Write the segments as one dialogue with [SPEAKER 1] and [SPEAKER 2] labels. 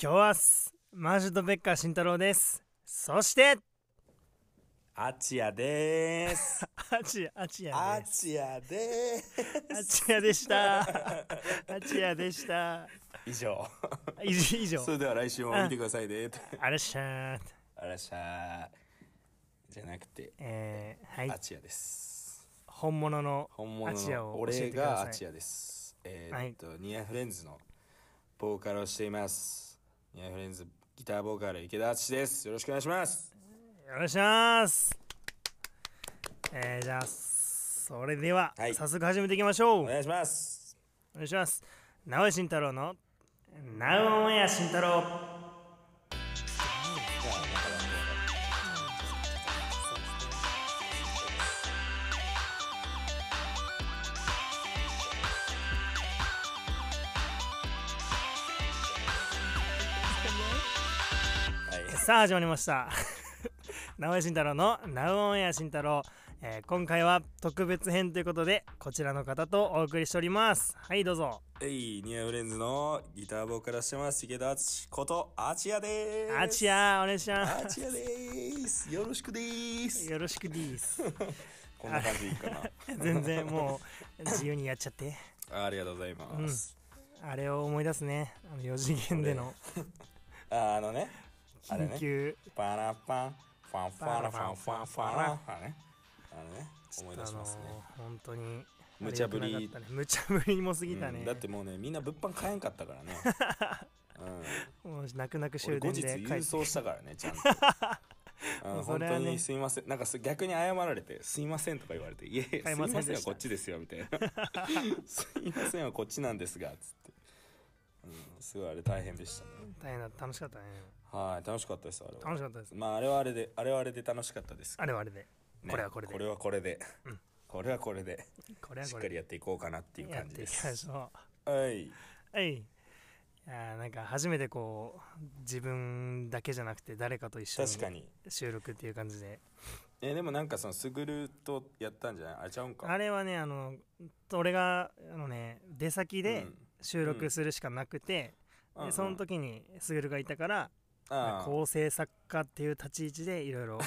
[SPEAKER 1] 今日はすマージュとベッカー慎太郎ですそして
[SPEAKER 2] アチアでーす。
[SPEAKER 1] アチアチア
[SPEAKER 2] ア
[SPEAKER 1] です
[SPEAKER 2] チアでー
[SPEAKER 1] ア
[SPEAKER 2] す。
[SPEAKER 1] チアで したアチアでした
[SPEAKER 2] 以上。
[SPEAKER 1] 以上以上
[SPEAKER 2] それでは来週も見てくださいね。
[SPEAKER 1] あらっしゃー
[SPEAKER 2] あらっしゃー。じゃなくて、
[SPEAKER 1] えー、は
[SPEAKER 2] ア
[SPEAKER 1] い
[SPEAKER 2] チアです。
[SPEAKER 1] 本物の
[SPEAKER 2] 本物
[SPEAKER 1] アチア
[SPEAKER 2] の
[SPEAKER 1] を教え
[SPEAKER 2] 俺
[SPEAKER 1] てくだ
[SPEAKER 2] が
[SPEAKER 1] さ
[SPEAKER 2] ア
[SPEAKER 1] い
[SPEAKER 2] チアです。えーっと、ニアフレンズのボーカルをしています。ニアフレンズギターボーカル池田敦です。よろしくお願いします。
[SPEAKER 1] よろしくお願いしますえー、じゃあそれでは、
[SPEAKER 2] はい
[SPEAKER 1] 早速始めていきましょう
[SPEAKER 2] お願いします。
[SPEAKER 1] お願いします直江慎太郎のナウオンエア慎太郎
[SPEAKER 2] はい。
[SPEAKER 1] さあ始まりました直江慎太郎のナウオンエア慎太郎、えー今回は特別編ということでこちらの方とお送りしておりますはいどうぞ
[SPEAKER 2] えい、ニアフレンズのギターボーカルをしてます。池田敦ことアチアでーす。
[SPEAKER 1] あちやお願いしま
[SPEAKER 2] アチアでーす。よろしくでー
[SPEAKER 1] す
[SPEAKER 2] す。
[SPEAKER 1] よろしくでーす
[SPEAKER 2] こんな感じでいいかな。
[SPEAKER 1] 全然もう自由にやっちゃって
[SPEAKER 2] あありがとうございます。
[SPEAKER 1] あれを思い出すねあの4次元での
[SPEAKER 2] ああのね、あれ
[SPEAKER 1] 緊
[SPEAKER 2] ね、
[SPEAKER 1] 急
[SPEAKER 2] パラパン、ファンファラファンファンファラ、あね、あのね、思い出しますね
[SPEAKER 1] あ。のー本当に
[SPEAKER 2] 無茶ぶり
[SPEAKER 1] あれ良くなかったね無茶ぶりも過ぎたね、
[SPEAKER 2] うんだってもうね、みんな物販買えんかったからね。うん、
[SPEAKER 1] もう泣く泣く 終
[SPEAKER 2] 俺後
[SPEAKER 1] 電
[SPEAKER 2] 日
[SPEAKER 1] で帰
[SPEAKER 2] 郵
[SPEAKER 1] って
[SPEAKER 2] 送したからね、ちゃんと。う
[SPEAKER 1] も
[SPEAKER 2] ん、
[SPEAKER 1] うそ
[SPEAKER 2] 本
[SPEAKER 1] れ
[SPEAKER 2] 当
[SPEAKER 1] はね
[SPEAKER 2] にすいませんなんかす逆に謝られて「すいません」とか言われて「いえいえす
[SPEAKER 1] 買
[SPEAKER 2] い
[SPEAKER 1] いま
[SPEAKER 2] ま
[SPEAKER 1] せんでした
[SPEAKER 2] せんはこっちですよ」みたいな「すいませんはこっちなんですが」つって、うん、すごいあれ大変でしたね
[SPEAKER 1] 大変だ楽しかったね
[SPEAKER 2] はい楽しかったですあれは
[SPEAKER 1] 楽しかったです
[SPEAKER 2] まああれはあれであれはあれで楽しかったです、
[SPEAKER 1] あれはあれで
[SPEAKER 2] ね
[SPEAKER 1] これはこれで
[SPEAKER 2] これはこれで、これはこれで
[SPEAKER 1] これは
[SPEAKER 2] し
[SPEAKER 1] こ
[SPEAKER 2] っか
[SPEAKER 1] れ
[SPEAKER 2] り
[SPEAKER 1] で
[SPEAKER 2] やっていこうかなっていう
[SPEAKER 1] やっ
[SPEAKER 2] 感じ
[SPEAKER 1] てい
[SPEAKER 2] で
[SPEAKER 1] きますしょ
[SPEAKER 2] はい、
[SPEAKER 1] うはいいやーなんか初めてこう自分だけじゃなくて誰かと一緒に
[SPEAKER 2] 確かに
[SPEAKER 1] 収録っていう感じで
[SPEAKER 2] えでもなんかそのすぐるとやったんじゃないあれちゃうんか
[SPEAKER 1] あれはねあの俺があのね出先で収録するしかなくて、
[SPEAKER 2] うん
[SPEAKER 1] でその時にスグルがいたから、
[SPEAKER 2] ああ
[SPEAKER 1] 構成作家っていう立ち位置でいろい ろ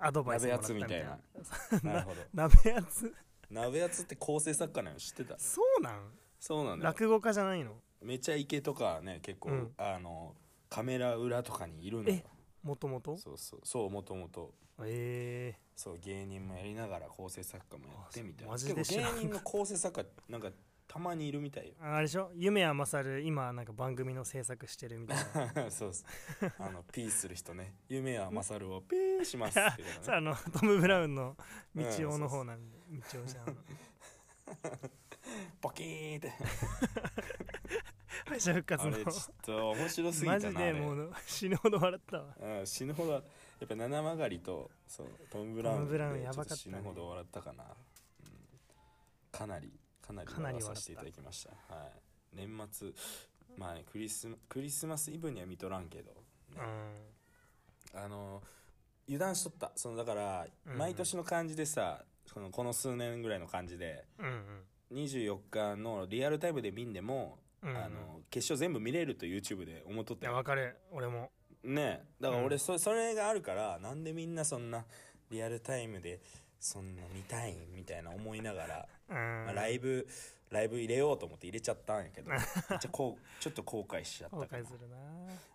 [SPEAKER 1] アドバイスもら
[SPEAKER 2] 鍋や
[SPEAKER 1] った
[SPEAKER 2] つ
[SPEAKER 1] み
[SPEAKER 2] み
[SPEAKER 1] たい
[SPEAKER 2] たい
[SPEAKER 1] な
[SPEAKER 2] ななるほど
[SPEAKER 1] 鍋やつ
[SPEAKER 2] 鍋やつって構成作家なの知ってた
[SPEAKER 1] そうなん
[SPEAKER 2] そうなんだよ
[SPEAKER 1] 落語家じゃないの
[SPEAKER 2] めちゃイケとかね結構、
[SPEAKER 1] うん
[SPEAKER 2] あのカメラ裏とかにいるのよ
[SPEAKER 1] えもともと
[SPEAKER 2] そうそうそうもともと
[SPEAKER 1] え
[SPEAKER 2] そう芸人もやりながら構成作家もやってみたいな
[SPEAKER 1] あそうマジで
[SPEAKER 2] 結
[SPEAKER 1] 知らん
[SPEAKER 2] 構芸人の構成作家なんかたまにいるみ たいよ
[SPEAKER 1] ー、あれでしょ夢は勝る今なんか番組の制作してるみたいな
[SPEAKER 2] そうそうあのピーする人 ね夢は勝るをピーしますけどね
[SPEAKER 1] さああのトム・ブラウンの「
[SPEAKER 2] うん
[SPEAKER 1] 道夫」の方なんで「道夫じゃん」
[SPEAKER 2] ポキーンって
[SPEAKER 1] 敗者復活
[SPEAKER 2] あ
[SPEAKER 1] の
[SPEAKER 2] れちょっと面白すぎたな
[SPEAKER 1] マジでも
[SPEAKER 2] あ
[SPEAKER 1] う死ぬほど笑ったわ
[SPEAKER 2] れうん、死ぬほどやっぱ七曲りとそうトム・ブラウン
[SPEAKER 1] トムブラウン
[SPEAKER 2] で
[SPEAKER 1] やばかったね
[SPEAKER 2] ちょっと死ぬほど笑ったかな、うん、かなりかなり
[SPEAKER 1] かなり笑った
[SPEAKER 2] させていただきましたはい年末まあねクリスマクリスマスイブには見とらんけど、ね
[SPEAKER 1] うん
[SPEAKER 2] あの油断しとったそのだから
[SPEAKER 1] うんうん
[SPEAKER 2] 毎年の感じでさ、そのこの数年ぐらいの感じで
[SPEAKER 1] うんうん
[SPEAKER 2] 24日のリアルタイムで見んでも、
[SPEAKER 1] うんうん
[SPEAKER 2] あの決勝全部見れると YouTube で思っとっ
[SPEAKER 1] い
[SPEAKER 2] た
[SPEAKER 1] や
[SPEAKER 2] よ
[SPEAKER 1] わかる俺も
[SPEAKER 2] ねえだから
[SPEAKER 1] う
[SPEAKER 2] 俺
[SPEAKER 1] ん
[SPEAKER 2] そ,、それがあるからなんでみんなそんなリアルタイムでそんな見たいんみたいな思いながら、
[SPEAKER 1] うん、
[SPEAKER 2] まあ、ライブライブ入れようと思って入れちゃったんやけどめっちゃこうちょっと後悔しちゃった
[SPEAKER 1] 後
[SPEAKER 2] かな
[SPEAKER 1] 悔するな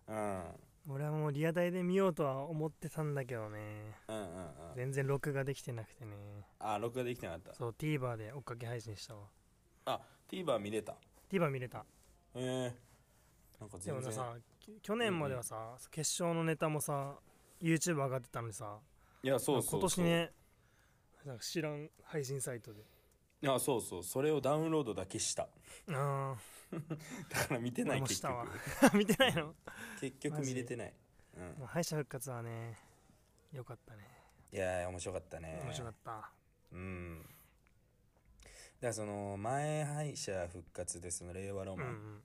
[SPEAKER 2] うん
[SPEAKER 1] 俺はもうリアタイで見ようとは思ってたんだけどね
[SPEAKER 2] うんうんうん
[SPEAKER 1] 全然録画できてなくてね
[SPEAKER 2] あ録画できてなかった
[SPEAKER 1] そう TVer で追っかけ配信したわ
[SPEAKER 2] あ TVer 見れた
[SPEAKER 1] TVer 見れた
[SPEAKER 2] へえなんか
[SPEAKER 1] で
[SPEAKER 2] 全
[SPEAKER 1] も
[SPEAKER 2] 然
[SPEAKER 1] さき去年まではさ、決勝のネタもさ YouTube 上がってたのにさ
[SPEAKER 2] いやそうそうそ
[SPEAKER 1] 今
[SPEAKER 2] う
[SPEAKER 1] 年ねなんか知らん配信サイトで
[SPEAKER 2] いやそうそうそれをダウンロードだけした
[SPEAKER 1] ああ
[SPEAKER 2] だから見てない
[SPEAKER 1] 俺も
[SPEAKER 2] 結
[SPEAKER 1] した
[SPEAKER 2] 局
[SPEAKER 1] わ見てないの
[SPEAKER 2] 結局見れてないうん
[SPEAKER 1] もう敗者復活はねよかったね
[SPEAKER 2] いやー面白かったね
[SPEAKER 1] 面白かった
[SPEAKER 2] うん。だからその前敗者復活でその令和ロ
[SPEAKER 1] う
[SPEAKER 2] マ
[SPEAKER 1] ん
[SPEAKER 2] ン
[SPEAKER 1] うん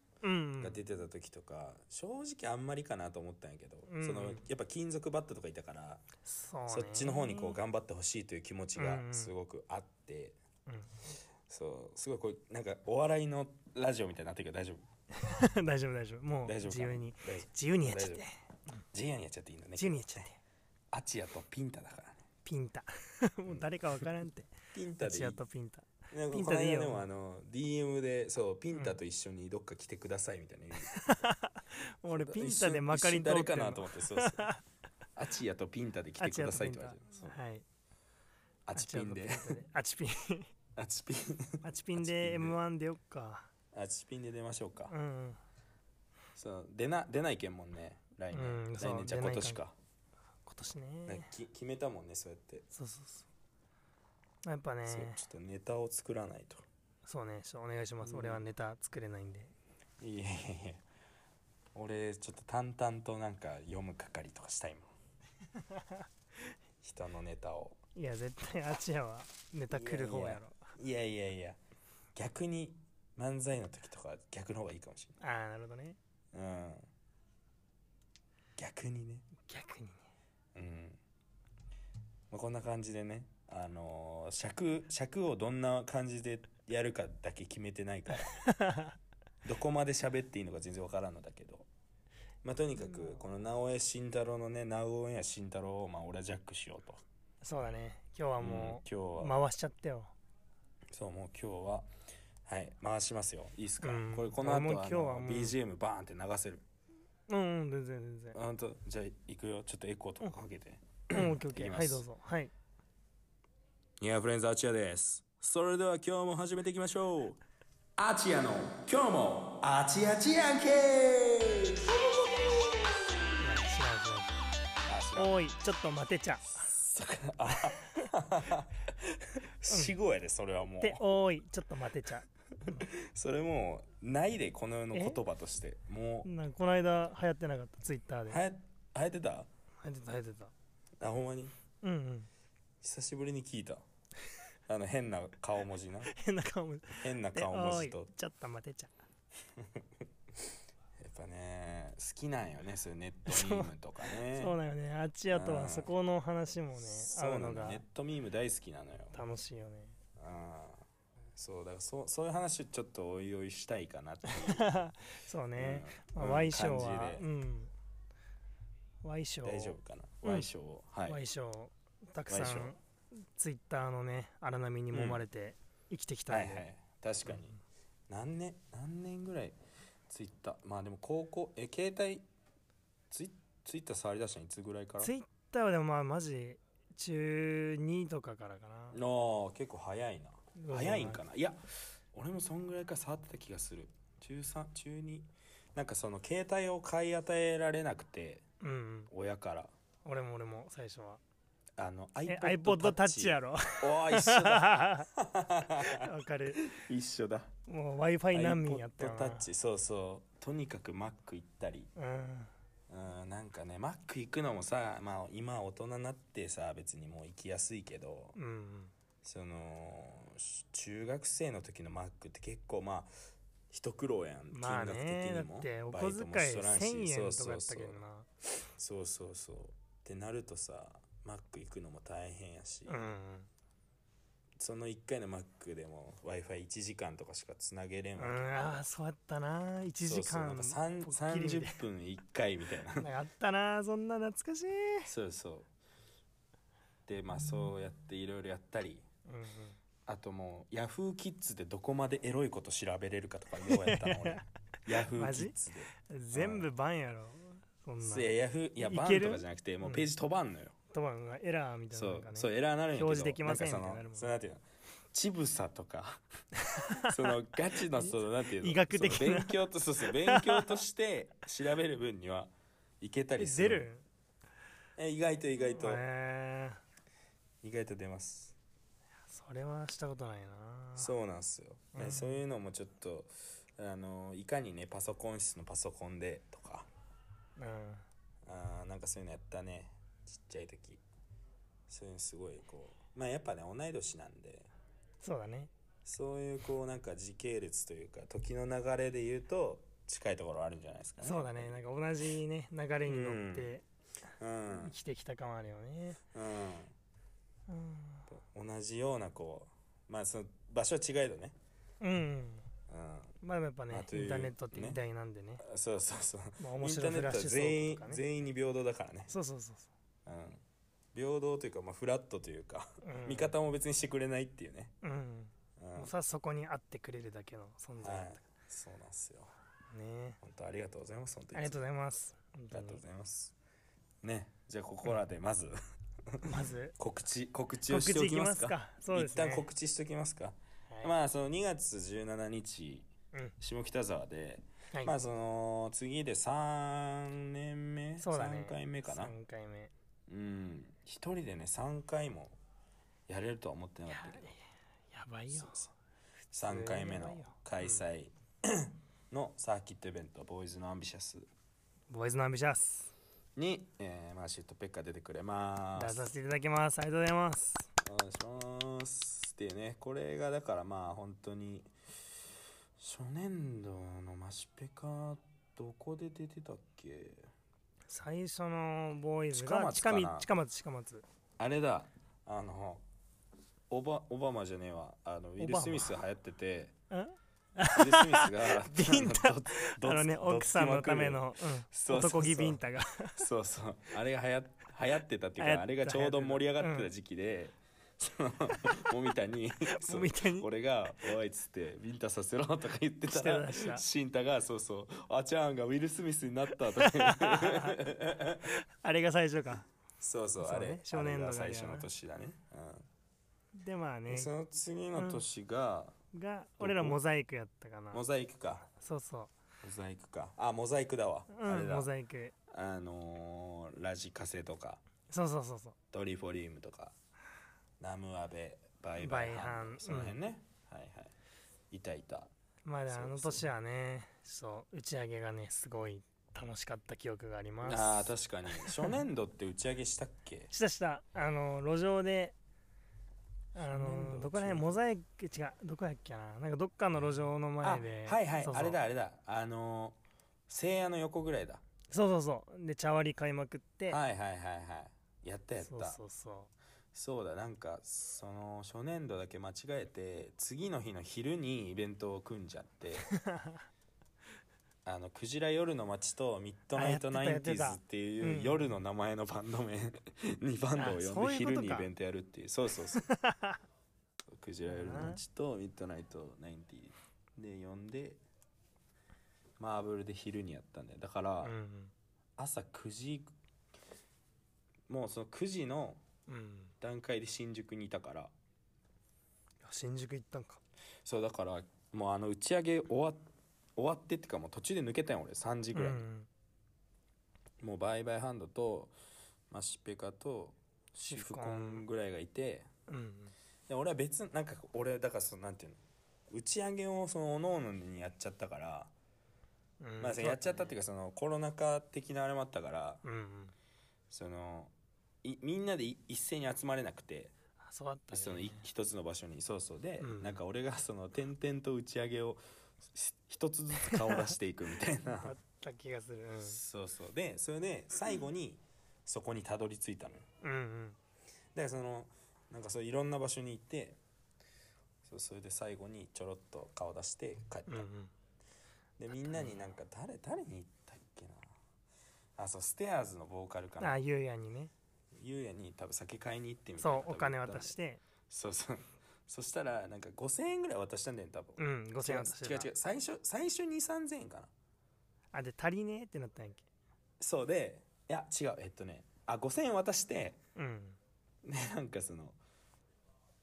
[SPEAKER 1] うんう
[SPEAKER 2] が
[SPEAKER 1] ん
[SPEAKER 2] 出てた時とか、正直あんまりかなと思ったんやけど、
[SPEAKER 1] うん
[SPEAKER 2] そのやっぱ金属バットとかいたから、
[SPEAKER 1] そうね
[SPEAKER 2] そっちの方にこう頑張ってほしいという気持ちがすごくあって、
[SPEAKER 1] うん
[SPEAKER 2] そうすごいこうなんかお笑いのラジオみたいになってるけど大丈夫
[SPEAKER 1] 大丈夫大丈夫もう
[SPEAKER 2] 大丈夫か
[SPEAKER 1] 自由に
[SPEAKER 2] 大丈夫
[SPEAKER 1] 自由にやっちゃって
[SPEAKER 2] 大ジェアンやっちゃっていいんだね
[SPEAKER 1] 自由にやっちゃって
[SPEAKER 2] アチアとピンタだからね
[SPEAKER 1] ピンタ もう誰かわからんっ て
[SPEAKER 2] ピンタでいい
[SPEAKER 1] チアとピンタ
[SPEAKER 2] なんか
[SPEAKER 1] ピン
[SPEAKER 2] こ
[SPEAKER 1] タ
[SPEAKER 2] の
[SPEAKER 1] でいいよ
[SPEAKER 2] 間でもあの DM でそうピンタと一緒にどっか来てくださいみたいな言う、
[SPEAKER 1] 俺
[SPEAKER 2] そう
[SPEAKER 1] ピンタでまかり
[SPEAKER 2] 一
[SPEAKER 1] 通って
[SPEAKER 2] 瞬誰
[SPEAKER 1] る
[SPEAKER 2] かな
[SPEAKER 1] の
[SPEAKER 2] と思ってそうそうアチアとピンタで来てくださいって言われてそう
[SPEAKER 1] はい
[SPEAKER 2] アチピンで
[SPEAKER 1] アチアとピンタでアチ ピン
[SPEAKER 2] アチピン
[SPEAKER 1] アチピン
[SPEAKER 2] アチ
[SPEAKER 1] で
[SPEAKER 2] ピンで
[SPEAKER 1] M1 出よっか
[SPEAKER 2] アチピンで出ましょうか、
[SPEAKER 1] うん
[SPEAKER 2] そう出な出ないけんもんね来年、
[SPEAKER 1] うんそう
[SPEAKER 2] 来年じゃ
[SPEAKER 1] 出
[SPEAKER 2] あ
[SPEAKER 1] ない
[SPEAKER 2] 今年か
[SPEAKER 1] 今年
[SPEAKER 2] なん
[SPEAKER 1] ね
[SPEAKER 2] かき決めたもんねそうやって、
[SPEAKER 1] そうそうそうやっぱね
[SPEAKER 2] そうちょっとネタを作らないと
[SPEAKER 1] そうねちょっとお願いします
[SPEAKER 2] うん
[SPEAKER 1] 俺はネタ作れないんで
[SPEAKER 2] いやいやいや俺ちょっと淡々となんか読む係とかしたいもん人のネタを
[SPEAKER 1] いや絶対アチアはネタ来る方
[SPEAKER 2] い
[SPEAKER 1] や
[SPEAKER 2] やいや
[SPEAKER 1] ろ
[SPEAKER 2] いやいやいや逆に漫才の時とかは逆の方がいいかもし
[SPEAKER 1] ああなるほどね
[SPEAKER 2] れないうん逆にね
[SPEAKER 1] 逆にね
[SPEAKER 2] うん、まあ、こんな感じでねあのー尺尺をどんな感じでやるかだけ決めてないから どこまで喋っていいのか全然わからんのだけどまあとにかくこの直江慎太郎のね直江や慎太郎をまあ俺はジャックしようと
[SPEAKER 1] そうだね今日はも
[SPEAKER 2] うん今
[SPEAKER 1] う
[SPEAKER 2] 日は
[SPEAKER 1] 回しちゃったよ
[SPEAKER 2] そうもう今日ははい回しますよいいっすか、
[SPEAKER 1] うん
[SPEAKER 2] これこの後
[SPEAKER 1] 俺も
[SPEAKER 2] はあ
[SPEAKER 1] 今日は
[SPEAKER 2] の
[SPEAKER 1] もう
[SPEAKER 2] BGM バーンって流せる
[SPEAKER 1] うんうん全然全然
[SPEAKER 2] あほんとじゃあ行くよちょっとエコーとかかけて。
[SPEAKER 1] うんオッケーオッケ
[SPEAKER 2] い
[SPEAKER 1] ー
[SPEAKER 2] きます
[SPEAKER 1] はいどうぞはい
[SPEAKER 2] ニアフレンズアチアです。それでは今日も始めていきましょう。アチアの今日もアチアチアンケ
[SPEAKER 1] いや違う違うおいちょっと待てちゃっ
[SPEAKER 2] 死後やで、それはもう
[SPEAKER 1] て。おいちょっと待てちゃ
[SPEAKER 2] それもう、ないで、この世の言葉として。もう、
[SPEAKER 1] なんかこの間流行ってなかったツイッターで
[SPEAKER 2] はや、はやってた
[SPEAKER 1] 流行ってた流行ってた
[SPEAKER 2] あ、ほんまに
[SPEAKER 1] うんうん
[SPEAKER 2] 久しぶりに聞いた。あの、変な顔文 字な。
[SPEAKER 1] 変な顔も
[SPEAKER 2] 変な
[SPEAKER 1] で
[SPEAKER 2] 顔文
[SPEAKER 1] お
[SPEAKER 2] 字
[SPEAKER 1] い
[SPEAKER 2] と。
[SPEAKER 1] ちょっと待てちゃ
[SPEAKER 2] やっぱね、好きなんよね、そういうネットミームとかね。
[SPEAKER 1] そうだよねあっちやとはそこの話もね
[SPEAKER 2] そ
[SPEAKER 1] 合
[SPEAKER 2] う
[SPEAKER 1] う
[SPEAKER 2] な
[SPEAKER 1] の
[SPEAKER 2] の、
[SPEAKER 1] が
[SPEAKER 2] ネットミーム大好きなのよ。
[SPEAKER 1] 楽しいよね
[SPEAKER 2] ああそうだからそうそういう話ちょっとおいおいしたいか なっていう
[SPEAKER 1] そうね、まあ、
[SPEAKER 2] うん
[SPEAKER 1] Y 賞は
[SPEAKER 2] 感じ
[SPEAKER 1] う
[SPEAKER 2] で
[SPEAKER 1] ん Y 賞
[SPEAKER 2] 大丈夫かな、
[SPEAKER 1] うん
[SPEAKER 2] Y 賞をはい、
[SPEAKER 1] Y 賞たくさ
[SPEAKER 2] Y 賞
[SPEAKER 1] んツイッターのね荒波に揉まれて生きてきた
[SPEAKER 2] は
[SPEAKER 1] ん
[SPEAKER 2] い
[SPEAKER 1] で、
[SPEAKER 2] はい確かに、何年何年ぐらいツイッターまあでも高校え携帯ツイツイッター触り出したのいつぐらいから
[SPEAKER 1] ツイッターはでもまあマジ中2とかからかな
[SPEAKER 2] の結構早いな
[SPEAKER 1] うん
[SPEAKER 2] 早いんかないや俺もそんぐらいから触ってた気がする中3中2なんかその携帯を買い与えられなくて
[SPEAKER 1] うん、うん、
[SPEAKER 2] 親から
[SPEAKER 1] 俺も俺も最初は
[SPEAKER 2] あの
[SPEAKER 1] え iPod タッチやろわ
[SPEAKER 2] おー一緒 だ
[SPEAKER 1] かる
[SPEAKER 2] 一緒だ
[SPEAKER 1] もう w i f i 難民やったよ
[SPEAKER 2] iPod
[SPEAKER 1] な
[SPEAKER 2] タッチそうそうとにかくマック行ったり
[SPEAKER 1] うん
[SPEAKER 2] うんなんかねマック行くのもさ、まあ、今大人になってさ別にもう行きやすいけど
[SPEAKER 1] うん
[SPEAKER 2] そのし中学生の時のマックって結構まあ一苦労やん、
[SPEAKER 1] まあね
[SPEAKER 2] 金
[SPEAKER 1] だっ
[SPEAKER 2] 額的にも
[SPEAKER 1] てお
[SPEAKER 2] バ
[SPEAKER 1] 小
[SPEAKER 2] イ
[SPEAKER 1] 遣
[SPEAKER 2] ト
[SPEAKER 1] い
[SPEAKER 2] もしとらんし
[SPEAKER 1] 1000円
[SPEAKER 2] そ
[SPEAKER 1] と
[SPEAKER 2] う
[SPEAKER 1] か
[SPEAKER 2] そ
[SPEAKER 1] やっ
[SPEAKER 2] う
[SPEAKER 1] た
[SPEAKER 2] そう
[SPEAKER 1] けどな
[SPEAKER 2] そうそうそうってなるとさマック行くのも大変やし、その1回のマックでも w i f i 1時間とかしかつなげれん
[SPEAKER 1] う
[SPEAKER 2] わ
[SPEAKER 1] ん、
[SPEAKER 2] け
[SPEAKER 1] うん、ああそうやったな1時
[SPEAKER 2] そうそうな
[SPEAKER 1] 間
[SPEAKER 2] んかさん
[SPEAKER 1] ぽっきりみたい
[SPEAKER 2] 30分1回みたいな
[SPEAKER 1] なあったなそんな懐かしい、
[SPEAKER 2] そうそうでまあそうやっていろいろやったり
[SPEAKER 1] うんうん、
[SPEAKER 2] あともうヤフーキッズでどこまでエロいこと調べれるかとかようやった の俺ヤフーキッズで
[SPEAKER 1] 全部バンやろそんな
[SPEAKER 2] そういやヤフーいや
[SPEAKER 1] いける
[SPEAKER 2] バンとかじゃなくてもうページ飛ばんのよ、
[SPEAKER 1] とはエラーみたいな
[SPEAKER 2] そ
[SPEAKER 1] の
[SPEAKER 2] う
[SPEAKER 1] が、ね、
[SPEAKER 2] そうエラーなるんやけど
[SPEAKER 1] 表示できません
[SPEAKER 2] なん
[SPEAKER 1] み
[SPEAKER 2] か
[SPEAKER 1] たいに
[SPEAKER 2] そ
[SPEAKER 1] なる
[SPEAKER 2] の
[SPEAKER 1] もん
[SPEAKER 2] そのなんていうのちぶさと かそのガチのそのなんていうの
[SPEAKER 1] 医学的な
[SPEAKER 2] そう勉強とそうそう勉強として調べる分にはいけた
[SPEAKER 1] え
[SPEAKER 2] りす
[SPEAKER 1] 出
[SPEAKER 2] る
[SPEAKER 1] る
[SPEAKER 2] え意外と意外と
[SPEAKER 1] えー
[SPEAKER 2] 意外と出ます
[SPEAKER 1] それはしたことないな
[SPEAKER 2] そうなんすよ、ね
[SPEAKER 1] うん
[SPEAKER 2] そういうのもちょっとあのいかにねパソコン室のパソコンでとか
[SPEAKER 1] うん、
[SPEAKER 2] あーなんかそういうのやったねちっちゃい時そういうのすごいこうまあやっぱね同い年なんで
[SPEAKER 1] そうだね
[SPEAKER 2] そういうこうなんか時系列というか時の流れで言うと近いところあるんじゃないですかね
[SPEAKER 1] そうだねなんか同じね流れに乗って
[SPEAKER 2] うん
[SPEAKER 1] 生きてきた感あるよね同
[SPEAKER 2] うん同じようなこうまあその場所は違えどね、
[SPEAKER 1] うん、うん、
[SPEAKER 2] うん、
[SPEAKER 1] まあでもやっぱね、
[SPEAKER 2] まあと
[SPEAKER 1] イ
[SPEAKER 2] いう
[SPEAKER 1] ンターネットって
[SPEAKER 2] ね
[SPEAKER 1] 時代なんでね
[SPEAKER 2] うん、そうそうそう
[SPEAKER 1] まあ
[SPEAKER 2] イ
[SPEAKER 1] 面
[SPEAKER 2] ンタ
[SPEAKER 1] 白
[SPEAKER 2] ー
[SPEAKER 1] いフ
[SPEAKER 2] ネッ
[SPEAKER 1] ラッ
[SPEAKER 2] ト
[SPEAKER 1] シ
[SPEAKER 2] は
[SPEAKER 1] ュ騒動
[SPEAKER 2] 全員
[SPEAKER 1] とかね
[SPEAKER 2] 全員に平等だからね、
[SPEAKER 1] そうそうそう
[SPEAKER 2] うん、平等というか、まあ、フラットというか、
[SPEAKER 1] そう、うん
[SPEAKER 2] 味方も別にしてくれないっていうね、
[SPEAKER 1] うん
[SPEAKER 2] うん
[SPEAKER 1] もう
[SPEAKER 2] は
[SPEAKER 1] さそこに会ってくれるだけの存在だっ
[SPEAKER 2] い、そうなんですよ
[SPEAKER 1] たね
[SPEAKER 2] 本当ありがとうございます本当
[SPEAKER 1] あり
[SPEAKER 2] に
[SPEAKER 1] がとうございます本
[SPEAKER 2] あ
[SPEAKER 1] 当
[SPEAKER 2] りがとう
[SPEAKER 1] に
[SPEAKER 2] ございますねじゃあここらでまず
[SPEAKER 1] まず
[SPEAKER 2] 告知告知を
[SPEAKER 1] 告
[SPEAKER 2] して
[SPEAKER 1] 知
[SPEAKER 2] お
[SPEAKER 1] い
[SPEAKER 2] き
[SPEAKER 1] き
[SPEAKER 2] ま
[SPEAKER 1] ますす
[SPEAKER 2] か
[SPEAKER 1] かそうですね
[SPEAKER 2] 一旦告知しておきますか、
[SPEAKER 1] はい
[SPEAKER 2] まあその2月17日
[SPEAKER 1] うん
[SPEAKER 2] 下北沢で、
[SPEAKER 1] はい
[SPEAKER 2] まあその次で3年目、
[SPEAKER 1] そうだね
[SPEAKER 2] 3回目かな
[SPEAKER 1] 3回目い
[SPEAKER 2] うん一人でね3回もやれるとは思ってなか
[SPEAKER 1] や
[SPEAKER 2] ったけど
[SPEAKER 1] やばいよ
[SPEAKER 2] そうそう3回目の開催のサーキットイベント「ボーイズのアンビシャス
[SPEAKER 1] ボーイズのアンビシャス
[SPEAKER 2] に」えーマーシュートペッカー出てくれま
[SPEAKER 1] 出
[SPEAKER 2] す
[SPEAKER 1] させていただきますありがとうございます
[SPEAKER 2] お願いしますっていうねこれがだからまあ本当に初年度のマシペカどこで出てたっけ
[SPEAKER 1] 最初のボーイズ
[SPEAKER 2] 近
[SPEAKER 1] が
[SPEAKER 2] 松か
[SPEAKER 1] 近
[SPEAKER 2] な
[SPEAKER 1] 道近松近松
[SPEAKER 2] あれだあのオバオバマじゃねえわあのウィ
[SPEAKER 1] オバ
[SPEAKER 2] ル・
[SPEAKER 1] マ
[SPEAKER 2] スミス流行ってて
[SPEAKER 1] んあ
[SPEAKER 2] ウィル・スミスが
[SPEAKER 1] ビンタ
[SPEAKER 2] あのどど
[SPEAKER 1] のね
[SPEAKER 2] ど
[SPEAKER 1] 奥さんのためのうん
[SPEAKER 2] そうそうそ
[SPEAKER 1] 男
[SPEAKER 2] う
[SPEAKER 1] 気ビンタが
[SPEAKER 2] そうそうあれがはや流行ってたっていうかあ
[SPEAKER 1] 流
[SPEAKER 2] れ
[SPEAKER 1] 行ってた
[SPEAKER 2] がちょうど盛り上がって
[SPEAKER 1] う
[SPEAKER 2] た
[SPEAKER 1] ん
[SPEAKER 2] 時期で、その もみ たにそう
[SPEAKER 1] みたいに
[SPEAKER 2] 俺が「おい」っつって「ビンタさせろ」とか言ってたら
[SPEAKER 1] してました
[SPEAKER 2] シンタが「そうそうあちゃんがウィル・スミスになった」と か
[SPEAKER 1] あれが最初か
[SPEAKER 2] そうそう
[SPEAKER 1] そうね
[SPEAKER 2] あれ
[SPEAKER 1] 少年の
[SPEAKER 2] あれが
[SPEAKER 1] が
[SPEAKER 2] 最
[SPEAKER 1] ね
[SPEAKER 2] 初の年だね、
[SPEAKER 1] でまあ
[SPEAKER 2] うん
[SPEAKER 1] ね
[SPEAKER 2] その次の年が、
[SPEAKER 1] が俺らモザイクやったかな
[SPEAKER 2] モザイクか
[SPEAKER 1] そうそ
[SPEAKER 2] モザイクかあモザイクだわ、
[SPEAKER 1] うう
[SPEAKER 2] あれ
[SPEAKER 1] ん
[SPEAKER 2] だ
[SPEAKER 1] モザイク
[SPEAKER 2] あのーラジカセとか
[SPEAKER 1] そうそうそうそう
[SPEAKER 2] ドリフォリウムとかナムアベバイバ
[SPEAKER 1] バ
[SPEAKER 2] イ
[SPEAKER 1] イ
[SPEAKER 2] ハ
[SPEAKER 1] ハ
[SPEAKER 2] ン
[SPEAKER 1] ン
[SPEAKER 2] その辺ね、はいはいいたいた
[SPEAKER 1] まあで
[SPEAKER 2] そう
[SPEAKER 1] あの年はねそう打ち上げがねすごい楽しかった記憶があります
[SPEAKER 2] あー確かに初年度って打ち上げしたっけ
[SPEAKER 1] したしたあの路上であ
[SPEAKER 2] 年度
[SPEAKER 1] のどこら辺モザイク違うどこやっけななんかどっかの路上の
[SPEAKER 2] あ
[SPEAKER 1] 前で
[SPEAKER 2] はいはい
[SPEAKER 1] そうそう
[SPEAKER 2] あれだあれだあのー、聖夜の横ぐらいだ
[SPEAKER 1] そうそうそうで茶割り買いまくって
[SPEAKER 2] はいはいはいはいやったやった
[SPEAKER 1] そ
[SPEAKER 2] そうう
[SPEAKER 1] そうそ
[SPEAKER 2] だなんかその初年度だけ間違えて次の日の昼にイベントを組んじゃって あのクジラ夜の街とミッドナイトナ
[SPEAKER 1] あ
[SPEAKER 2] イ
[SPEAKER 1] や
[SPEAKER 2] ン
[SPEAKER 1] って
[SPEAKER 2] テ
[SPEAKER 1] た
[SPEAKER 2] ィ
[SPEAKER 1] やってた
[SPEAKER 2] ーズっていううん夜の名前のバンド名 にバンドを
[SPEAKER 1] あ
[SPEAKER 2] 呼
[SPEAKER 1] そ
[SPEAKER 2] ん
[SPEAKER 1] う
[SPEAKER 2] で
[SPEAKER 1] いうこと
[SPEAKER 2] 昼
[SPEAKER 1] か
[SPEAKER 2] にイベントやるっていうそうそうそうクジラ夜の街とミッドナイトナインティーズで呼んでマーブルで昼にやったんだよだから
[SPEAKER 1] ううん
[SPEAKER 2] 朝9時もうその9時の
[SPEAKER 1] うん
[SPEAKER 2] 段階で新宿にいたから
[SPEAKER 1] 新宿行ったんか
[SPEAKER 2] そうだからもうあの打ち上げ終わ終わってってかもう途中で抜けたよ俺3時ぐらいに、
[SPEAKER 1] ん、
[SPEAKER 2] もうバイバイハンドとマシペカとシフコ
[SPEAKER 1] シフコ
[SPEAKER 2] ン
[SPEAKER 1] ン
[SPEAKER 2] ぐらいがいて
[SPEAKER 1] うん、
[SPEAKER 2] で俺は別なんか俺だからそのなんていうの打ち上げをそのおののにやっちゃったから、
[SPEAKER 1] うん
[SPEAKER 2] まあそのやっちゃったっていうかそのコロナ禍的なあれもあったから
[SPEAKER 1] うんうん
[SPEAKER 2] そのいみんなでい一斉に集まれなくて
[SPEAKER 1] あそうだったね
[SPEAKER 2] そのい一つの場所にそうそうで、
[SPEAKER 1] うん
[SPEAKER 2] なんか俺がその点々と打ち上げをし一つずつ顔出していくみたいな
[SPEAKER 1] あった気がする
[SPEAKER 2] そうそうでそれで最後にそこにたどり着いたのよ
[SPEAKER 1] うんうん
[SPEAKER 2] だからそのなんかそういろんな場所に行ってそうそれで最後にちょろっと顔出して帰った、
[SPEAKER 1] うんうん
[SPEAKER 2] でみんなになんか誰誰に言ったっけなあそうステアーズのボーカルか
[SPEAKER 1] うんあ
[SPEAKER 2] な
[SPEAKER 1] あゆうやにね
[SPEAKER 2] ゆうやに多分酒買いに行ってみたいな
[SPEAKER 1] そうお金渡してて
[SPEAKER 2] そうそうそしたらなんか5000円ぐらい渡したんだよね多分
[SPEAKER 1] うん5000円渡して
[SPEAKER 2] 違う違う違う最初最初に3000円かな
[SPEAKER 1] あで足りねえってなったんやっけ
[SPEAKER 2] そうでいや違うえっとねあ5000円渡して
[SPEAKER 1] うん
[SPEAKER 2] でなんかその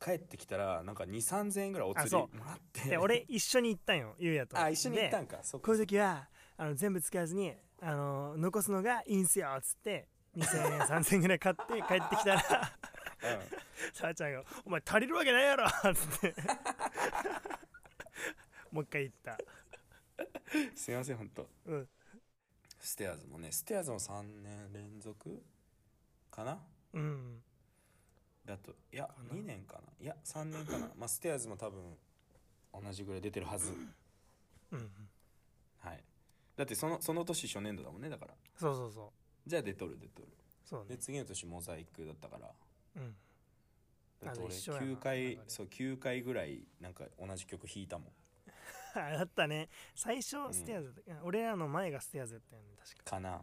[SPEAKER 2] 帰ってきたらなんか23000円ぐらいお釣り
[SPEAKER 1] あ
[SPEAKER 2] も
[SPEAKER 1] そ
[SPEAKER 2] らって
[SPEAKER 1] で俺一緒に行ったんよゆうやと
[SPEAKER 2] あ一緒に行った
[SPEAKER 1] で
[SPEAKER 2] んかそっ
[SPEAKER 1] こ
[SPEAKER 2] か
[SPEAKER 1] ういう時はあの全部使わずにあの残すのがいいんすよっつって2000円3000円ぐらい買 って帰ってきたらさあちゃんが「お前足りるわけないやろ!」っつって もう一回行った
[SPEAKER 2] うん、すいません本当
[SPEAKER 1] うん
[SPEAKER 2] ステアーズもねステアーズも3年連続かな
[SPEAKER 1] うん
[SPEAKER 2] だといや
[SPEAKER 1] な
[SPEAKER 2] 2年かないや3年かなまあステアーズも多分同じぐらい出てるはず
[SPEAKER 1] うん
[SPEAKER 2] はいだってそのその年初年度だもんねだから
[SPEAKER 1] そうそうそう
[SPEAKER 2] じゃあ出とる出とる
[SPEAKER 1] そう
[SPEAKER 2] で
[SPEAKER 1] ね
[SPEAKER 2] 次の年モザイクだったから
[SPEAKER 1] うん
[SPEAKER 2] だって俺
[SPEAKER 1] あじゃあ一緒やな
[SPEAKER 2] 9回
[SPEAKER 1] 流れ
[SPEAKER 2] そう9回ぐらいなんか同じ曲弾いたもん
[SPEAKER 1] だったね最初
[SPEAKER 2] ん
[SPEAKER 1] ステアーズだった、俺らの前がステアーズだったよね確か
[SPEAKER 2] かな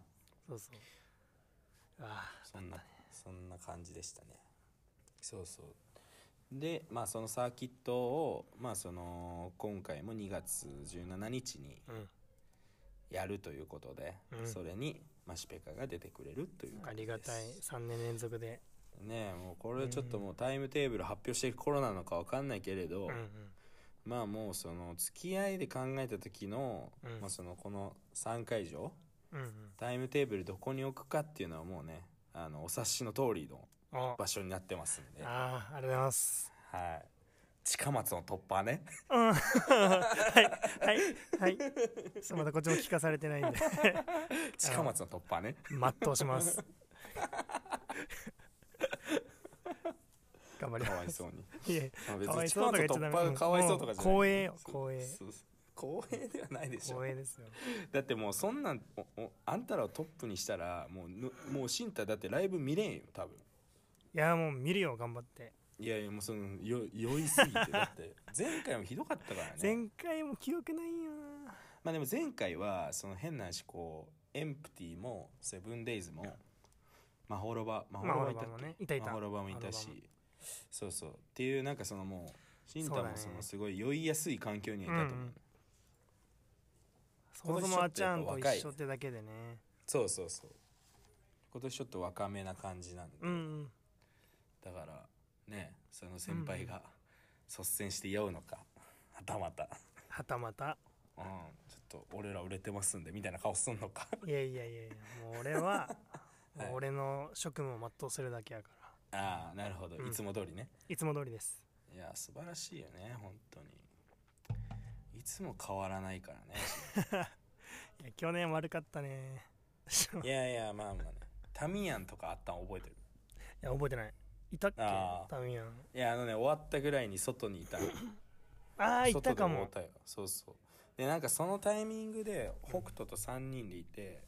[SPEAKER 1] そうそうあ
[SPEAKER 2] そんな、そんな感じでしたねそうそうでまあそのサーキットをまあその今回も2月17日に
[SPEAKER 1] あうん
[SPEAKER 2] やるということで、
[SPEAKER 1] うん
[SPEAKER 2] それにマシペカが出てくれるという
[SPEAKER 1] あ
[SPEAKER 2] 感
[SPEAKER 1] り
[SPEAKER 2] じです
[SPEAKER 1] がたい3年連続で
[SPEAKER 2] ねえもうこれちょっともうタイムテーブル発表していく頃なのかわかんないけれど、
[SPEAKER 1] うんうん
[SPEAKER 2] まあもうその付き合いで考えた時の、
[SPEAKER 1] うん
[SPEAKER 2] まあそのこの3会場
[SPEAKER 1] うんうん
[SPEAKER 2] タイムテーブルどこに置くかっていうのはもうねあのお察しの通りの
[SPEAKER 1] あ
[SPEAKER 2] 場所になってますんで、は
[SPEAKER 1] あーありがとうございます
[SPEAKER 2] い、近松の突破ね
[SPEAKER 1] うんはいはいはいちょっとまだこっちも聞かされてないんで
[SPEAKER 2] 近松の突破ね
[SPEAKER 1] 全うします頑張り
[SPEAKER 2] かわ
[SPEAKER 1] ま
[SPEAKER 2] い
[SPEAKER 1] す
[SPEAKER 2] そ うに、
[SPEAKER 1] いえ
[SPEAKER 2] まあ、
[SPEAKER 1] かわいそうとか言っちゃダメ
[SPEAKER 2] 近松の突破がかわいそうとかじゃない
[SPEAKER 1] もう光栄よ
[SPEAKER 2] そう
[SPEAKER 1] 光栄
[SPEAKER 2] そうそう光栄ではないでしょ
[SPEAKER 1] 光栄ですよ
[SPEAKER 2] だってもうそんなんおおあんたらをトップにしたらもうぬもう新太だってライブ見れんよ多分
[SPEAKER 1] いやもう見るよ頑張って
[SPEAKER 2] いやいやもうそのよ酔いすぎてだって 前回もひどかったからね
[SPEAKER 1] 前回も記憶ないよな
[SPEAKER 2] まあでも前回はその変な話こうエンプティもセブンデイズもマホロバマホ
[SPEAKER 1] まあ
[SPEAKER 2] ロ
[SPEAKER 1] 俺
[SPEAKER 2] バいたっ
[SPEAKER 1] も
[SPEAKER 2] け、
[SPEAKER 1] ねいたいた
[SPEAKER 2] マホロバもいたし
[SPEAKER 1] マホロ
[SPEAKER 2] そうそうっていうなんかそのもう新太も
[SPEAKER 1] そ
[SPEAKER 2] そう
[SPEAKER 1] だ
[SPEAKER 2] の
[SPEAKER 1] ね
[SPEAKER 2] すごい酔いやすい環境にいたと思う
[SPEAKER 1] うんうんそもそもあちゃんと一緒ってだけでね
[SPEAKER 2] そうそうそう今年ちょっと若めな感じなんで、
[SPEAKER 1] うんうん
[SPEAKER 2] だからねその先輩が率先して酔うのか、はたまた、
[SPEAKER 1] はたまた
[SPEAKER 2] うん、ちょっと俺ら売れてますんでみたいな顔すんのか
[SPEAKER 1] いやいやいやいやもう俺は、
[SPEAKER 2] はい
[SPEAKER 1] もう俺の職務を全うするだけやから
[SPEAKER 2] ああなるほど、
[SPEAKER 1] うん
[SPEAKER 2] いつも通りね
[SPEAKER 1] いつも通りです
[SPEAKER 2] いや素晴らしいよね本当にいつも変わらないからね
[SPEAKER 1] いや去年悪かったね
[SPEAKER 2] いやいやまあまあねタミヤンとかあったん覚えてる
[SPEAKER 1] いや覚えてないいたっけ
[SPEAKER 2] あー
[SPEAKER 1] タミヤン
[SPEAKER 2] いやあのね終わったぐらいに外にい た
[SPEAKER 1] ああい
[SPEAKER 2] 外
[SPEAKER 1] た
[SPEAKER 2] で
[SPEAKER 1] か
[SPEAKER 2] 会う
[SPEAKER 1] も
[SPEAKER 2] たよそうそうでなんかそのタイミングで北斗と3人でいて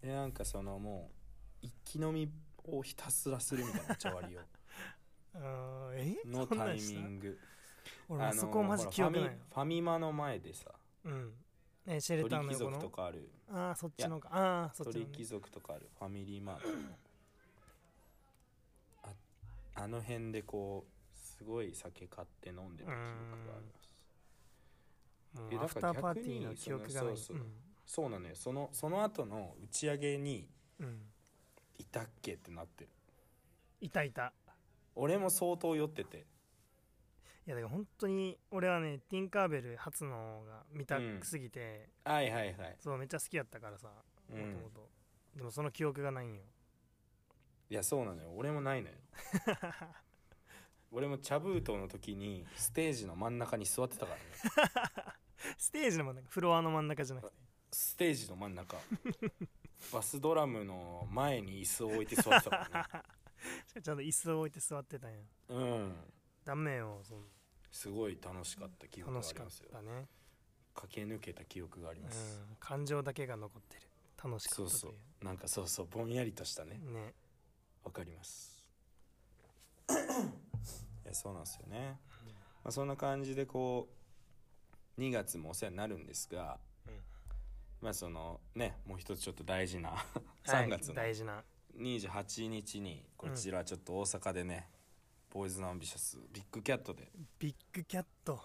[SPEAKER 2] でなんかそのもう一気飲みをひたすらするみたいな茶 割りを
[SPEAKER 1] あーえ
[SPEAKER 2] の
[SPEAKER 1] そんな
[SPEAKER 2] タ
[SPEAKER 1] ん
[SPEAKER 2] イ
[SPEAKER 1] し
[SPEAKER 2] ミ
[SPEAKER 1] た
[SPEAKER 2] ング
[SPEAKER 1] 俺も
[SPEAKER 2] の
[SPEAKER 1] そこマジ
[SPEAKER 2] ほら
[SPEAKER 1] 記憶ない
[SPEAKER 2] ファミファミマの前でさ
[SPEAKER 1] のうんねシェルター
[SPEAKER 2] 鳥
[SPEAKER 1] の
[SPEAKER 2] 貴
[SPEAKER 1] 横
[SPEAKER 2] 族と
[SPEAKER 1] の
[SPEAKER 2] かある
[SPEAKER 1] ああそっちのかああそっちの
[SPEAKER 2] 鳥
[SPEAKER 1] ね
[SPEAKER 2] 貴族とかあるファミリーマートのああの辺でこうすごい酒買って飲んでた記憶があります
[SPEAKER 1] も
[SPEAKER 2] え
[SPEAKER 1] うア
[SPEAKER 2] だ
[SPEAKER 1] フ
[SPEAKER 2] から
[SPEAKER 1] ターパーティーの記憶がない
[SPEAKER 2] 逆にそのそうそうなのよそのその後の打ち上げに
[SPEAKER 1] うんうん
[SPEAKER 2] いたっけってなってる
[SPEAKER 1] いたいた
[SPEAKER 2] 俺も相当酔ってて
[SPEAKER 1] いやだから本当に俺はねティンカーベル初のが見たくすぎて、
[SPEAKER 2] はいはいはい、
[SPEAKER 1] そうめっちゃ好きやったからさ
[SPEAKER 2] う
[SPEAKER 1] もと
[SPEAKER 2] ん、
[SPEAKER 1] もとでもその記憶がない んよ
[SPEAKER 2] いやそうなのよ俺もないのよ俺も茶封筒の時にステージの真ん中に座ってたからね
[SPEAKER 1] ステージの真ん中フロアの真ん中じゃ なくて
[SPEAKER 2] ステージの真ん中 バスドラムの前に椅子を置いて座っ てたからね
[SPEAKER 1] しかもちゃんと椅子を置いて座ってたんや
[SPEAKER 2] うん
[SPEAKER 1] ダメよそん
[SPEAKER 2] すごい楽しかった記憶があ
[SPEAKER 1] 楽し
[SPEAKER 2] り
[SPEAKER 1] かっ
[SPEAKER 2] ますよ
[SPEAKER 1] たね
[SPEAKER 2] 駆け抜けた記憶があり
[SPEAKER 1] う
[SPEAKER 2] ます、
[SPEAKER 1] ん感情だけが残ってる楽しかったと
[SPEAKER 2] そ
[SPEAKER 1] いうう
[SPEAKER 2] そうなんかそうそうぼんやりとしたね
[SPEAKER 1] ね
[SPEAKER 2] わかります いやそうなんですよね、まあ、そんな感じでこう2月もお世話になるんですが、
[SPEAKER 1] うん
[SPEAKER 2] まあそのねもう一つちょっと大事な
[SPEAKER 1] はい
[SPEAKER 2] 3月の
[SPEAKER 1] 大事な
[SPEAKER 2] 28日にこちらちょっと大阪でね、ボーイズのアンビシャスビッグキャットで、
[SPEAKER 1] ビッグキャット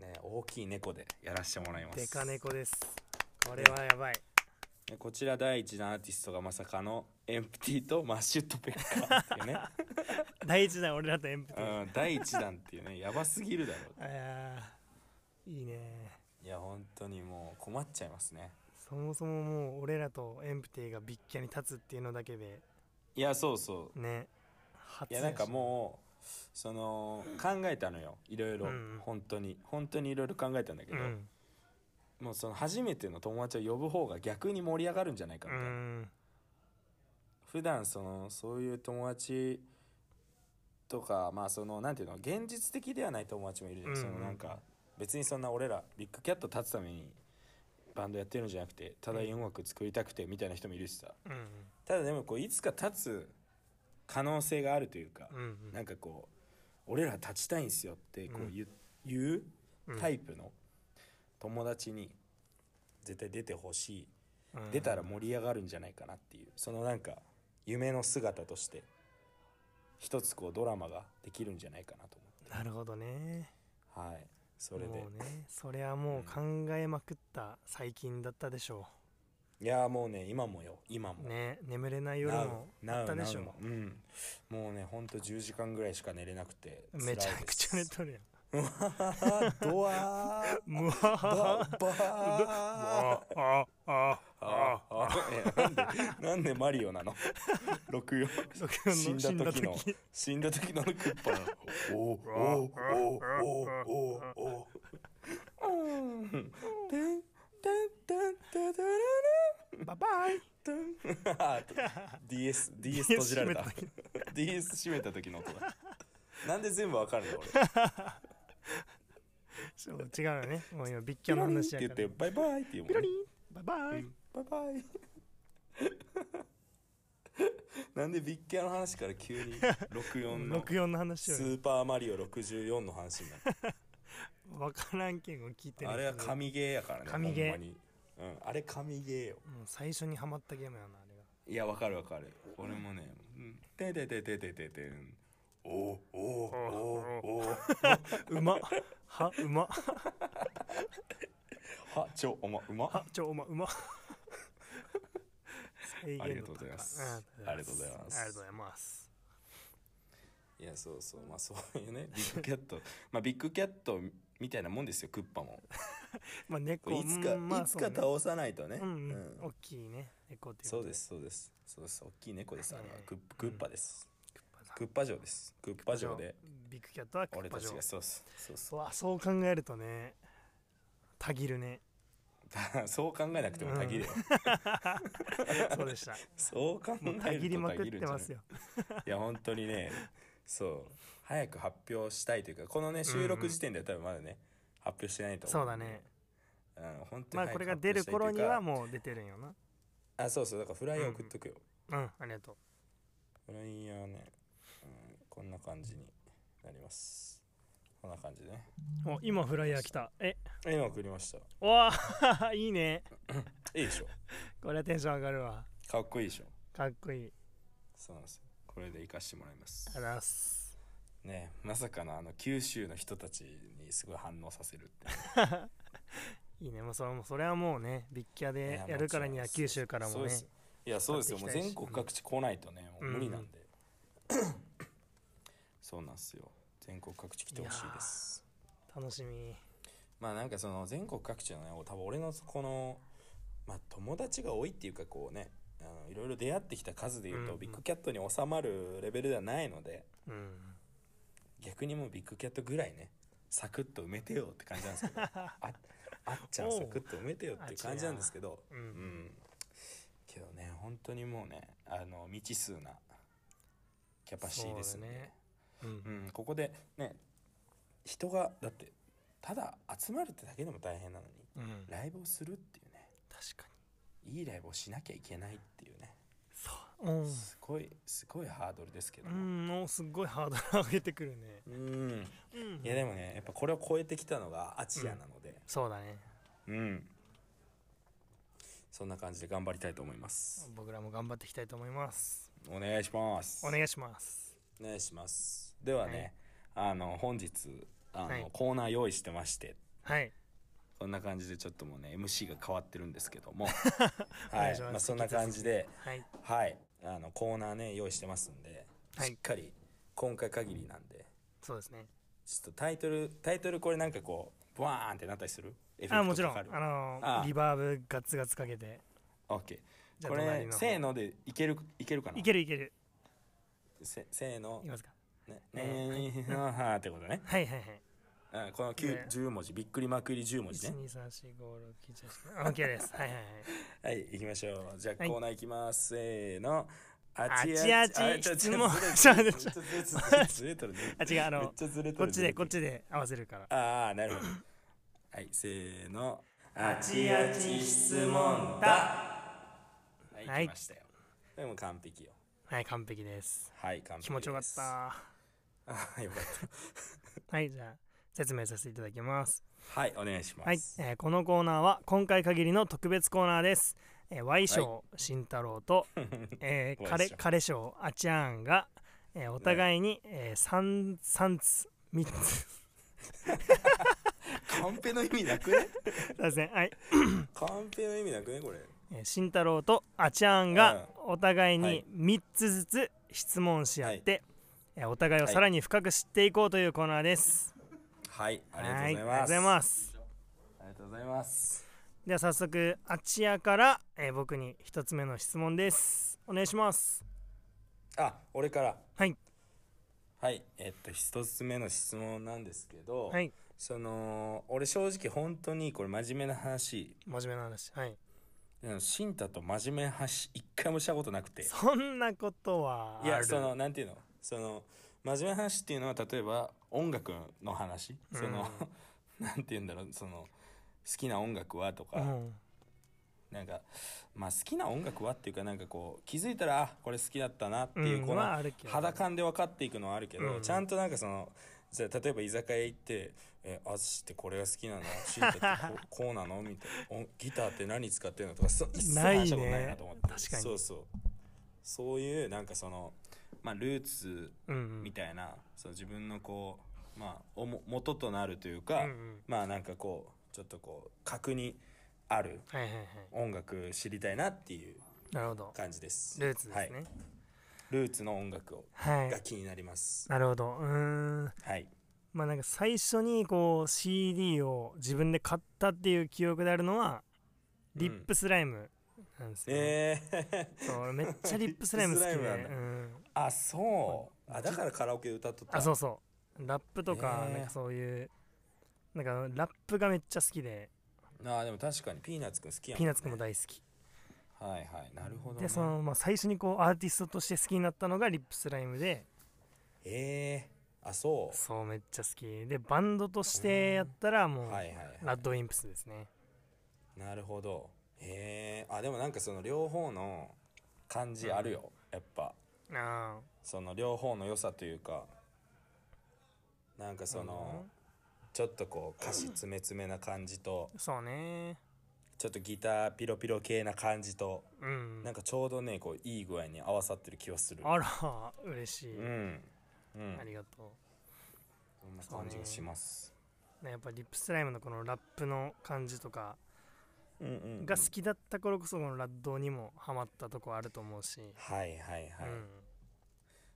[SPEAKER 2] ね、大きい猫でやらせてもらいます
[SPEAKER 1] デカ猫ですこれはやばい
[SPEAKER 2] でこちら第一弾アーティストがまさかのエンプティとマッシュットペッカーっていう ね、
[SPEAKER 1] 第一弾俺らとエンプティ
[SPEAKER 2] うん、第一弾っていうねやばすぎるだろう
[SPEAKER 1] あーいいね
[SPEAKER 2] いや本当にもう困っちゃいますね
[SPEAKER 1] そもそももう俺らとエンプティがビッキャに立つっていうのだけで
[SPEAKER 2] いやそうそう
[SPEAKER 1] ね初
[SPEAKER 2] いやなんかもうその考えたのよいろいろ、
[SPEAKER 1] うんうん
[SPEAKER 2] 本当に本当にいろいろ考えたんだけ
[SPEAKER 1] う
[SPEAKER 2] ど、
[SPEAKER 1] ん
[SPEAKER 2] もうその初めての友達を呼ぶ方が逆に盛り上がるんじゃないか
[SPEAKER 1] う
[SPEAKER 2] みたいな、
[SPEAKER 1] ん
[SPEAKER 2] 普段そのそういう友達とかまあそのなんていうの現実的ではない友達もいるじ
[SPEAKER 1] う
[SPEAKER 2] ゃん、
[SPEAKER 1] んうん
[SPEAKER 2] そのなんか別にそんな俺らビッグキャット立つためにバンドやってるんじゃなくてただ音楽作りたくてみたいな人もいるしさ、
[SPEAKER 1] うん
[SPEAKER 2] ただでもこういつか立つ可能性があるというか、
[SPEAKER 1] うん
[SPEAKER 2] なんかこう俺ら立ちたいんすよってこ
[SPEAKER 1] う
[SPEAKER 2] うん言,、う言う
[SPEAKER 1] うん
[SPEAKER 2] タイプの友達に絶対出てほしい
[SPEAKER 1] うん
[SPEAKER 2] 出たら盛り上がるんじゃないかなっていうそのなんか夢の姿として一つこうドラマができるんじゃないかなと
[SPEAKER 1] なるほどね
[SPEAKER 2] 思ってはいそれで、
[SPEAKER 1] もうねそれはもう考えまくった最近だったでしょ
[SPEAKER 2] いやーもうね今もよ今も
[SPEAKER 1] うね眠れない夜も
[SPEAKER 2] なう
[SPEAKER 1] あったでし
[SPEAKER 2] な
[SPEAKER 1] ょ
[SPEAKER 2] うなううんもうねほんと10時間ぐらいしか寝れなくて
[SPEAKER 1] めちゃくちゃ寝
[SPEAKER 2] た
[SPEAKER 1] とるやん
[SPEAKER 2] ドワー
[SPEAKER 1] むわは
[SPEAKER 2] バ
[SPEAKER 1] は
[SPEAKER 2] ー バー
[SPEAKER 1] ああ
[SPEAKER 2] あ
[SPEAKER 1] あ
[SPEAKER 2] ーあーえなんでなんでマリオなの64死ん
[SPEAKER 1] 死ん
[SPEAKER 2] だ
[SPEAKER 1] だ
[SPEAKER 2] 時
[SPEAKER 1] 時
[SPEAKER 2] の
[SPEAKER 1] の
[SPEAKER 2] 死んだ時のクッパのおーおーおーおーおーおーうんてんてんてんてんて
[SPEAKER 1] バイバイ
[SPEAKER 2] んてんあ DS DS 閉じられた DS 閉めた時の音だなんで全部わかるの俺
[SPEAKER 1] そう違うよねもう今ビッキ
[SPEAKER 2] ピ
[SPEAKER 1] ャの
[SPEAKER 2] ロリンっ
[SPEAKER 1] 話
[SPEAKER 2] て
[SPEAKER 1] や
[SPEAKER 2] 言
[SPEAKER 1] か
[SPEAKER 2] っ
[SPEAKER 1] ら
[SPEAKER 2] てバイバイって言う
[SPEAKER 1] ピロ
[SPEAKER 2] もん
[SPEAKER 1] リ
[SPEAKER 2] ね
[SPEAKER 1] ンバイバイ、
[SPEAKER 2] うんバイバイなんでビッキャの話から急に64の
[SPEAKER 1] 64の話
[SPEAKER 2] ス
[SPEAKER 1] より
[SPEAKER 2] ーパーマリオ64の話になった
[SPEAKER 1] 分からんけんを聞い てる
[SPEAKER 2] あれは神ゲーやからね
[SPEAKER 1] 神ゲー
[SPEAKER 2] ほんまに、うん、あれ神ゲーよ
[SPEAKER 1] もう最初にハマったゲームやなあれが
[SPEAKER 2] いやわかるわかる俺もね「うんてててててててんおーおーおーおー
[SPEAKER 1] うまっはうまっ
[SPEAKER 2] はちょおまうま
[SPEAKER 1] はちょうま うまっ再現度高
[SPEAKER 2] ありがとうございます
[SPEAKER 1] ありがとうございます
[SPEAKER 2] あ
[SPEAKER 1] あ
[SPEAKER 2] り
[SPEAKER 1] りが
[SPEAKER 2] が
[SPEAKER 1] とうご
[SPEAKER 2] とうご
[SPEAKER 1] ざいます
[SPEAKER 2] いやそうそうまあそういうねビッグキャット まあビッグキャットみたいなもんですよクッパも
[SPEAKER 1] まあ
[SPEAKER 2] こ
[SPEAKER 1] 猫
[SPEAKER 2] れいつか、
[SPEAKER 1] うんまあ
[SPEAKER 2] いつか
[SPEAKER 1] そうね
[SPEAKER 2] 倒さないとね、
[SPEAKER 1] うんうん、
[SPEAKER 2] うん
[SPEAKER 1] 大きいね猫ってい
[SPEAKER 2] そうですすそうですそうです大きい猫ですあれは
[SPEAKER 1] はい
[SPEAKER 2] クックッパです、
[SPEAKER 1] クッパさん
[SPEAKER 2] クッパ城ですクッパ城で
[SPEAKER 1] ビッグキャットはク
[SPEAKER 2] 俺
[SPEAKER 1] ッ
[SPEAKER 2] た
[SPEAKER 1] パ
[SPEAKER 2] ち
[SPEAKER 1] 城
[SPEAKER 2] がそうっすそうっす
[SPEAKER 1] そうあそう考えるとねたぎる ね
[SPEAKER 2] そう考えなくてもたぎれよ、
[SPEAKER 1] そうでした
[SPEAKER 2] そう考え
[SPEAKER 1] も
[SPEAKER 2] る
[SPEAKER 1] う
[SPEAKER 2] と
[SPEAKER 1] たぎりまく
[SPEAKER 2] た
[SPEAKER 1] っ
[SPEAKER 2] ぎるん
[SPEAKER 1] て
[SPEAKER 2] じゃない
[SPEAKER 1] ますよ
[SPEAKER 2] いや本当にねそう早く発表したいというかこのね収録時点では多分まだね、発表してないと思
[SPEAKER 1] そうだね
[SPEAKER 2] うん本当
[SPEAKER 1] まあ
[SPEAKER 2] に早く
[SPEAKER 1] これが出る頃には
[SPEAKER 2] 発表したいとい
[SPEAKER 1] もう出て
[SPEAKER 2] う
[SPEAKER 1] るんよな
[SPEAKER 2] かあそうそうだからフライヤー送っとくよ、
[SPEAKER 1] うんありがとう
[SPEAKER 2] フライヤーね、うん、こんな感じになりますこんな感じね
[SPEAKER 1] お今フライヤー来たえ
[SPEAKER 2] 今送りました
[SPEAKER 1] わあ いいね
[SPEAKER 2] いいでしょ
[SPEAKER 1] これはテンション上がるわ
[SPEAKER 2] かっこいいでしょ
[SPEAKER 1] かっこいい
[SPEAKER 2] そうなんですよこれで活かしてもらいます
[SPEAKER 1] ありがとうございます
[SPEAKER 2] ねまさかのあの九州の人たちにすごい反応させるって
[SPEAKER 1] いいねもうそれもそれはもうねビッキャでやるからには九州からもね
[SPEAKER 2] いやそうですよ
[SPEAKER 1] 買
[SPEAKER 2] も
[SPEAKER 1] っ
[SPEAKER 2] う
[SPEAKER 1] てきたいし
[SPEAKER 2] 全国各地来ないとねもう無理なんで、 そうなんですよ全国各地来てほしいです
[SPEAKER 1] 楽しみ
[SPEAKER 2] まあなんかその全国各地のね多分俺のこのまあ友達が多いっていうかこうねあのいろいろ出会ってきた数でいうと、
[SPEAKER 1] うんうん
[SPEAKER 2] ビッグキャットに収まるレベルではないので
[SPEAKER 1] うん
[SPEAKER 2] 逆にもうビッグキャットぐらいねサクッと埋めてよって感じなんですけ どああっちゃん
[SPEAKER 1] おう
[SPEAKER 2] サクッと埋めてよっていう感じなんですけど
[SPEAKER 1] う
[SPEAKER 2] うんん、けどね本当にもうねあの未知数なキャパシティですんで
[SPEAKER 1] そうだねうん
[SPEAKER 2] うん、ここでね人がだってただ集まるってだけでも大変なのに
[SPEAKER 1] うん確
[SPEAKER 2] ライブをするっていうね
[SPEAKER 1] か
[SPEAKER 2] いいライブをしなきゃいけないっていうね
[SPEAKER 1] にうん
[SPEAKER 2] すごいすごいハードルですけど
[SPEAKER 1] う
[SPEAKER 2] も
[SPEAKER 1] んおすっごいハードル上げ てくるね
[SPEAKER 2] うん
[SPEAKER 1] うん
[SPEAKER 2] いやでもねやっぱこれを超えてきたのがアジアなので
[SPEAKER 1] そうだね
[SPEAKER 2] うん、そんな感じで頑張りたいと思います
[SPEAKER 1] 僕らも頑張っていきたいと思います
[SPEAKER 2] お願いします
[SPEAKER 1] お願いします
[SPEAKER 2] お願いしますではね、あの本日あの、
[SPEAKER 1] はい
[SPEAKER 2] コーナー用意してまして
[SPEAKER 1] はい
[SPEAKER 2] こんな感じでちょっともうね MC が変わってるんですけ ども
[SPEAKER 1] お
[SPEAKER 2] は
[SPEAKER 1] 願い
[SPEAKER 2] い
[SPEAKER 1] し
[SPEAKER 2] ま
[SPEAKER 1] ます
[SPEAKER 2] あ、そんな感じで
[SPEAKER 1] はい
[SPEAKER 2] はいあのコーナーね用意してますんで、
[SPEAKER 1] はい
[SPEAKER 2] しっかり今回限りなんで
[SPEAKER 1] そうですね
[SPEAKER 2] ちょっとタイトルタイトルこれなんかこうブワーンってなったりするエフ
[SPEAKER 1] あ
[SPEAKER 2] ェ
[SPEAKER 1] も
[SPEAKER 2] ク
[SPEAKER 1] ち
[SPEAKER 2] ト
[SPEAKER 1] ろん
[SPEAKER 2] か
[SPEAKER 1] あ
[SPEAKER 2] かる
[SPEAKER 1] の
[SPEAKER 2] ああ
[SPEAKER 1] リバーブガツガツかけて
[SPEAKER 2] OK
[SPEAKER 1] じゃあ
[SPEAKER 2] これ
[SPEAKER 1] 隣の方
[SPEAKER 2] せーのでいけるいけるかない
[SPEAKER 1] けるいける
[SPEAKER 2] せせーの
[SPEAKER 1] いきますか
[SPEAKER 2] ねねえははってことね、
[SPEAKER 1] はいはいはい
[SPEAKER 2] うん、この9 10文字びっくりまくり10文字ね
[SPEAKER 1] 1234567オッケーですはいはいはい
[SPEAKER 2] はい、行きましょう。じゃあ、
[SPEAKER 1] はい
[SPEAKER 2] コーナー行きます。せーの。あ
[SPEAKER 1] あちあち
[SPEAKER 2] れょ
[SPEAKER 1] 質問
[SPEAKER 2] ちょずれて
[SPEAKER 1] ちょ
[SPEAKER 2] るずれてるずれてるずれてる
[SPEAKER 1] あ違うあの
[SPEAKER 2] めっちゃずれてる
[SPEAKER 1] こっちでこっちで合わせるから
[SPEAKER 2] ああ、なるほど。はい、せーの。あちあち質問だ。はい、
[SPEAKER 1] はい
[SPEAKER 2] 来ましたよ。でも完璧よ。
[SPEAKER 1] はい完璧です
[SPEAKER 2] はい、完璧です。
[SPEAKER 1] 気持ちよかった
[SPEAKER 2] あー。よかっ
[SPEAKER 1] はいじゃあ説明させていただきます
[SPEAKER 2] はいお願いしま
[SPEAKER 1] はい
[SPEAKER 2] す、、
[SPEAKER 1] えーこのコーナーは今回限りの特別コーナーです、えー、Y 賞、慎太郎 と、えー、
[SPEAKER 2] Y
[SPEAKER 1] 彼
[SPEAKER 2] 賞
[SPEAKER 1] 彼賞あちゃんが、えー、お互いに、えー、三三つ三つ
[SPEAKER 2] カンペの意味なくね
[SPEAKER 1] すいませんはい、
[SPEAKER 2] カンペの意味なくねこれ
[SPEAKER 1] えー、慎太郎とあちゃんがお互い
[SPEAKER 2] は
[SPEAKER 1] に
[SPEAKER 2] い
[SPEAKER 1] 三つずつ質問し合って、えーお互いをさらに深く知っていこうというコーナーです、
[SPEAKER 2] はいありが
[SPEAKER 1] は
[SPEAKER 2] とう
[SPEAKER 1] い
[SPEAKER 2] ございます、
[SPEAKER 1] ありがとうございます
[SPEAKER 2] ありがとうございます
[SPEAKER 1] では早速あちやから、えー、僕に一つ目の質問ですお願いします
[SPEAKER 2] あ俺から
[SPEAKER 1] はい
[SPEAKER 2] はいえっと一つ目の質問なんですけど、
[SPEAKER 1] はい
[SPEAKER 2] その俺正直本当にこれ真面目な話
[SPEAKER 1] 真面目な話はい
[SPEAKER 2] うん慎太と真面目な話一回もしたことなくて
[SPEAKER 1] そんなことはある
[SPEAKER 2] いやそのなんていうのその真面目な話っていうのは例えば音楽の話、その なんていうんだろうその好きな音楽はとか、
[SPEAKER 1] うん
[SPEAKER 2] なんかまあ好きな音楽はっていうかなんかこう気づいたらあこれ好きだったなっていう、
[SPEAKER 1] うん
[SPEAKER 2] この
[SPEAKER 1] まああるけど
[SPEAKER 2] 肌感で分かっていくのはあるけど、
[SPEAKER 1] うん
[SPEAKER 2] ちゃんとなんかそのじゃあ例えば居酒屋行って「えあずしってこれが好きなのシータってこ こうなの?」みたいなお「ギターって何使ってんの?」とかそ一切
[SPEAKER 1] ないね
[SPEAKER 2] 話したことないなと思って
[SPEAKER 1] 確かに
[SPEAKER 2] そうそうそういうなんかその、まあ、ルーツ
[SPEAKER 1] うん
[SPEAKER 2] みたいな、その自分のこう、まあ、おも元となるというか、
[SPEAKER 1] うんうん
[SPEAKER 2] まあなんかこうちょっとこう格にある
[SPEAKER 1] はいはいはい
[SPEAKER 2] 音楽知りたいなっていう
[SPEAKER 1] なるほど
[SPEAKER 2] 感じです
[SPEAKER 1] ルーツです
[SPEAKER 2] はい、
[SPEAKER 1] ね
[SPEAKER 2] ルーツの音楽を
[SPEAKER 1] はい、
[SPEAKER 2] が気になります
[SPEAKER 1] なるほどうーん
[SPEAKER 2] はい
[SPEAKER 1] まあなんか最初にこう CD を自分で買ったっていう記憶であるのはリップスライムなんですよね、
[SPEAKER 2] えー、
[SPEAKER 1] そうめっちゃリップスライム好きで、
[SPEAKER 2] リップスライムなん
[SPEAKER 1] う
[SPEAKER 2] だ
[SPEAKER 1] ん、
[SPEAKER 2] あそうあだからカラオケで歌っとった
[SPEAKER 1] あそうそうラップとか
[SPEAKER 2] えー
[SPEAKER 1] なんかそういう、なんかラップがめっちゃ好きで
[SPEAKER 2] あーでも確かにピーナッツくん好きやもん、ね、
[SPEAKER 1] ピーナッツくんも大好き
[SPEAKER 2] はいはいなるほど、ね、
[SPEAKER 1] でその、まあ、最初にこうアーティストとして好きになったのがリップスライムで
[SPEAKER 2] えー、あそう
[SPEAKER 1] そうめっちゃ好きでバンドとしてやったらもう、
[SPEAKER 2] はいはいはい
[SPEAKER 1] ラッドウィンプスですね
[SPEAKER 2] なるほどへえあでもなんかその両方の感じあるよ、やっぱ
[SPEAKER 1] あ
[SPEAKER 2] その両方の良さというかなんかその、ちょっとこう歌詞詰め詰めな感じと
[SPEAKER 1] あそうね
[SPEAKER 2] ちょっとギターピロピロ系な感じと
[SPEAKER 1] うん
[SPEAKER 2] なんかちょうどねこういい具合に合わさってる気はする
[SPEAKER 1] あら嬉しい、
[SPEAKER 2] うんうん
[SPEAKER 1] ありがと
[SPEAKER 2] そんな感じがします
[SPEAKER 1] うねやっぱリップスライムのこのラップの感じとか
[SPEAKER 2] うんうんうん
[SPEAKER 1] が好きだった頃こそこのラッドにもハマったとこあると思うし、
[SPEAKER 2] はいはいはい、
[SPEAKER 1] うん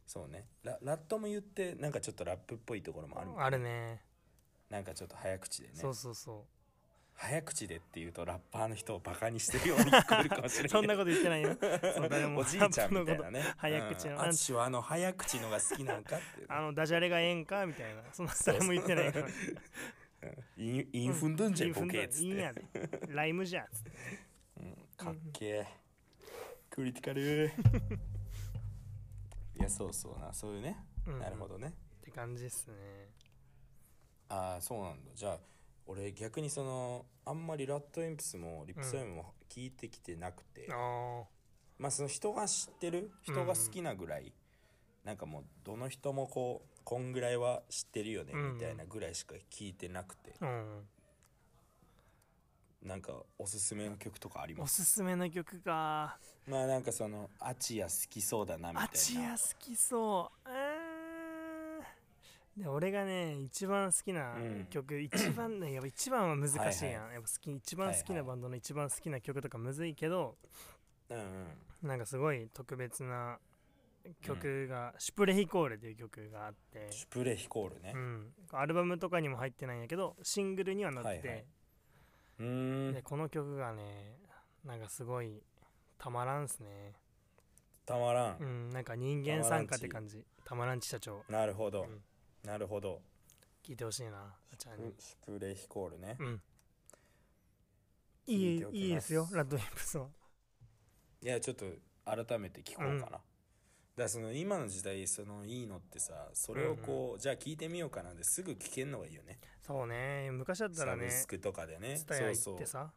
[SPEAKER 2] そうねララットも言ってなんかちょっとラップっぽいところもあるもんね
[SPEAKER 1] あるね
[SPEAKER 2] なんかちょっと早口でね
[SPEAKER 1] そうそうそ
[SPEAKER 2] 早口でっていうとラッパーの人をバカにしてるように聞こえるかもしれな
[SPEAKER 1] う
[SPEAKER 2] い
[SPEAKER 1] そんなこと言ってないよそう誰も
[SPEAKER 2] おじいちゃんみた
[SPEAKER 1] ラッ
[SPEAKER 2] い
[SPEAKER 1] プのこ
[SPEAKER 2] なね
[SPEAKER 1] 早口の
[SPEAKER 2] うん、淳はあの早口のが好きなんかっていう
[SPEAKER 1] とあのダジャレがええんかみたいなそんな誰も言ってない から
[SPEAKER 2] インインフンドンじゃんボケっつっ
[SPEAKER 1] いいん
[SPEAKER 2] て
[SPEAKER 1] やでライムじゃんつって
[SPEAKER 2] かっけえクリティカ ルいやそうそうなそういうね、
[SPEAKER 1] うん
[SPEAKER 2] なるほどね
[SPEAKER 1] って感じですね
[SPEAKER 2] ああそうなんだじゃあ俺逆にそのあんまりラッドインプスもリップスライムも聞いてきてなくて、
[SPEAKER 1] あ
[SPEAKER 2] まあその人が知ってる人が好きなぐらい、なんかもうどの人もこうこんぐらいは知ってるよね
[SPEAKER 1] うん
[SPEAKER 2] みたいなぐらいしか聞いてなくて、
[SPEAKER 1] あうん
[SPEAKER 2] なんかおすすめの曲とかありま
[SPEAKER 1] お
[SPEAKER 2] す
[SPEAKER 1] すすめの曲か
[SPEAKER 2] まあなんかそのアチア好きそうだなみたいな
[SPEAKER 1] アチア好きそううーんで俺がね一番好きな
[SPEAKER 2] うん
[SPEAKER 1] 曲、一番ねやっぱ一番は難しいやん
[SPEAKER 2] はいは
[SPEAKER 1] やっぱ好き一番好きなバンドの一番好きな曲とかむずいけど、
[SPEAKER 2] うんうん
[SPEAKER 1] なんかすごい特別な曲が、シュプレヒコールという曲があって、
[SPEAKER 2] シュプレヒコールね
[SPEAKER 1] うん、アルバムとかにも入ってないんやけどシングルにはなってて、
[SPEAKER 2] はいはいうー
[SPEAKER 1] で
[SPEAKER 2] ん
[SPEAKER 1] この曲がねなんかすごいたまらんっすね
[SPEAKER 2] たまらん、
[SPEAKER 1] うんなんか人間参加って感じたまらんち社長
[SPEAKER 2] なるほど、
[SPEAKER 1] うん
[SPEAKER 2] なるほど
[SPEAKER 1] 聞いてほしいなあちゃんに
[SPEAKER 2] シュプレヒコールね、
[SPEAKER 1] うんい
[SPEAKER 2] 聞い
[SPEAKER 1] い
[SPEAKER 2] ておきます
[SPEAKER 1] いいですよラッドウィンプスはい
[SPEAKER 2] やちょっと改めて聞こうかな、
[SPEAKER 1] うん
[SPEAKER 2] だからその今の時代そのいいのってさそれをこう、じゃあ聞いてみようかなんですぐ聞けんのがいいよね
[SPEAKER 1] そうね昔だったら
[SPEAKER 2] サ
[SPEAKER 1] ね
[SPEAKER 2] ブスクとかでね
[SPEAKER 1] ツタヤ行
[SPEAKER 2] そ
[SPEAKER 1] っ
[SPEAKER 2] うそ
[SPEAKER 1] て
[SPEAKER 2] う
[SPEAKER 1] さ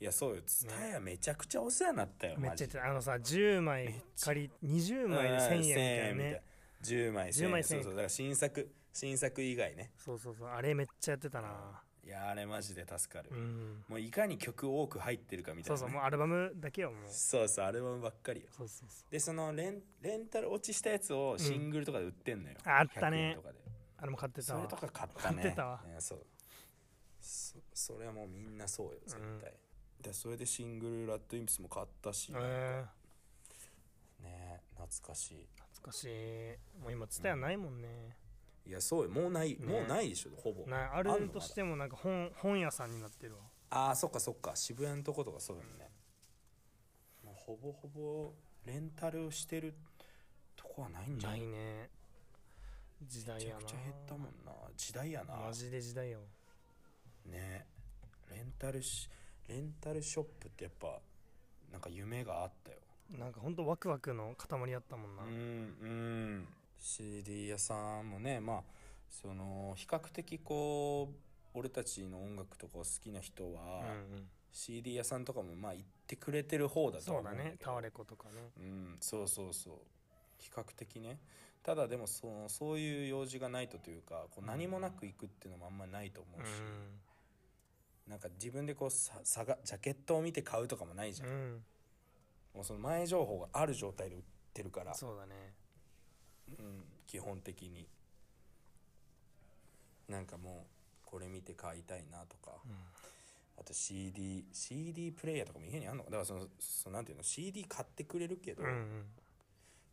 [SPEAKER 2] いやそうよツタヤめちゃくちゃお世話になったよ
[SPEAKER 1] めっ
[SPEAKER 2] マ
[SPEAKER 1] ちゃ
[SPEAKER 2] ジ
[SPEAKER 1] 言っ
[SPEAKER 2] で
[SPEAKER 1] てたあのさ10枚借り20枚
[SPEAKER 2] うん
[SPEAKER 1] で1000円みたいな
[SPEAKER 2] 1000
[SPEAKER 1] ね
[SPEAKER 2] 円10枚1000
[SPEAKER 1] 10枚
[SPEAKER 2] 円
[SPEAKER 1] 1000
[SPEAKER 2] そうそうだから新作新作以外ね
[SPEAKER 1] そうそうそうあれめっちゃやってたない
[SPEAKER 2] やあれマジで助かる、
[SPEAKER 1] うん
[SPEAKER 2] もういかに曲多く入ってるかみたい
[SPEAKER 1] そうそう
[SPEAKER 2] なね、
[SPEAKER 1] もうアルバムだけよもう
[SPEAKER 2] そうそうアルバムばっかりよ
[SPEAKER 1] そうそうそう
[SPEAKER 2] でそのレンレンタル落ちしたやつをシングルとかで売ってんのよ、
[SPEAKER 1] ああったね
[SPEAKER 2] 100円とかで
[SPEAKER 1] あれも買ってた
[SPEAKER 2] そ
[SPEAKER 1] わ
[SPEAKER 2] れとか買ったね
[SPEAKER 1] 買ってたわ
[SPEAKER 2] うんそうそそれはもうみんなそうよ絶対、
[SPEAKER 1] うん
[SPEAKER 2] でそれでシングル「ラッドインプス」も買ったし、
[SPEAKER 1] えー
[SPEAKER 2] ね懐かし
[SPEAKER 1] 懐かしいもう今ツタヤないもんね、
[SPEAKER 2] いいやそうよもうない、
[SPEAKER 1] ね
[SPEAKER 2] もうないでしょほぼ
[SPEAKER 1] ないあ
[SPEAKER 2] あん
[SPEAKER 1] る
[SPEAKER 2] の
[SPEAKER 1] としてもなんか本本屋さんになってるわ
[SPEAKER 2] ああそっかそっか渋谷のとことかそうよね、もうほぼほぼレンタルをしてるとこはないんじゃ
[SPEAKER 1] ないいね時代
[SPEAKER 2] めち
[SPEAKER 1] や
[SPEAKER 2] ゃ
[SPEAKER 1] な
[SPEAKER 2] くちゃ減ったもんな時代やな
[SPEAKER 1] マジで時代よ
[SPEAKER 2] ねレンタルしレンタルショップってやっぱなんか夢があったよ
[SPEAKER 1] なんかほんとワクワクの塊やったもんな、
[SPEAKER 2] うんうん CD 屋さんもねまあその比較的こう俺たちの音楽とかを好きな人は、
[SPEAKER 1] うん、
[SPEAKER 2] CD 屋さんとかもまあ行ってくれてる方だと
[SPEAKER 1] そう
[SPEAKER 2] は思
[SPEAKER 1] だ
[SPEAKER 2] うんだけど
[SPEAKER 1] ねタワレコとかね
[SPEAKER 2] うんそうそうそう比較的ねただでもそのそういう用事がないとというかこう何もなく行くっていうのもあんまりないと思
[SPEAKER 1] う
[SPEAKER 2] うし、
[SPEAKER 1] ん
[SPEAKER 2] なんか自分でこうささがジャケットを見て買うとかもないじゃん、
[SPEAKER 1] うん
[SPEAKER 2] もうその前情報がある状態で売ってるから
[SPEAKER 1] そうだね
[SPEAKER 2] うん、基本的になんかもうこれ見て買いたいなとか、あと CD CD プレイヤーとかも家にあんのかだからそのそのなんていうの CD 買ってくれるけど、
[SPEAKER 1] うん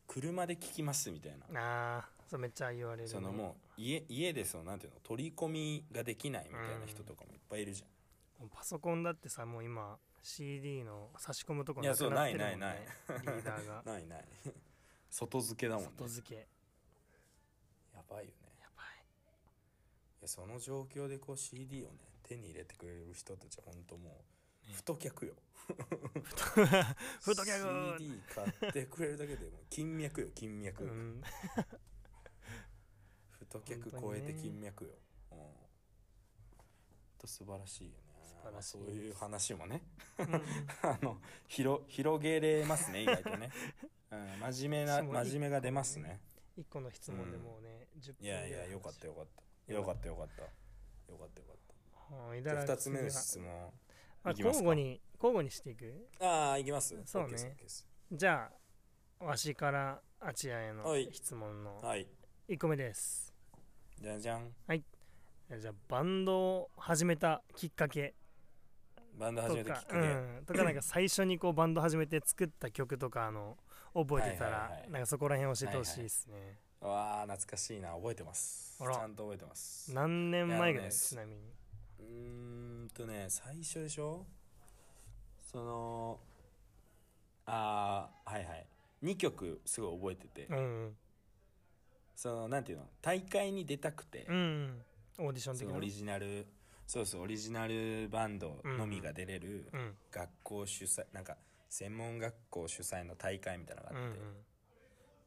[SPEAKER 2] 車で聴きますみたいな、
[SPEAKER 1] うんああそうめっちゃ言われるね
[SPEAKER 2] そのもう家家でそのなんていうの取り込みができないみたいな人とかもいっぱいいるじゃん、
[SPEAKER 1] パソコンだってさもう今 CD の差し込むとこ
[SPEAKER 2] いや
[SPEAKER 1] なくなってるもん、ね、
[SPEAKER 2] そうない
[SPEAKER 1] リーダー が
[SPEAKER 2] ないない外付けだもんね
[SPEAKER 1] 外付けや
[SPEAKER 2] やば
[SPEAKER 1] ばい
[SPEAKER 2] いよねいやその状況でこう CD をね手に入れてくれる人たちは本当もう太客よ、
[SPEAKER 1] ふとギャ
[SPEAKER 2] CD 買ってくれるだけでもう金脈よ金脈、
[SPEAKER 1] グうん
[SPEAKER 2] 太客超えて金脈よ、うん、ほんと素晴らしいよね
[SPEAKER 1] 晴らしい
[SPEAKER 2] まあそういう話もね
[SPEAKER 1] うん
[SPEAKER 2] あの広広げれますね意外とね、うん、真面目な
[SPEAKER 1] そう
[SPEAKER 2] 真面目が出ますね
[SPEAKER 1] 一個の質問でもうね、10分
[SPEAKER 2] いやいやよかった
[SPEAKER 1] よ
[SPEAKER 2] よかったよかったよかったよかったよかった
[SPEAKER 1] い
[SPEAKER 2] じ
[SPEAKER 1] だ
[SPEAKER 2] ゃ
[SPEAKER 1] ら
[SPEAKER 2] あ2つ目の
[SPEAKER 1] 次は
[SPEAKER 2] 質問
[SPEAKER 1] あ
[SPEAKER 2] いきますか
[SPEAKER 1] 交互に交互にしていく
[SPEAKER 2] ああいきます
[SPEAKER 1] そうね
[SPEAKER 2] OK です OK です
[SPEAKER 1] じゃあわしからあちらへの
[SPEAKER 2] はい
[SPEAKER 1] 質問の
[SPEAKER 2] はい
[SPEAKER 1] 1個目です、
[SPEAKER 2] じゃじゃん
[SPEAKER 1] じゃあバンドを始めたきっかけ
[SPEAKER 2] バンド
[SPEAKER 1] と
[SPEAKER 2] 始めたき
[SPEAKER 1] か
[SPEAKER 2] っかけ、
[SPEAKER 1] うん、とかなんか最初にこうバンド始めて作った曲とかあの覚えてたら、
[SPEAKER 2] はいはいはい
[SPEAKER 1] なんかそこら辺教えてほしいですね、
[SPEAKER 2] わあ懐かしいな覚えてますち
[SPEAKER 1] あら
[SPEAKER 2] ゃんと覚えてます
[SPEAKER 1] 何年前ぐら
[SPEAKER 2] いやあの
[SPEAKER 1] い
[SPEAKER 2] ね
[SPEAKER 1] ちなみに
[SPEAKER 2] うーんとね最初でしょそのああはいはい2曲すごい覚えてて、
[SPEAKER 1] うんうん
[SPEAKER 2] そのなんていうの大会に出たくて、
[SPEAKER 1] うんうんオーディション
[SPEAKER 2] そ
[SPEAKER 1] 的
[SPEAKER 2] の
[SPEAKER 1] な
[SPEAKER 2] オリジナルそうそうオリジナルバンドのみが出れる
[SPEAKER 1] うんうん
[SPEAKER 2] 学校主催なんか専門学校主催の大会みたいなの
[SPEAKER 1] う
[SPEAKER 2] があ
[SPEAKER 1] ん
[SPEAKER 2] って、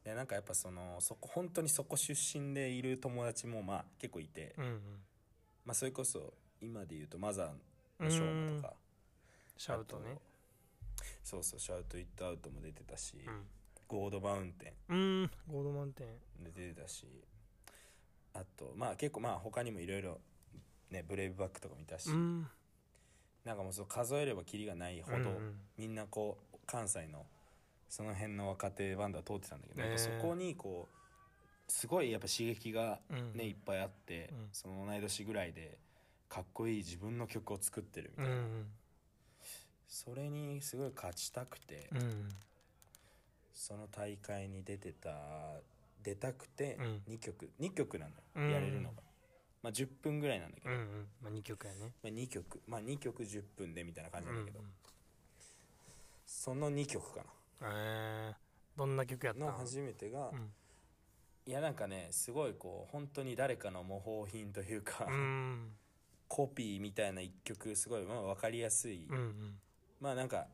[SPEAKER 2] でなんかやっぱそのそこ本当にそこ出身でいる友達もまあ結構いて、
[SPEAKER 1] うんうん
[SPEAKER 2] まあそれこそ今で言うとマザー
[SPEAKER 1] う
[SPEAKER 2] の
[SPEAKER 1] ん
[SPEAKER 2] ショーとか、
[SPEAKER 1] シャウト
[SPEAKER 2] あ
[SPEAKER 1] ね
[SPEAKER 2] とそうそうシャウトイットアウトも出てたし、
[SPEAKER 1] うん
[SPEAKER 2] ゴードマウンテ
[SPEAKER 1] うんゴードマンテン
[SPEAKER 2] ンで出てたしあとまあ結構まあ他にもいろいろねブレイブバックとか見たし、
[SPEAKER 1] うん
[SPEAKER 2] なんかもうそう数えればキリがないほど、
[SPEAKER 1] うんうん
[SPEAKER 2] みんなこう関西のその辺の若手バンドは通ってたんだけど、やっぱ
[SPEAKER 1] ね
[SPEAKER 2] そこにこうすごいやっぱ刺激が
[SPEAKER 1] うん
[SPEAKER 2] ね、いっぱいあって、
[SPEAKER 1] うん
[SPEAKER 2] その同い年ぐらいでかっこいい自分の曲を作ってるみ
[SPEAKER 1] う
[SPEAKER 2] たいな、
[SPEAKER 1] ん
[SPEAKER 2] それにすごい勝ちたくて。
[SPEAKER 1] うんうん
[SPEAKER 2] その大会に出てた出たくて
[SPEAKER 1] うん
[SPEAKER 2] 2曲、二曲なんだ
[SPEAKER 1] う
[SPEAKER 2] よ
[SPEAKER 1] ん
[SPEAKER 2] やれるのが、まあ10分ぐらいなんだけ
[SPEAKER 1] う
[SPEAKER 2] ど、
[SPEAKER 1] んうんまあ2曲やね
[SPEAKER 2] まあ、2曲まあ2曲10分でみたいな感じ
[SPEAKER 1] う
[SPEAKER 2] なんん
[SPEAKER 1] う
[SPEAKER 2] だ
[SPEAKER 1] ん
[SPEAKER 2] けど、その2曲か
[SPEAKER 1] えーどんな曲やった
[SPEAKER 2] なの
[SPEAKER 1] の
[SPEAKER 2] 初めてが、
[SPEAKER 1] うん
[SPEAKER 2] いやなんかねすごいこう本当に誰かの模倣品というか、
[SPEAKER 1] うん
[SPEAKER 2] コピーみたいな1曲すごいまあ分かりやすい、
[SPEAKER 1] うんうん
[SPEAKER 2] まあなんか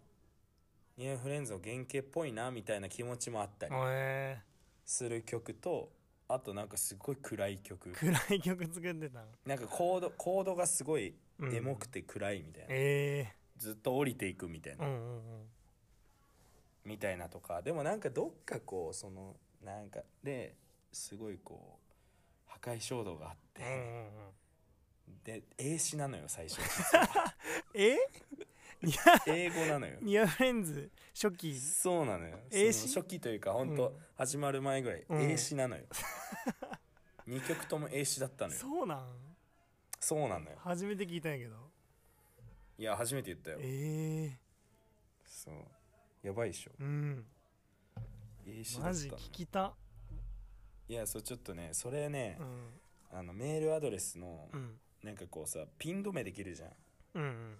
[SPEAKER 2] ニューフレンズの原型っぽいなみたいな気持ちもあったり
[SPEAKER 1] え
[SPEAKER 2] する曲とあとなんかすごい暗い曲
[SPEAKER 1] ー暗い曲作ってたの
[SPEAKER 2] なんかコードコードがすごい
[SPEAKER 1] うん
[SPEAKER 2] エモくて暗いみたいな、
[SPEAKER 1] え
[SPEAKER 2] ずっと降りていくみたい
[SPEAKER 1] ーう
[SPEAKER 2] な、
[SPEAKER 1] んうん
[SPEAKER 2] みたいなとかでもなんかどっかこうそのなんかですごいこう破壊衝動があって、
[SPEAKER 1] うんうんうん
[SPEAKER 2] で英詞なのよ最初
[SPEAKER 1] え
[SPEAKER 2] 英語なのよ
[SPEAKER 1] ニアフレンズ初期
[SPEAKER 2] そうなのよ
[SPEAKER 1] 英
[SPEAKER 2] そ
[SPEAKER 1] 詞
[SPEAKER 2] の初期というか本当、
[SPEAKER 1] うん
[SPEAKER 2] 始まる前ぐらい
[SPEAKER 1] うん
[SPEAKER 2] 英詞なのよ、 二2曲とも英詞だったのよ
[SPEAKER 1] そうなん
[SPEAKER 2] そうなのよ
[SPEAKER 1] 初めて聞いたんやけど
[SPEAKER 2] いや初めて言ったよ
[SPEAKER 1] え
[SPEAKER 2] そうやばいでしょ
[SPEAKER 1] えうん
[SPEAKER 2] 英詞だ
[SPEAKER 1] マ
[SPEAKER 2] っ
[SPEAKER 1] ジ
[SPEAKER 2] たの
[SPEAKER 1] 聞きた
[SPEAKER 2] いやそうちょっとねそれね
[SPEAKER 1] う、ん
[SPEAKER 2] あのメールアドレスの
[SPEAKER 1] うん
[SPEAKER 2] なんかこうさピン止めできるじゃん
[SPEAKER 1] うんうん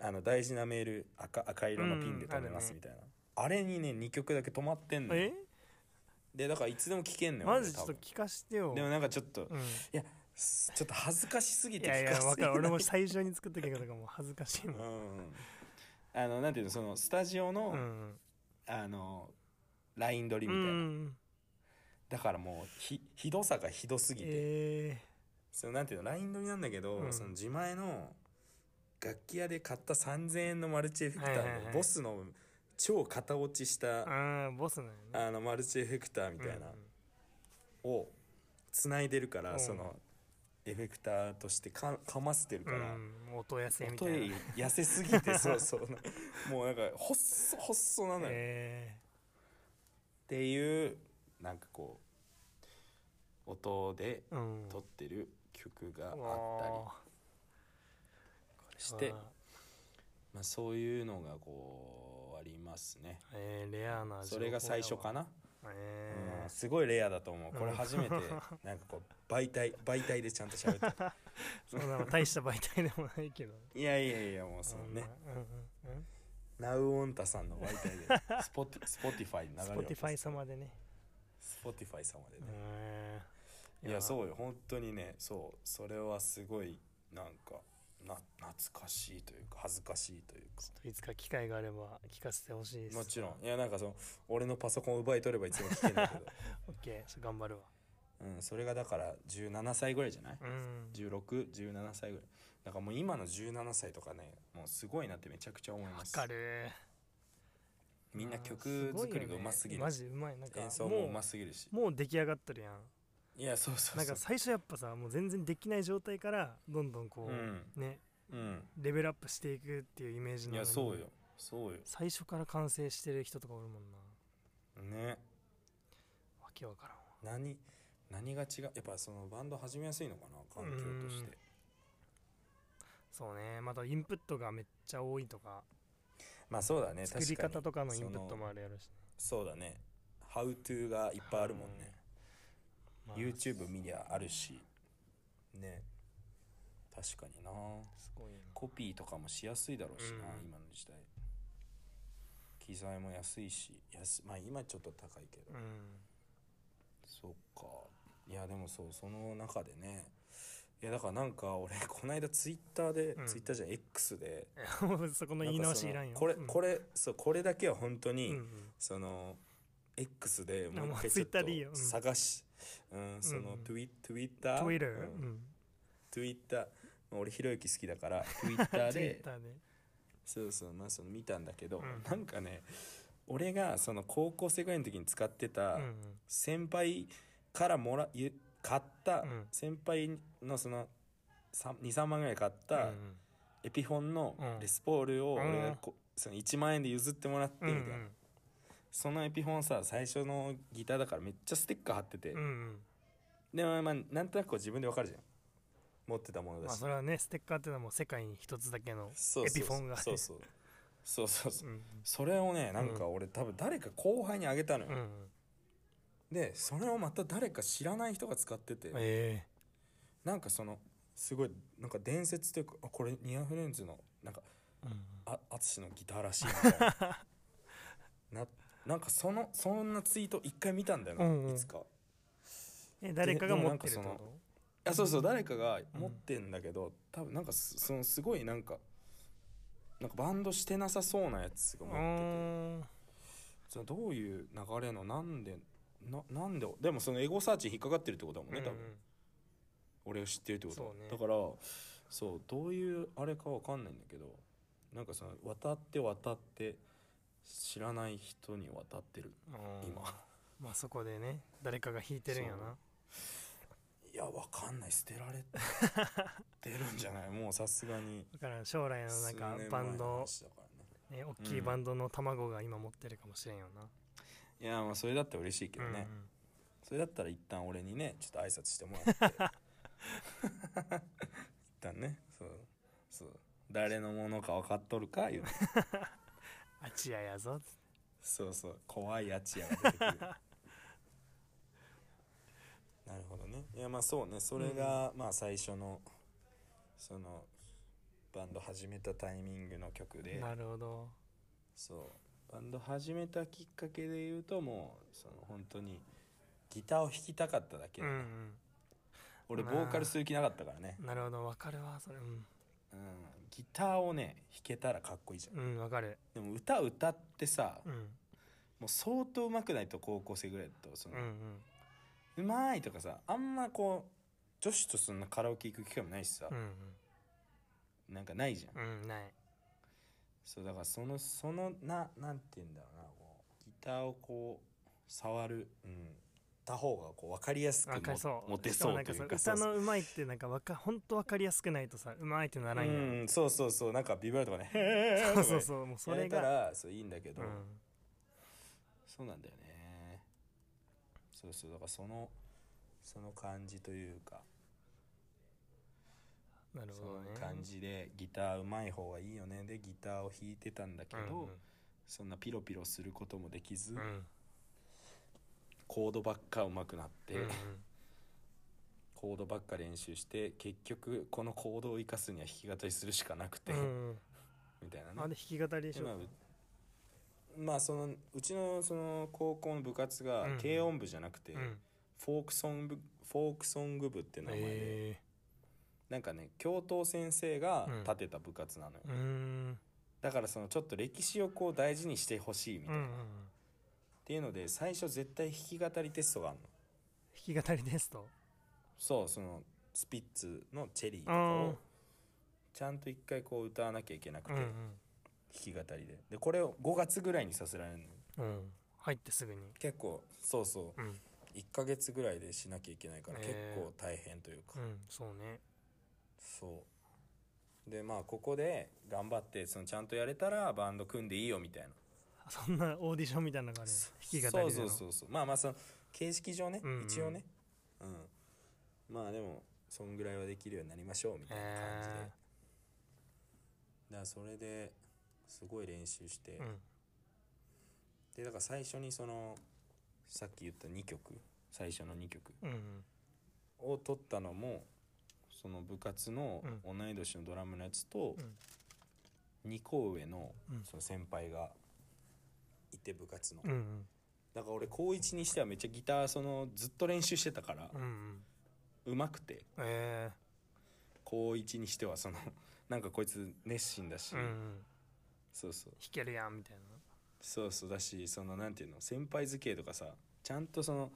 [SPEAKER 2] あの大事なメール赤赤色のピンで止めます
[SPEAKER 1] うん
[SPEAKER 2] みたいな、あれにね2曲だけ止まってんのよ
[SPEAKER 1] え
[SPEAKER 2] でだからいつでも聴けんのよ
[SPEAKER 1] マジちょ
[SPEAKER 2] 俺
[SPEAKER 1] っと
[SPEAKER 2] 多分
[SPEAKER 1] 聞かしてよ
[SPEAKER 2] でもなんかちょっと、
[SPEAKER 1] うん
[SPEAKER 2] すちょっと恥ずかしすぎ
[SPEAKER 1] い
[SPEAKER 2] て
[SPEAKER 1] やい
[SPEAKER 2] 聞
[SPEAKER 1] や
[SPEAKER 2] かせ
[SPEAKER 1] 分
[SPEAKER 2] て
[SPEAKER 1] かる俺も最初に作った曲とかもう恥ずかしいもん
[SPEAKER 2] うんあのなんていうのそのスタジオの、
[SPEAKER 1] うん
[SPEAKER 2] あのライン撮り
[SPEAKER 1] う
[SPEAKER 2] みたいな、
[SPEAKER 1] ん
[SPEAKER 2] だからもうひひどさがひどすぎて、
[SPEAKER 1] え
[SPEAKER 2] そのなんていうのライン撮りなんだけど、
[SPEAKER 1] うん
[SPEAKER 2] その自前の楽器屋で買った3000円のマルチエフェクターの、
[SPEAKER 1] はいはいはい
[SPEAKER 2] ボスの超型落ちした、
[SPEAKER 1] えうんボスなんやね
[SPEAKER 2] あのマルチエフェクターみたいな、を繋いでるから、
[SPEAKER 1] うん
[SPEAKER 2] そのエフェクターとしてかかませてる
[SPEAKER 1] う
[SPEAKER 2] から、
[SPEAKER 1] んうん音やせみた
[SPEAKER 2] 音
[SPEAKER 1] いな
[SPEAKER 2] 痩せすぎてそうそうもうなんかほっそほっそなのよ、
[SPEAKER 1] え
[SPEAKER 2] っていうなんかこう音で
[SPEAKER 1] えうん
[SPEAKER 2] 撮ってる曲があ
[SPEAKER 1] うわー
[SPEAKER 2] ったりして
[SPEAKER 1] うわ
[SPEAKER 2] まあ、そういうのがこうありますね
[SPEAKER 1] ーえーレアな
[SPEAKER 2] それが最初か
[SPEAKER 1] な
[SPEAKER 2] な、
[SPEAKER 1] え
[SPEAKER 2] うん、
[SPEAKER 1] え
[SPEAKER 2] すごいレアだと思うこれ
[SPEAKER 1] うん
[SPEAKER 2] 初めてなんかこう媒体媒体でちゃんと喋った
[SPEAKER 1] そんなの大した媒体でもないけど
[SPEAKER 2] いやいやいやもう そのね、
[SPEAKER 1] うんうんうん
[SPEAKER 2] ナウオンタさんの媒体でスポティスポティファイに流れ
[SPEAKER 1] ス
[SPEAKER 2] る
[SPEAKER 1] ポティファイ様でね
[SPEAKER 2] スポティファイ様でね、
[SPEAKER 1] うん
[SPEAKER 2] いや
[SPEAKER 1] う
[SPEAKER 2] そうよ本当にねそうそれはすごいなんかな懐かしいというか恥ずかしいというか
[SPEAKER 1] いつか機会があれば聞かせてほしいです
[SPEAKER 2] もちろんいやなんかその俺のパソコンを奪い取ればいつでも 聞けないけど、
[SPEAKER 1] オッケーちょっと頑張るわ
[SPEAKER 2] うん、それがだから17歳ぐらいじゃない、
[SPEAKER 1] うん
[SPEAKER 2] 1617歳ぐらいだからもう今の17歳とかねもうすごいなってめちゃくちゃ思い
[SPEAKER 1] わ
[SPEAKER 2] ます
[SPEAKER 1] かる
[SPEAKER 2] みんな
[SPEAKER 1] うん
[SPEAKER 2] 曲
[SPEAKER 1] ごい
[SPEAKER 2] 作
[SPEAKER 1] よ
[SPEAKER 2] りがうますぎる
[SPEAKER 1] ね、マジうまいなんか
[SPEAKER 2] 演奏も
[SPEAKER 1] も
[SPEAKER 2] う
[SPEAKER 1] う
[SPEAKER 2] ますぎるし
[SPEAKER 1] もう出来上がってるやん
[SPEAKER 2] いやそうそうそう
[SPEAKER 1] なんか最初やっぱさもう全然できない状態からどんどんこ
[SPEAKER 2] う
[SPEAKER 1] う、
[SPEAKER 2] ん
[SPEAKER 1] ね
[SPEAKER 2] うん
[SPEAKER 1] レベルアップしていくっていうイメージないの
[SPEAKER 2] や
[SPEAKER 1] に
[SPEAKER 2] そうよそうよ
[SPEAKER 1] 最初から完成してる人とかおるもんな
[SPEAKER 2] ね
[SPEAKER 1] わけわからんわ
[SPEAKER 2] 何何が違うやっぱそのバンド始めやすいのかな環境として
[SPEAKER 1] そうねまたインプットがめっちゃ多いとか
[SPEAKER 2] まあそうだね
[SPEAKER 1] 作り
[SPEAKER 2] 確か
[SPEAKER 1] 方
[SPEAKER 2] に
[SPEAKER 1] とかのインプットもあるやろし、
[SPEAKER 2] そうだね「How to」がいっぱいあるもんね
[SPEAKER 1] まあ
[SPEAKER 2] YouTube 見りゃあるしね確かにな
[SPEAKER 1] すごいな
[SPEAKER 2] コピーとかもしやすいだろうしな、
[SPEAKER 1] うん
[SPEAKER 2] 今の時代機材も安いし安まあ今ちょっと高いけど、
[SPEAKER 1] う
[SPEAKER 2] そっかいやでもそうその中でねいやだからなんか俺この間ツイッターで、
[SPEAKER 1] うん
[SPEAKER 2] ツイッターじゃん X で
[SPEAKER 1] ん もうそこの言い直しいらんよ
[SPEAKER 2] これ
[SPEAKER 1] うん
[SPEAKER 2] これそうこれだけは本当
[SPEAKER 1] う
[SPEAKER 2] に、
[SPEAKER 1] んうん
[SPEAKER 2] その X で
[SPEAKER 1] あ
[SPEAKER 2] もう
[SPEAKER 1] もう
[SPEAKER 2] 一回ちょっ
[SPEAKER 1] Twitter でいいよう
[SPEAKER 2] と
[SPEAKER 1] ん
[SPEAKER 2] 探し、うんその
[SPEAKER 1] うん
[SPEAKER 2] Twi- Twitter
[SPEAKER 1] Twitter
[SPEAKER 2] う
[SPEAKER 1] うんん
[SPEAKER 2] Twitter 俺ひろゆき好きだから Twitter で
[SPEAKER 1] Twitter で
[SPEAKER 2] そうそうまあその見たんだけど、
[SPEAKER 1] うん
[SPEAKER 2] なんかね俺がその高校生ぐらいの時に使ってた
[SPEAKER 1] うんうん
[SPEAKER 2] 先輩からもらゆ買った
[SPEAKER 1] うん
[SPEAKER 2] 先輩のその23万ぐらい買った
[SPEAKER 1] うん
[SPEAKER 2] エピフォンの
[SPEAKER 1] うん
[SPEAKER 2] レスポールを
[SPEAKER 1] うん
[SPEAKER 2] 俺がこその1万円で譲ってもらって
[SPEAKER 1] うんう
[SPEAKER 2] み
[SPEAKER 1] ん
[SPEAKER 2] たいな、そのエピフォンさ最初のギターだからめっちゃステッカー貼ってて、
[SPEAKER 1] うんうん
[SPEAKER 2] でもまあなんとなくこう自分でわかるじゃん持ってたものだし、
[SPEAKER 1] まあそれはねステッカーっていうのはもう世界に一つだけの
[SPEAKER 2] そう
[SPEAKER 1] エ
[SPEAKER 2] そう
[SPEAKER 1] ピフォンが
[SPEAKER 2] そうそうそうそうそううんそれをねなんか俺多分誰か後輩にあげたのよ、
[SPEAKER 1] うんうん
[SPEAKER 2] でそれをまた誰か知らない人が使ってて、
[SPEAKER 1] え
[SPEAKER 2] なんかそのすごいなんか伝説というかあこれニアフレンズのなんか
[SPEAKER 1] えうん
[SPEAKER 2] あ淳のギターらしいみたい なななんかそのそんなツイート一回見たんだよな、
[SPEAKER 1] うんうん
[SPEAKER 2] いつか
[SPEAKER 1] え誰かが
[SPEAKER 2] でで
[SPEAKER 1] 持
[SPEAKER 2] もな
[SPEAKER 1] っ
[SPEAKER 2] んか
[SPEAKER 1] てるって
[SPEAKER 2] その
[SPEAKER 1] こ
[SPEAKER 2] あそうそう誰かが持ってんだけど、多分なんかすそのすごいなんかなんかバンドしてなさそうなやつ
[SPEAKER 1] と
[SPEAKER 2] が
[SPEAKER 1] う
[SPEAKER 2] 持ってて
[SPEAKER 1] ーん
[SPEAKER 2] そのどういう流れのなんでななんででもそのエゴサーチに引っかかってるってことだもんね多分、
[SPEAKER 1] うんうん
[SPEAKER 2] 俺が知ってるってことは
[SPEAKER 1] そうね
[SPEAKER 2] だからそうどういうあれかわかんないんだけどなんかその渡って渡って知らない人に渡ってる
[SPEAKER 1] あー
[SPEAKER 2] 今
[SPEAKER 1] まあそこでね誰かが弾いてるんやな
[SPEAKER 2] いやわかんない捨てられてるんじ ゃないもうさすがに
[SPEAKER 1] だからん将来のなんかバンド、
[SPEAKER 2] 数年前の話だからね
[SPEAKER 1] ね、大きい
[SPEAKER 2] うん
[SPEAKER 1] バンドの卵が今持ってるかもしれんよな、
[SPEAKER 2] いやまあそれだったら嬉しいけど
[SPEAKER 1] うん
[SPEAKER 2] ね、
[SPEAKER 1] うん
[SPEAKER 2] それだったら一旦俺にねちょっと挨拶してもら って一旦ねそうそう誰のものか分かっとるか言うて
[SPEAKER 1] あちややぞ
[SPEAKER 2] そうそう怖いやつやが出て くるなるほどねいやまあそうねそれが、まあ最初のそのバンド始めたタイミングの曲で
[SPEAKER 1] なるほど
[SPEAKER 2] そうバンド始めたきっかけで言うともうその本当にギターを弾きたかっただけ
[SPEAKER 1] う
[SPEAKER 2] で、
[SPEAKER 1] んうん
[SPEAKER 2] 俺ボ
[SPEAKER 1] まあ
[SPEAKER 2] ーカルする気なかったからね、
[SPEAKER 1] なるほどわかるわそれうん
[SPEAKER 2] うん、ギターをね弾けたらかっこいいじゃん
[SPEAKER 1] うんわかる
[SPEAKER 2] でも歌歌ってさ、
[SPEAKER 1] うん
[SPEAKER 2] もう相当上手くないと高校生ぐらいだとそ
[SPEAKER 1] うん
[SPEAKER 2] の、
[SPEAKER 1] うん
[SPEAKER 2] うまいとかさあんまこう女子とそんなカラオケ行く機会もないしさ
[SPEAKER 1] う、ん
[SPEAKER 2] なんかないじゃん、
[SPEAKER 1] うんうんない
[SPEAKER 2] そうだからそのそのななんて言うんだろうなこうギターをこう触る、うん、た方がこう分かりやすく
[SPEAKER 1] わかり
[SPEAKER 2] も
[SPEAKER 1] そう
[SPEAKER 2] 持て
[SPEAKER 1] しかもな
[SPEAKER 2] そうん
[SPEAKER 1] か
[SPEAKER 2] とい
[SPEAKER 1] そうう
[SPEAKER 2] か
[SPEAKER 1] 歌
[SPEAKER 2] そ
[SPEAKER 1] の
[SPEAKER 2] う
[SPEAKER 1] うまいってなんかわかほんとわかりやすくないとさうまいってならんやん
[SPEAKER 2] うんそうそうそうなんかビブラートが ね「
[SPEAKER 1] そうそう
[SPEAKER 2] う
[SPEAKER 1] そうもう」そ
[SPEAKER 2] や
[SPEAKER 1] れ
[SPEAKER 2] れ
[SPEAKER 1] が
[SPEAKER 2] たらそういいんだけ
[SPEAKER 1] う
[SPEAKER 2] ど、
[SPEAKER 1] ん
[SPEAKER 2] そうなんだよねそうそうだからそのその感じというか
[SPEAKER 1] なる
[SPEAKER 2] そ
[SPEAKER 1] ほど
[SPEAKER 2] の
[SPEAKER 1] ね
[SPEAKER 2] 感じでギターうまい方がいいよねでギターを弾いてたんだけど、そんなピロピロすることもできず、
[SPEAKER 1] うんうん
[SPEAKER 2] コードばっか上手くなって、
[SPEAKER 1] うんうん
[SPEAKER 2] コードばっか練習して結局このコードを生かすには弾き語りするしかなくて、
[SPEAKER 1] うんうん
[SPEAKER 2] みたい
[SPEAKER 1] あ
[SPEAKER 2] な
[SPEAKER 1] で弾
[SPEAKER 2] ね
[SPEAKER 1] き語りでしょ
[SPEAKER 2] 今うまあそのうちのその高校の部活が
[SPEAKER 1] うん
[SPEAKER 2] 軽音部じゃなくて、
[SPEAKER 1] うん
[SPEAKER 2] フォークソングフォークソング部って名前で、
[SPEAKER 1] え
[SPEAKER 2] なんかね教頭先生が
[SPEAKER 1] うん
[SPEAKER 2] 建てた部活なのよ、
[SPEAKER 1] ーうん
[SPEAKER 2] だからそのちょっと歴史をこう大事にしてほしいみ
[SPEAKER 1] う
[SPEAKER 2] たい
[SPEAKER 1] んうん
[SPEAKER 2] な、っ
[SPEAKER 1] うん
[SPEAKER 2] ていうので最初絶対弾き語りテストがあるの
[SPEAKER 1] 弾き語りですと
[SPEAKER 2] そうそのスピッツのチェリーとかを
[SPEAKER 1] あー
[SPEAKER 2] ちゃんと一回こう歌わなきゃいけなく
[SPEAKER 1] うん
[SPEAKER 2] て、
[SPEAKER 1] う
[SPEAKER 2] 弾
[SPEAKER 1] ん
[SPEAKER 2] き語りででこれを5月ぐらいにさせられるのよ
[SPEAKER 1] うん入ってすぐに
[SPEAKER 2] 結構そうそう
[SPEAKER 1] うん
[SPEAKER 2] 1ヶ月ぐらいでしなきゃいけないから
[SPEAKER 1] へー
[SPEAKER 2] 結構大変というか、
[SPEAKER 1] うんそうね
[SPEAKER 2] そうでまあここで頑張ってそのちゃんとやれたらバンド組んでいいよみたいな
[SPEAKER 1] あそんなオーディションみたいなのがね弾き語り
[SPEAKER 2] そう
[SPEAKER 1] で
[SPEAKER 2] そ
[SPEAKER 1] の
[SPEAKER 2] うそうそうまあまあその形式上ね、
[SPEAKER 1] うんうん
[SPEAKER 2] 一応ね、うん、まあでもそんぐらいはできるようになりましょうみたいな感じ
[SPEAKER 1] へ
[SPEAKER 2] で、
[SPEAKER 1] ー
[SPEAKER 2] だからそれですごい練習して、
[SPEAKER 1] うん
[SPEAKER 2] でだから最初にそのさっき言った2曲最初の2曲
[SPEAKER 1] うんうん
[SPEAKER 2] を撮ったのもその部活の同い年のドラムのやつと
[SPEAKER 1] うん
[SPEAKER 2] 2個上の
[SPEAKER 1] うん
[SPEAKER 2] その先輩がいて部活の、
[SPEAKER 1] うんうん
[SPEAKER 2] だから俺高1にしてはめっちゃギターそのずっと練習してたから
[SPEAKER 1] うんうん
[SPEAKER 2] うまくて
[SPEAKER 1] え
[SPEAKER 2] 高1にしてはその なんかこいつ熱心だし、
[SPEAKER 1] えうんうん
[SPEAKER 2] そうそう
[SPEAKER 1] 弾けるやんみたいな
[SPEAKER 2] そうそうだしそのなんていうの先輩付けとかさちゃんとその好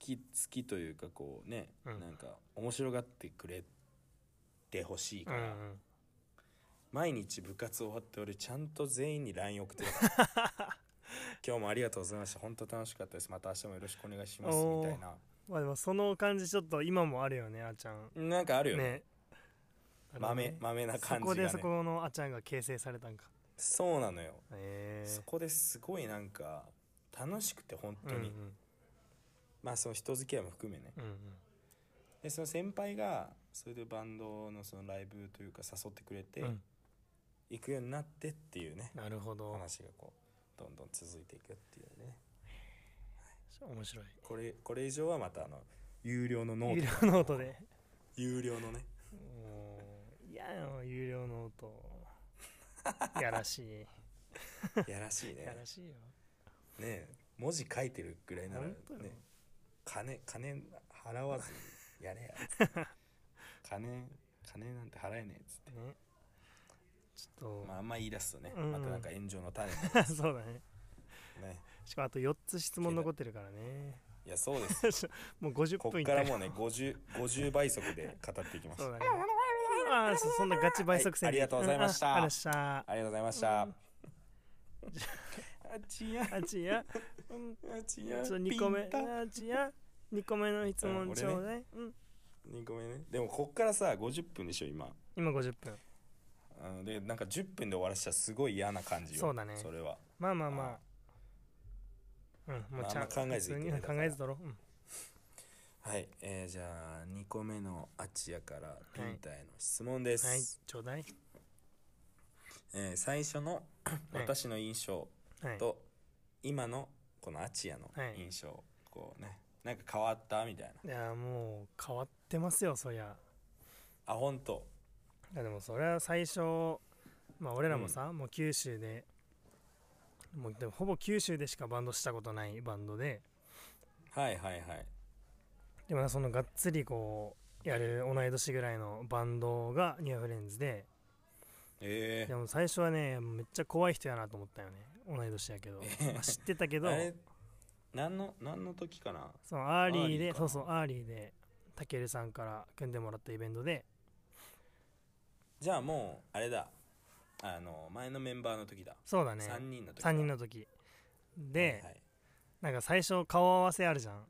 [SPEAKER 2] き好きというかこうね、
[SPEAKER 1] うん
[SPEAKER 2] なんか面白がってくれてほしいか
[SPEAKER 1] う
[SPEAKER 2] ら、
[SPEAKER 1] んうん
[SPEAKER 2] 毎日部活終わって俺ちゃんと全員に LINE 送ってた 今日もありがとうございました本当楽しかったですまた明日もよろしくお願いしますみ
[SPEAKER 1] おー
[SPEAKER 2] たいな
[SPEAKER 1] まあでもその感じちょっと今もあるよねあーちゃん
[SPEAKER 2] なんかあるよね
[SPEAKER 1] ね
[SPEAKER 2] 豆
[SPEAKER 1] なる
[SPEAKER 2] 豆な
[SPEAKER 1] ほどねそ
[SPEAKER 2] 感じ
[SPEAKER 1] こ
[SPEAKER 2] が、ね、
[SPEAKER 1] でそこのあーちゃんが形成されたんか
[SPEAKER 2] そうなのよ
[SPEAKER 1] え
[SPEAKER 2] そ
[SPEAKER 1] え
[SPEAKER 2] こですごいなんか楽しくて本当に、
[SPEAKER 1] うん
[SPEAKER 2] まあその人付き合いも含めね
[SPEAKER 1] うんうん
[SPEAKER 2] でその先輩がそれでバンドのそのライブというか誘ってくれて、
[SPEAKER 1] うんうん
[SPEAKER 2] 行くようになってっていうね
[SPEAKER 1] なるほど
[SPEAKER 2] 話がこうどんどん続いていくっていうね
[SPEAKER 1] 面白い
[SPEAKER 2] これこれ以上はまたあの有料のノ
[SPEAKER 1] 有
[SPEAKER 2] ート
[SPEAKER 1] 料ノートで
[SPEAKER 2] 有料 のね
[SPEAKER 1] もういやよ有料ノー トやらしい
[SPEAKER 2] やらしいね
[SPEAKER 1] や
[SPEAKER 2] ね
[SPEAKER 1] らしいよ
[SPEAKER 2] え文字書いてるぐらいなら
[SPEAKER 1] 本当よ
[SPEAKER 2] ね金金払わずやれや 金金なんて払えねえっつって
[SPEAKER 1] ねちょっと、
[SPEAKER 2] まああんま言い出すとね、
[SPEAKER 1] うん
[SPEAKER 2] またなんか炎上の種に な
[SPEAKER 1] そうだね
[SPEAKER 2] る ね
[SPEAKER 1] しかもあと4つ質問残ってるから ね
[SPEAKER 2] いやそうです
[SPEAKER 1] もう50
[SPEAKER 2] こ
[SPEAKER 1] 分
[SPEAKER 2] っ
[SPEAKER 1] い
[SPEAKER 2] か
[SPEAKER 1] た
[SPEAKER 2] らもうね 50, 50倍速で語っていきま す
[SPEAKER 1] そうだねああそそんなガチ倍速線で
[SPEAKER 2] はいありがとうございまし た
[SPEAKER 1] んあありがとうございまし
[SPEAKER 2] ありがとうございました、
[SPEAKER 1] うん
[SPEAKER 2] あちや
[SPEAKER 1] たあちや、うん、
[SPEAKER 2] あち
[SPEAKER 1] ちょ2個目あちや2個目の質
[SPEAKER 2] う
[SPEAKER 1] 問
[SPEAKER 2] ん俺ね
[SPEAKER 1] ちょうだい、うん
[SPEAKER 2] 2個目ねでもこっからさ50分でしょ今
[SPEAKER 1] 今50分
[SPEAKER 2] あのでなんか10分で終わらせたらすごい嫌な感じよ
[SPEAKER 1] そうだね
[SPEAKER 2] それは
[SPEAKER 1] まあまあまあうんも
[SPEAKER 2] ま
[SPEAKER 1] う
[SPEAKER 2] あ
[SPEAKER 1] ちゃ
[SPEAKER 2] あんま考えず
[SPEAKER 1] 普通に
[SPEAKER 2] いけない
[SPEAKER 1] 考えずだろうん
[SPEAKER 2] はい、えーじゃあ2個目のあちやからピ
[SPEAKER 1] い
[SPEAKER 2] ーターへの質問です、
[SPEAKER 1] はいちょうだい
[SPEAKER 2] えー最初の
[SPEAKER 1] はい
[SPEAKER 2] 私の印象
[SPEAKER 1] はい
[SPEAKER 2] と、今のこのあちやの
[SPEAKER 1] はい
[SPEAKER 2] 印象、こうねなんか変わったみたいない
[SPEAKER 1] やもう変わってますよそりゃ
[SPEAKER 2] あ本当
[SPEAKER 1] いやでもそれは最初まあ俺らもさ、もう九州でもうでもほぼ九州でしかバンドしたことないバンドで
[SPEAKER 2] はいはいはい
[SPEAKER 1] でもそのがっつりこうやる同い年ぐらいのバンドがニューフレンズで
[SPEAKER 2] え
[SPEAKER 1] でも最初はねめっちゃ怖い人やなと思ったよね同い年やけど、まあ知ってたけ
[SPEAKER 2] ー、
[SPEAKER 1] ど
[SPEAKER 2] あれ何の何の時かな
[SPEAKER 1] そのアーリー
[SPEAKER 2] アーリー
[SPEAKER 1] で
[SPEAKER 2] か
[SPEAKER 1] そうそうアーリーでたけるさんから組んでもらったイベントで
[SPEAKER 2] じゃあもうあれだあの前のメンバーの時だ、
[SPEAKER 1] そうだね
[SPEAKER 2] 三3人の時だ
[SPEAKER 1] 3人の時で、
[SPEAKER 2] はいはい
[SPEAKER 1] なんか最初顔合わせあるじゃん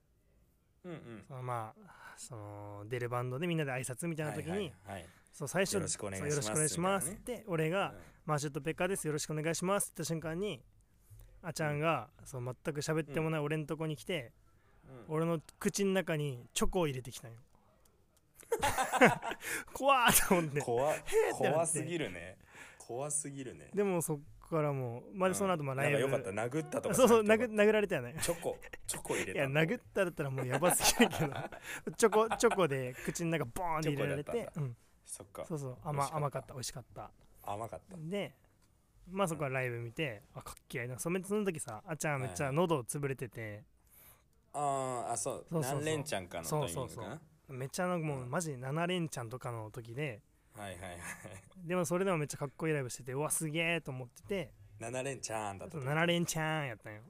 [SPEAKER 2] うんうん
[SPEAKER 1] そのまあその出るバンドでみんなで挨拶みたいな時に、
[SPEAKER 2] はいはいはい
[SPEAKER 1] そう最初
[SPEAKER 2] よろしくお願いし
[SPEAKER 1] そう
[SPEAKER 2] ます
[SPEAKER 1] よろしくお願いします
[SPEAKER 2] み
[SPEAKER 1] って、俺が、マーシュット・ペッカーですよろしくお願いします」って言った瞬間にあちゃんが、そう全く喋ってもない俺のとこに来て、
[SPEAKER 2] うんうん
[SPEAKER 1] 俺の口の中にチョコを入れてきたん よ怖ーと思って
[SPEAKER 2] 怖
[SPEAKER 1] てなって
[SPEAKER 2] 怖すぎるね怖すぎるね
[SPEAKER 1] でもそっからもうまあでその後まあ
[SPEAKER 2] うん
[SPEAKER 1] ライブ、
[SPEAKER 2] なんかよかった殴ったとか
[SPEAKER 1] そうそう
[SPEAKER 2] じゃな
[SPEAKER 1] 殴
[SPEAKER 2] くて
[SPEAKER 1] 殴られたよね
[SPEAKER 2] チョコチョコ入れ
[SPEAKER 1] い
[SPEAKER 2] た
[SPEAKER 1] や殴っただったらもうやばすぎる けどチョコチョコで口の中ボーンって入れられ
[SPEAKER 2] チョコだ
[SPEAKER 1] て
[SPEAKER 2] っ、
[SPEAKER 1] うん、
[SPEAKER 2] そっか
[SPEAKER 1] そうそう
[SPEAKER 2] 美味しかっ
[SPEAKER 1] 甘
[SPEAKER 2] た
[SPEAKER 1] 甘かった美味しかった
[SPEAKER 2] 甘かった
[SPEAKER 1] でまあそこはライブ見て、あかっけえなそめその時さあちゃんめっちゃ
[SPEAKER 2] はい
[SPEAKER 1] 喉潰れてて、
[SPEAKER 2] あーあそう
[SPEAKER 1] そうそうそう
[SPEAKER 2] 何連ちゃんかのタイミングか
[SPEAKER 1] そ
[SPEAKER 2] な
[SPEAKER 1] うそうそうめっちゃなんかもう
[SPEAKER 2] うん
[SPEAKER 1] マジ7連チャンとかの時で
[SPEAKER 2] はいはいはい
[SPEAKER 1] でもそれでもめっちゃかっこいいライブしててうわすげえと思ってて
[SPEAKER 2] 7連ちゃんだと、うん、
[SPEAKER 1] 7連チャンやったんよ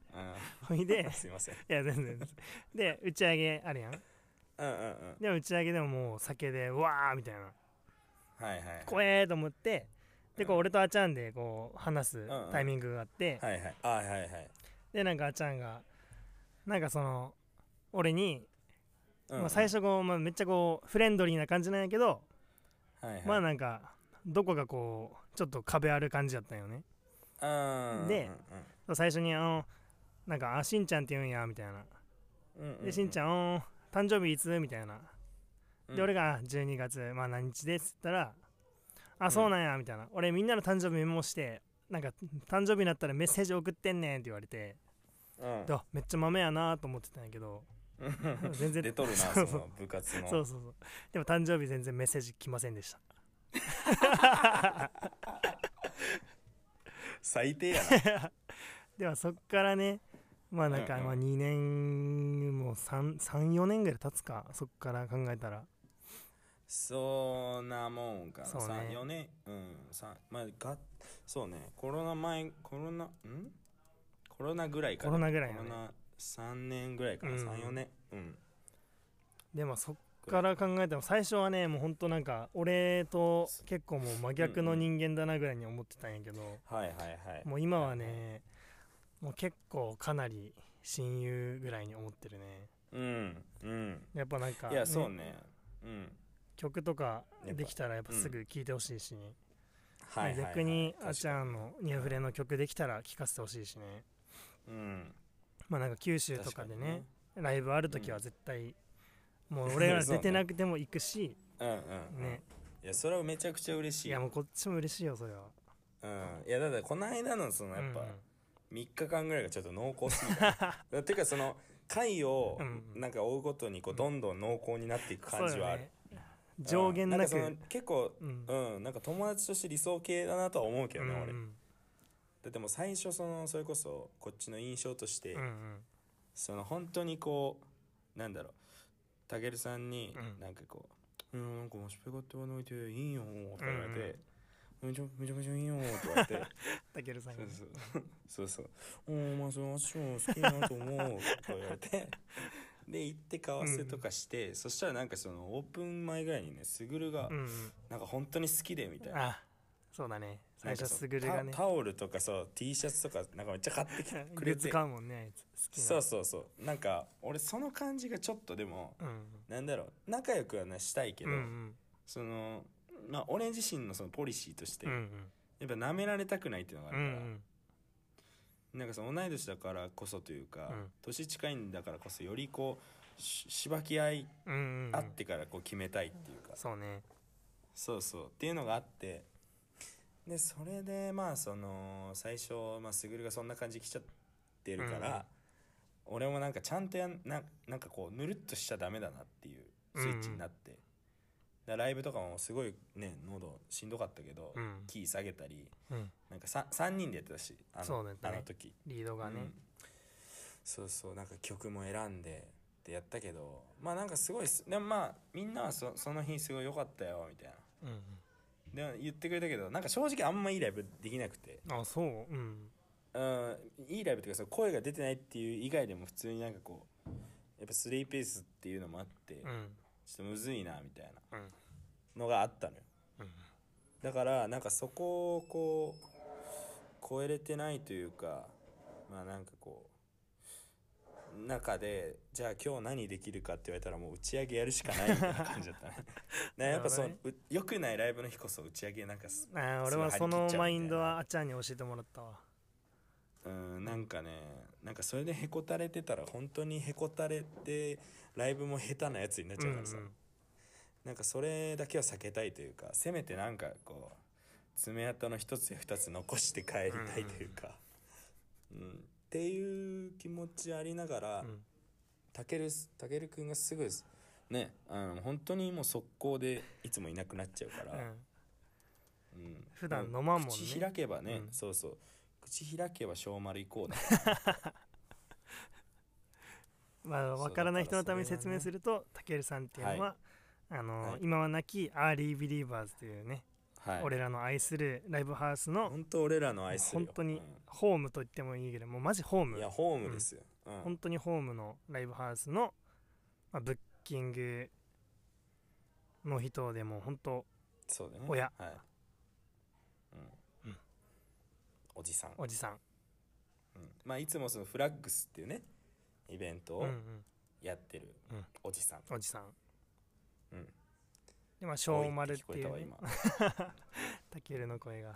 [SPEAKER 1] ほいで
[SPEAKER 2] すいません
[SPEAKER 1] いや全然全然で打ち上げあるやん
[SPEAKER 2] うんうんうん
[SPEAKER 1] でも打ち上げでももう酒でうわーみたいな
[SPEAKER 2] はいはい
[SPEAKER 1] 怖えと思ってでこう
[SPEAKER 2] うん
[SPEAKER 1] 俺とあちゃんでこう話す
[SPEAKER 2] んうん
[SPEAKER 1] タイミングがあって、
[SPEAKER 2] はいはいあはいはい
[SPEAKER 1] でなんかあちゃんがなんかその俺に
[SPEAKER 2] うん
[SPEAKER 1] まあ、最初こう、まあ、めっちゃこうフレンドリーな感じなんやけど、
[SPEAKER 2] はいはい
[SPEAKER 1] まあなんかどこかこうちょっと壁ある感じだったんよね
[SPEAKER 2] うん
[SPEAKER 1] で
[SPEAKER 2] う
[SPEAKER 1] 最初にあのなんか「あしんちゃんって言うんや」みたいな
[SPEAKER 2] うん
[SPEAKER 1] 「でしんち
[SPEAKER 2] ゃ
[SPEAKER 1] ゃんおー誕生日いつ?」みたいなで俺
[SPEAKER 2] が
[SPEAKER 1] があ「12月、まあ、何日です」って言ったら「あそうなんや」みたいな「俺みんなの誕生日メモしてなんか誕生日になったらメッセージ送ってんねん」って言われてであめっちゃ豆やなと思ってたんやけ ど全然
[SPEAKER 2] 出とるな
[SPEAKER 1] そう
[SPEAKER 2] その部活の
[SPEAKER 1] そうそうそうでも誕生日全然メッセージ来ませんで した
[SPEAKER 2] 最低や
[SPEAKER 1] ではそっからねまあなんか、
[SPEAKER 2] うんうん
[SPEAKER 1] まあ2年もう34年ぐらい経つかそっから考えたら
[SPEAKER 2] そんなもんか
[SPEAKER 1] そうね
[SPEAKER 2] 4年うんさまあがそうねコロナ前コロナんコロナぐらいか
[SPEAKER 1] コロナぐらいよ
[SPEAKER 2] コ
[SPEAKER 1] ね
[SPEAKER 2] ロナ3年ぐらいかな、
[SPEAKER 1] うん
[SPEAKER 2] 34年うん
[SPEAKER 1] でもそっから考えても最初はねもうほんとなんか俺と結構もう真逆の人間だなぐらいに思ってたんやけど、
[SPEAKER 2] はいはいはい
[SPEAKER 1] もう今はねもう結構かなり親友ぐらいに思ってるね
[SPEAKER 2] うんうん
[SPEAKER 1] やっぱなんか、
[SPEAKER 2] いやそうねうん
[SPEAKER 1] 曲とか
[SPEAKER 2] やっぱ
[SPEAKER 1] できたらやっぱすぐ聴いてほしいし、ね
[SPEAKER 2] はいはい、はい、
[SPEAKER 1] 逆にあ
[SPEAKER 2] 確
[SPEAKER 1] ち
[SPEAKER 2] か
[SPEAKER 1] ゃんの「ニャフレ」の曲できたら聴かせてほしいしね
[SPEAKER 2] にうん
[SPEAKER 1] まあなんか九州と
[SPEAKER 2] 確
[SPEAKER 1] かで
[SPEAKER 2] に
[SPEAKER 1] ねライブある時は
[SPEAKER 2] うん
[SPEAKER 1] 絶対、もう俺ら
[SPEAKER 2] そ
[SPEAKER 1] 出
[SPEAKER 2] うね
[SPEAKER 1] てなくても行くし、
[SPEAKER 2] うんうん、うん、
[SPEAKER 1] ね
[SPEAKER 2] いやそれはめちゃくちゃ嬉しい
[SPEAKER 1] いやもうこっちも嬉しいよそれは
[SPEAKER 2] うん、いやだからこの間のそのやっぱ、
[SPEAKER 1] うんうん
[SPEAKER 2] 3日間ぐらいがちょっと濃厚す ぎたていうかその回を
[SPEAKER 1] うんうん
[SPEAKER 2] なんか追うごとにこうどんどん濃厚になっていく感
[SPEAKER 1] そ
[SPEAKER 2] じ
[SPEAKER 1] う
[SPEAKER 2] は
[SPEAKER 1] だ
[SPEAKER 2] ある、
[SPEAKER 1] ね上限なく
[SPEAKER 2] うんんかその結構
[SPEAKER 1] うん
[SPEAKER 2] うんなんか友達として理想系だなとは思うけど
[SPEAKER 1] う
[SPEAKER 2] ね、
[SPEAKER 1] ん
[SPEAKER 2] 俺ででも最初そのそれこそこっちの印象として、
[SPEAKER 1] うんうん
[SPEAKER 2] その本当にこうなんだろうたけるさんに
[SPEAKER 1] うん
[SPEAKER 2] なんかこう「うんなんかマシュペコって言わないていいよ」って言われて「めちゃめちゃめちゃいいよ」って言われて
[SPEAKER 1] たけるさんがね
[SPEAKER 2] そうそうそうそう「おおまあそのアッション好きだなと思う」とか言われ てで行って買わせとかして、そしたらなんかそのオープン前ぐらいにねすぐるが
[SPEAKER 1] うんうん
[SPEAKER 2] なんか本当に好きでみたいな、
[SPEAKER 1] あそうだね最初すぐれがね
[SPEAKER 2] タタオルとかそう T シャツとかなんかめっちゃ買ってき てく
[SPEAKER 1] グ
[SPEAKER 2] れ
[SPEAKER 1] ッズ
[SPEAKER 2] て
[SPEAKER 1] 買うもんねあいつ好きな
[SPEAKER 2] そうそうそうなんか俺その感じがちょっとでも
[SPEAKER 1] うん
[SPEAKER 2] なんだろう仲良くはなしたいけ
[SPEAKER 1] う
[SPEAKER 2] ど、
[SPEAKER 1] んうん
[SPEAKER 2] そのまあ俺自身のそのポリシーとして、
[SPEAKER 1] うんう
[SPEAKER 2] や
[SPEAKER 1] ん
[SPEAKER 2] っぱ舐められたくないっていうのがあ
[SPEAKER 1] う
[SPEAKER 2] るから、
[SPEAKER 1] ん
[SPEAKER 2] なんかその同い年だからこそというか、
[SPEAKER 1] うん
[SPEAKER 2] 年近いんだからこそよりこうししばき合い
[SPEAKER 1] うんうんうん
[SPEAKER 2] あってからこう決めたいっていうか、
[SPEAKER 1] そうね
[SPEAKER 2] そうそうっていうのがあってでそれでまあその最初まあすぐるがそんな感じきちゃってるから、俺もなんかちゃんとやんななんかこうぬるっとしちゃダメだなっていうスイッチになって、だからライブとかもすごいね喉しんどかったけど、
[SPEAKER 1] うん
[SPEAKER 2] キー下げたり
[SPEAKER 1] うん
[SPEAKER 2] なんか 3, 三人でやってたしあの
[SPEAKER 1] そうだった
[SPEAKER 2] あ
[SPEAKER 1] ね
[SPEAKER 2] の時。
[SPEAKER 1] リードが
[SPEAKER 2] う
[SPEAKER 1] ね
[SPEAKER 2] んそうそうなんか曲も選んでってやったけどまあなんかすごいっすでもまあみんなはそその日すごい良かったよみたいな
[SPEAKER 1] うん
[SPEAKER 2] でも言ってくれたけどなんか正直あんまいいライブできなくて、
[SPEAKER 1] うんあそううん
[SPEAKER 2] うん、いいライブっていうかその声が出てないっていう以外でも普通になんかこうやっぱスリーピースっていうのもあって、
[SPEAKER 1] う
[SPEAKER 2] ちょ
[SPEAKER 1] ん
[SPEAKER 2] っとむずいなみたいな
[SPEAKER 1] うん
[SPEAKER 2] のがあったのよ
[SPEAKER 1] うん
[SPEAKER 2] だからなんかそこをこう超えれてないというかまあなんかこう中でじゃあ今日何できるかって言われたらもう打ち上げやるしかないみたいな感じだ ったねねやっぱその
[SPEAKER 1] なる
[SPEAKER 2] う良くないライブの日こそ打ち上げなんかす
[SPEAKER 1] あー俺はそのマインドはあっちゃんに教えてもらったわ
[SPEAKER 2] うんなんかねなんかそれでへこたれてたら本当にへこたれてライブも下手なやつになっ
[SPEAKER 1] う
[SPEAKER 2] ち
[SPEAKER 1] ん
[SPEAKER 2] ゃう
[SPEAKER 1] う
[SPEAKER 2] か
[SPEAKER 1] ん
[SPEAKER 2] らさ、なんかそれだけは避けたいというかせめてなんかこう爪痕の一つや二つ残して帰りたいというか、うんっていう気持ちありながら、
[SPEAKER 1] うん
[SPEAKER 2] たけるたけるくんがすぐねあの本当にもう速攻でいつもいなくなっちゃうか
[SPEAKER 1] う
[SPEAKER 2] ら、
[SPEAKER 1] ん
[SPEAKER 2] うん
[SPEAKER 1] 普段飲まんもんね
[SPEAKER 2] 口開けばね、
[SPEAKER 1] うん
[SPEAKER 2] そうそう口開けば小丸行 こうだ
[SPEAKER 1] まあ、
[SPEAKER 2] そう
[SPEAKER 1] 分からない人のために
[SPEAKER 2] だから
[SPEAKER 1] 説
[SPEAKER 2] それ
[SPEAKER 1] 明
[SPEAKER 2] はね
[SPEAKER 1] すると、たけるさんっていうのは、あの
[SPEAKER 2] はい
[SPEAKER 1] 今は亡きアーリー・ビリーバーズというね、
[SPEAKER 2] はい
[SPEAKER 1] 俺らの愛するライブハウスの
[SPEAKER 2] 本当俺らの愛する
[SPEAKER 1] 本
[SPEAKER 2] よ
[SPEAKER 1] 当に
[SPEAKER 2] うん
[SPEAKER 1] ホームと言ってもいいぐらいもうマジホーム
[SPEAKER 2] いやホームですよ、うん
[SPEAKER 1] 本当にホームのライブハウスの、まあ、ブッキングの人でもう本当
[SPEAKER 2] そうだね
[SPEAKER 1] 親
[SPEAKER 2] はい、うん
[SPEAKER 1] うん
[SPEAKER 2] おじさん、
[SPEAKER 1] おじさん、
[SPEAKER 2] うんまあいつもそのフラッグスっていうねイベント
[SPEAKER 1] うん
[SPEAKER 2] を
[SPEAKER 1] うん、
[SPEAKER 2] やってる
[SPEAKER 1] うん
[SPEAKER 2] おじさん、
[SPEAKER 1] おじさん
[SPEAKER 2] うん
[SPEAKER 1] でまあ小丸って
[SPEAKER 2] お
[SPEAKER 1] い
[SPEAKER 2] 聞こえた
[SPEAKER 1] う
[SPEAKER 2] わ
[SPEAKER 1] ね
[SPEAKER 2] 今、
[SPEAKER 1] たけるの声が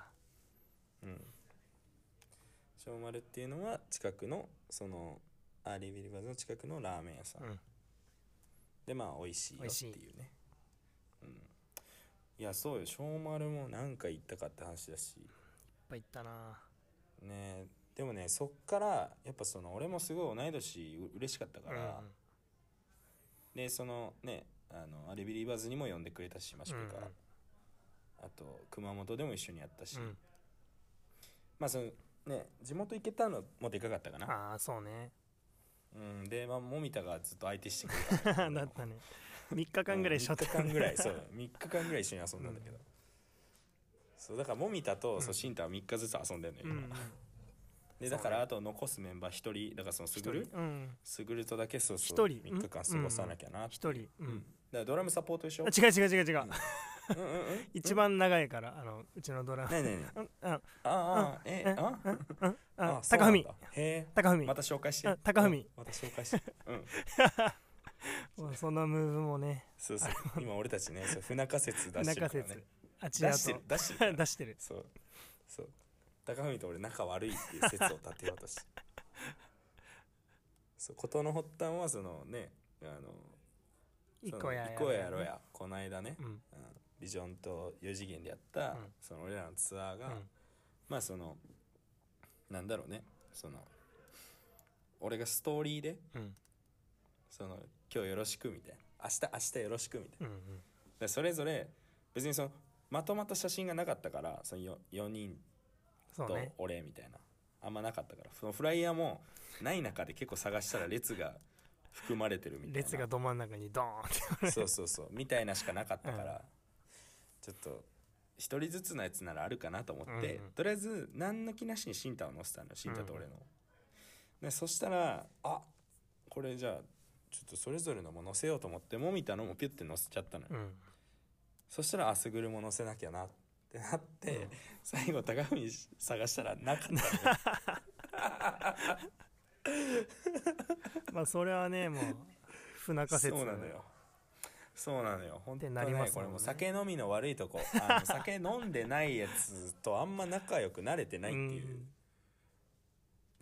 [SPEAKER 2] うん、小丸っていうのは近くのそのアーリービリバーズの近くのラーメン屋さん、
[SPEAKER 1] うん
[SPEAKER 2] でまあ美味しいよっていうねうんいやそうよ小丸も何回行ったかって話だし
[SPEAKER 1] いっぱい行ったな
[SPEAKER 2] ねでもねそっからやっぱその俺もすごい同い年う嬉しかったから、
[SPEAKER 1] うん
[SPEAKER 2] でそのねあのアレビリーバーズにも呼んでくれたしマシュピ
[SPEAKER 1] うん
[SPEAKER 2] が、
[SPEAKER 1] うん
[SPEAKER 2] あと熊本でも一緒にやったし、
[SPEAKER 1] うん、
[SPEAKER 2] まあそのね地元行けたのもでかかったかな、
[SPEAKER 1] ああそうね
[SPEAKER 2] うん、でまあもみたがずっと相手してく れ
[SPEAKER 1] だ
[SPEAKER 2] た
[SPEAKER 1] ったね3日間ぐらいしょっ
[SPEAKER 2] 3
[SPEAKER 1] た
[SPEAKER 2] 日間ぐらいそう3日間ぐらい一緒に遊んだんだけど、そうだからもみたと、そうシンタは3日ずつ遊んでる の
[SPEAKER 1] う
[SPEAKER 2] よ、
[SPEAKER 1] ん
[SPEAKER 2] 今
[SPEAKER 1] うん
[SPEAKER 2] でだからあと残すメンバー1人だからそのすぐる
[SPEAKER 1] うん
[SPEAKER 2] すぐるとだけそうそう
[SPEAKER 1] 一人
[SPEAKER 2] 3日間過ごさなきゃなって
[SPEAKER 1] 一人う、
[SPEAKER 2] うんん、だからドラムサポートでしょ
[SPEAKER 1] あ違う違う違う違う、
[SPEAKER 2] うんうんうん
[SPEAKER 1] 一番長いからあのうちのドラマ
[SPEAKER 2] ねえねえね え
[SPEAKER 1] うんあ
[SPEAKER 2] ああ、え、あ
[SPEAKER 1] あ
[SPEAKER 2] そう
[SPEAKER 1] 高
[SPEAKER 2] なん
[SPEAKER 1] 文
[SPEAKER 2] だへ
[SPEAKER 1] 高
[SPEAKER 2] え、
[SPEAKER 1] 文
[SPEAKER 2] また紹介して
[SPEAKER 1] あ。高文
[SPEAKER 2] うんまた紹介して。うん。
[SPEAKER 1] もうそのムーブもね
[SPEAKER 2] そ うそう。今俺たちね、そう不仲説出して
[SPEAKER 1] 中
[SPEAKER 2] るから
[SPEAKER 1] 説
[SPEAKER 2] ね。
[SPEAKER 1] あちらと
[SPEAKER 2] 出してる、出して
[SPEAKER 1] 。
[SPEAKER 2] る
[SPEAKER 1] 出してる
[SPEAKER 2] そう。そう。高文と俺仲悪いっていう説を立てよう として。そう、事の発端はそのね、あの、
[SPEAKER 1] 一
[SPEAKER 2] その
[SPEAKER 1] 個や
[SPEAKER 2] 行こうやろうや、この間ね
[SPEAKER 1] う、ん
[SPEAKER 2] うんビジョンと4次元でやっ
[SPEAKER 1] う
[SPEAKER 2] た
[SPEAKER 1] ん、
[SPEAKER 2] その俺らのツアー
[SPEAKER 1] う
[SPEAKER 2] が、
[SPEAKER 1] ん
[SPEAKER 2] まあそのなんだろうねその俺がストーリーで
[SPEAKER 1] うん
[SPEAKER 2] その今日よろしくみたいな明日明日よろしくみた
[SPEAKER 1] う
[SPEAKER 2] いな
[SPEAKER 1] んうん
[SPEAKER 2] でそれぞれ別にそのまとまった写真がなかったからその 4, 人
[SPEAKER 1] そう
[SPEAKER 2] と
[SPEAKER 1] ね
[SPEAKER 2] 俺みたいな、あんまなかったからそのフライヤーもない中で結構探したら列が含まれてるみたいな
[SPEAKER 1] 列がど真ん中にドーンって
[SPEAKER 2] そうそうそうみたいなしかなかったから、ちょっと一人ずつのやつならあるかなと思って、
[SPEAKER 1] うんうん
[SPEAKER 2] とりあえず何の気なしに新太を乗せたの新太と俺の、でそしたらあこれじゃあちょっとそれぞれのも乗せようと思ってもみたのもピュッて乗せちゃったのよ、
[SPEAKER 1] うん
[SPEAKER 2] そしたらあすぐるも乗せなきゃなっってなって、最後高文探したらなかった
[SPEAKER 1] まあそれはねもう不仲説
[SPEAKER 2] そうなのよそうなのよ本当に
[SPEAKER 1] ってなりますもん
[SPEAKER 2] ね
[SPEAKER 1] ね
[SPEAKER 2] これもう酒飲みの悪いとこ あの酒飲んでないやつとあんま仲良くなれてないっていう、だか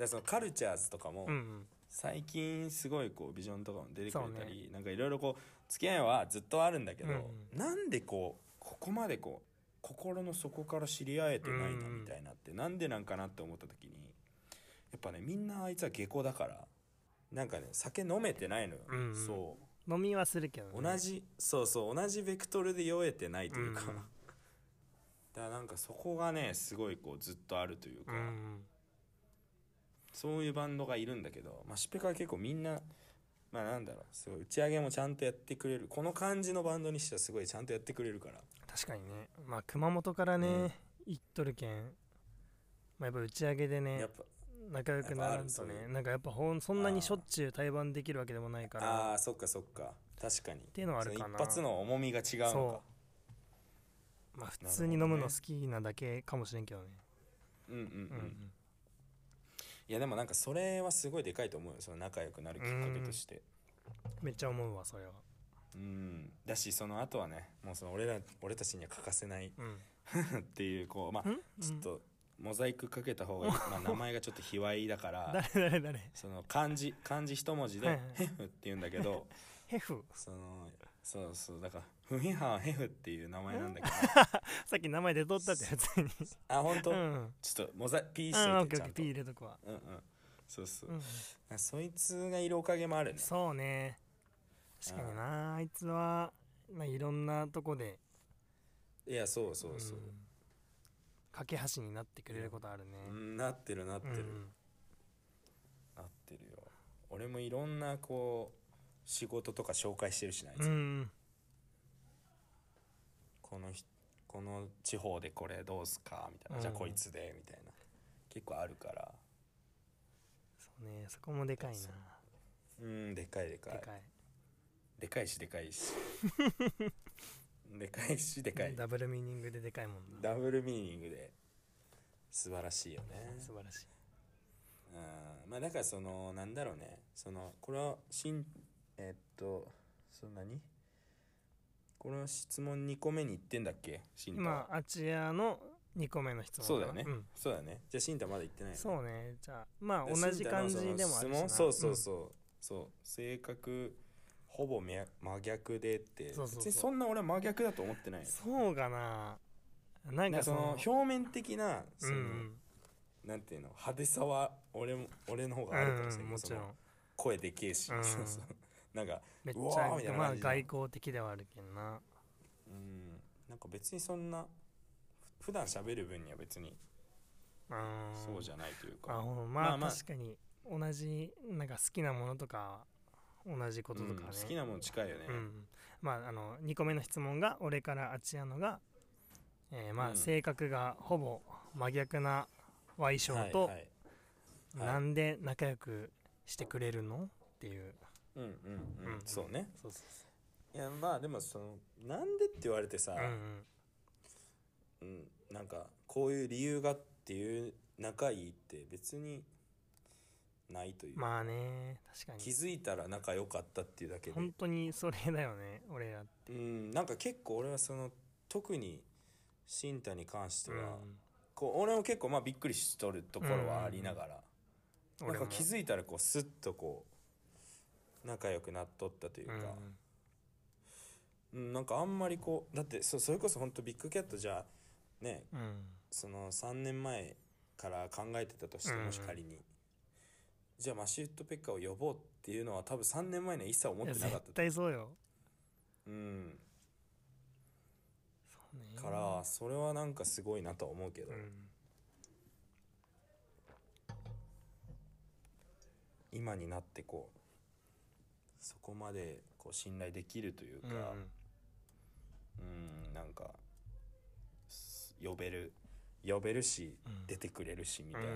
[SPEAKER 2] らそのカルチャーズとかも、
[SPEAKER 1] うんうん
[SPEAKER 2] 最近すごいこうビジョンとかも出てくれたり、
[SPEAKER 1] そ
[SPEAKER 2] なんかいろいろこう付き合いはずっとあるんだけど、
[SPEAKER 1] うんう
[SPEAKER 2] なんでこうここまでこう心の底から知り合えてないな
[SPEAKER 1] うんうん
[SPEAKER 2] みたいなって、なんでなんかなって思った時にやっぱねみんなあいつは下戸だからなんかね酒飲めてないのよ、
[SPEAKER 1] うんうん
[SPEAKER 2] そう
[SPEAKER 1] 飲みはするけど、ね、
[SPEAKER 2] 同じそうそう同じベクトルで酔えてないというか、
[SPEAKER 1] うん
[SPEAKER 2] だからなんかそこがねすごいこうずっとあるという
[SPEAKER 1] う
[SPEAKER 2] か、
[SPEAKER 1] んうん
[SPEAKER 2] そういうバンドがいるんだけど、まあ、シュペカは結構みんなまあなんだろうすごい打ち上げもちゃんとやってくれるこの感じのバンドにしてはすごいちゃんとやってくれるから
[SPEAKER 1] 確かにねまあ熊本からね、
[SPEAKER 2] うん
[SPEAKER 1] 行っとるけんまあやっぱ打ち上げで
[SPEAKER 2] や
[SPEAKER 1] ね
[SPEAKER 2] っぱ
[SPEAKER 1] 仲良くなら
[SPEAKER 2] やっぱあ
[SPEAKER 1] ん
[SPEAKER 2] るそ
[SPEAKER 1] と
[SPEAKER 2] うい
[SPEAKER 1] ね
[SPEAKER 2] う
[SPEAKER 1] なんかやっぱほんそんなにしょっちゅう対バンできるわけでもないから
[SPEAKER 2] あ
[SPEAKER 1] っ
[SPEAKER 2] あーそっかそっか確かに
[SPEAKER 1] ていうのはあ
[SPEAKER 2] その
[SPEAKER 1] る
[SPEAKER 2] 一
[SPEAKER 1] かな
[SPEAKER 2] 発の重みが違うのか
[SPEAKER 1] そまあ普通に飲む
[SPEAKER 2] なるほど
[SPEAKER 1] の
[SPEAKER 2] ね
[SPEAKER 1] 好きなだけかもしれんけどね
[SPEAKER 2] うんうんうん、
[SPEAKER 1] うん
[SPEAKER 2] いやでもなんかそれはすごいでかいと思うよその仲良くなるきっかけとして
[SPEAKER 1] めっちゃ思うわそれは
[SPEAKER 2] うんだしその後はねもうその俺ら俺たちには欠かせない
[SPEAKER 1] うん
[SPEAKER 2] っていうこうまあ
[SPEAKER 1] うん
[SPEAKER 2] ちょっとモザイクかけた方がいい、まあ、名前がちょっと卑猥だ か
[SPEAKER 1] うん
[SPEAKER 2] ら
[SPEAKER 1] 誰誰誰
[SPEAKER 2] その漢字漢字一文字
[SPEAKER 1] はい
[SPEAKER 2] で
[SPEAKER 1] はい
[SPEAKER 2] 「ヘフ」って言うんだけ ど
[SPEAKER 1] ヘフ
[SPEAKER 2] そのそうそうだから「フミハンヘフ」っていう名前なんだけど
[SPEAKER 1] さっき名前出とったってやつに
[SPEAKER 2] あ本当、
[SPEAKER 1] うんうん
[SPEAKER 2] ちょっとモザイクピーし
[SPEAKER 1] あオッケ
[SPEAKER 2] といて
[SPEAKER 1] ー
[SPEAKER 2] ち
[SPEAKER 1] オ
[SPEAKER 2] ゃ
[SPEAKER 1] ッケーピ
[SPEAKER 2] んと
[SPEAKER 1] ー入れとくわ
[SPEAKER 2] うんうんそうそう
[SPEAKER 1] う、ん
[SPEAKER 2] あそいつがいるおかげもあるね
[SPEAKER 1] そうね確かになあいつはまあいろんなとこで
[SPEAKER 2] いやそうそうそう、
[SPEAKER 1] ん架け橋になってくれることあるね
[SPEAKER 2] うんなってるなってる、
[SPEAKER 1] うん
[SPEAKER 2] なってるよ俺もいろんなこう仕事とか紹介してるしなあいつ、
[SPEAKER 1] うん
[SPEAKER 2] このひこの地方でこれどうすかみたいな、
[SPEAKER 1] うん
[SPEAKER 2] じゃあこいつでみたいな結構あるから
[SPEAKER 1] そうねそこもでかい
[SPEAKER 2] そう
[SPEAKER 1] な
[SPEAKER 2] うんでかいでかい
[SPEAKER 1] でかい
[SPEAKER 2] でかいしでか いしでかいしでかい
[SPEAKER 1] ダブルミーニングででかいもんな
[SPEAKER 2] ダブルミーニングで素晴らしいよね
[SPEAKER 1] 素晴らしい
[SPEAKER 2] うんまあだからそのなんだろうねそのこれはしんえっとそんなにこの質問2個目に行ってんだっけしんた
[SPEAKER 1] 今あちらの2個目の質問
[SPEAKER 2] そうだよね、
[SPEAKER 1] ん
[SPEAKER 2] そうだねじゃあしんたまだ行ってないよね
[SPEAKER 1] そうねじゃあまあ
[SPEAKER 2] で
[SPEAKER 1] 同じ感じでもあるしな
[SPEAKER 2] 質問そうそうそう、そう性格ほぼめ真逆でって
[SPEAKER 1] そうそうそう
[SPEAKER 2] 別にそんな俺は真逆だと思ってないよ
[SPEAKER 1] うんそうかななん
[SPEAKER 2] なん
[SPEAKER 1] か
[SPEAKER 2] かそ
[SPEAKER 1] そ
[SPEAKER 2] の
[SPEAKER 1] の
[SPEAKER 2] 表面的なそ
[SPEAKER 1] うん
[SPEAKER 2] の、
[SPEAKER 1] うん
[SPEAKER 2] なんていうの派手さは俺も俺の方
[SPEAKER 1] う
[SPEAKER 2] があるかもし
[SPEAKER 1] んう
[SPEAKER 2] れない、
[SPEAKER 1] んもちろん
[SPEAKER 2] 声でけえし、
[SPEAKER 1] うん
[SPEAKER 2] そうそうなんか
[SPEAKER 1] めっち
[SPEAKER 2] うわーみたい
[SPEAKER 1] ゃ
[SPEAKER 2] な
[SPEAKER 1] まあ
[SPEAKER 2] 感じじゃん
[SPEAKER 1] 外交的ではあるけんな
[SPEAKER 2] うんなんか別にそんなふ普段喋る分には別に
[SPEAKER 1] うん
[SPEAKER 2] そうじゃないという
[SPEAKER 1] あ
[SPEAKER 2] か、
[SPEAKER 1] ほん
[SPEAKER 2] ま
[SPEAKER 1] ま
[SPEAKER 2] あ
[SPEAKER 1] あ
[SPEAKER 2] まあ
[SPEAKER 1] 確かに同じなんか好きなものとか同じこととかね
[SPEAKER 2] うん好きなもの近いよね、
[SPEAKER 1] うんまああの2個目の質問が俺からあちやのが、えーま
[SPEAKER 2] う
[SPEAKER 1] あ
[SPEAKER 2] ん
[SPEAKER 1] 性格がほぼ真逆な Y 賞
[SPEAKER 2] はい
[SPEAKER 1] と
[SPEAKER 2] はいはい
[SPEAKER 1] なんで仲良くしてくれるのっていう
[SPEAKER 2] うんうんうん、
[SPEAKER 1] うん
[SPEAKER 2] そうね
[SPEAKER 1] そうそう
[SPEAKER 2] いやまあでもそのなんでって言われてさ、
[SPEAKER 1] そううん、
[SPEAKER 2] うん、なんかこういう理由がっていう仲いいって別にないといううん
[SPEAKER 1] まあね確か
[SPEAKER 2] 気
[SPEAKER 1] に
[SPEAKER 2] づいたら仲良かったっていうだけで
[SPEAKER 1] 本、当にそれだよね俺らって
[SPEAKER 2] うん、なんか結構俺はその特に新太に関しては、
[SPEAKER 1] う
[SPEAKER 2] こう俺も結構まあびっくりしとるところはありながら、
[SPEAKER 1] ん
[SPEAKER 2] なんか気づいたらこうスッとこう仲良くなっとったというか、うんなんかあんまりこうだってそそれこそ本当ビッグキャットじゃあね
[SPEAKER 1] うんうん
[SPEAKER 2] その3年前から考えてたとして
[SPEAKER 1] うん
[SPEAKER 2] もし仮に、じゃあマシュートペッカーを呼ぼうっていうのは多分3年前には一切思
[SPEAKER 1] い
[SPEAKER 2] っ
[SPEAKER 1] や
[SPEAKER 2] てなかっ
[SPEAKER 1] 絶
[SPEAKER 2] たと
[SPEAKER 1] 対そうよ
[SPEAKER 2] うん
[SPEAKER 1] そうね
[SPEAKER 2] からそれはなんかすごいなとは思うけど、
[SPEAKER 1] うん
[SPEAKER 2] 今になってこうそこまでこう信頼できるというか
[SPEAKER 1] うんうん
[SPEAKER 2] うんなんかす呼べる呼べるし
[SPEAKER 1] うん
[SPEAKER 2] 出てくれるしみたいな、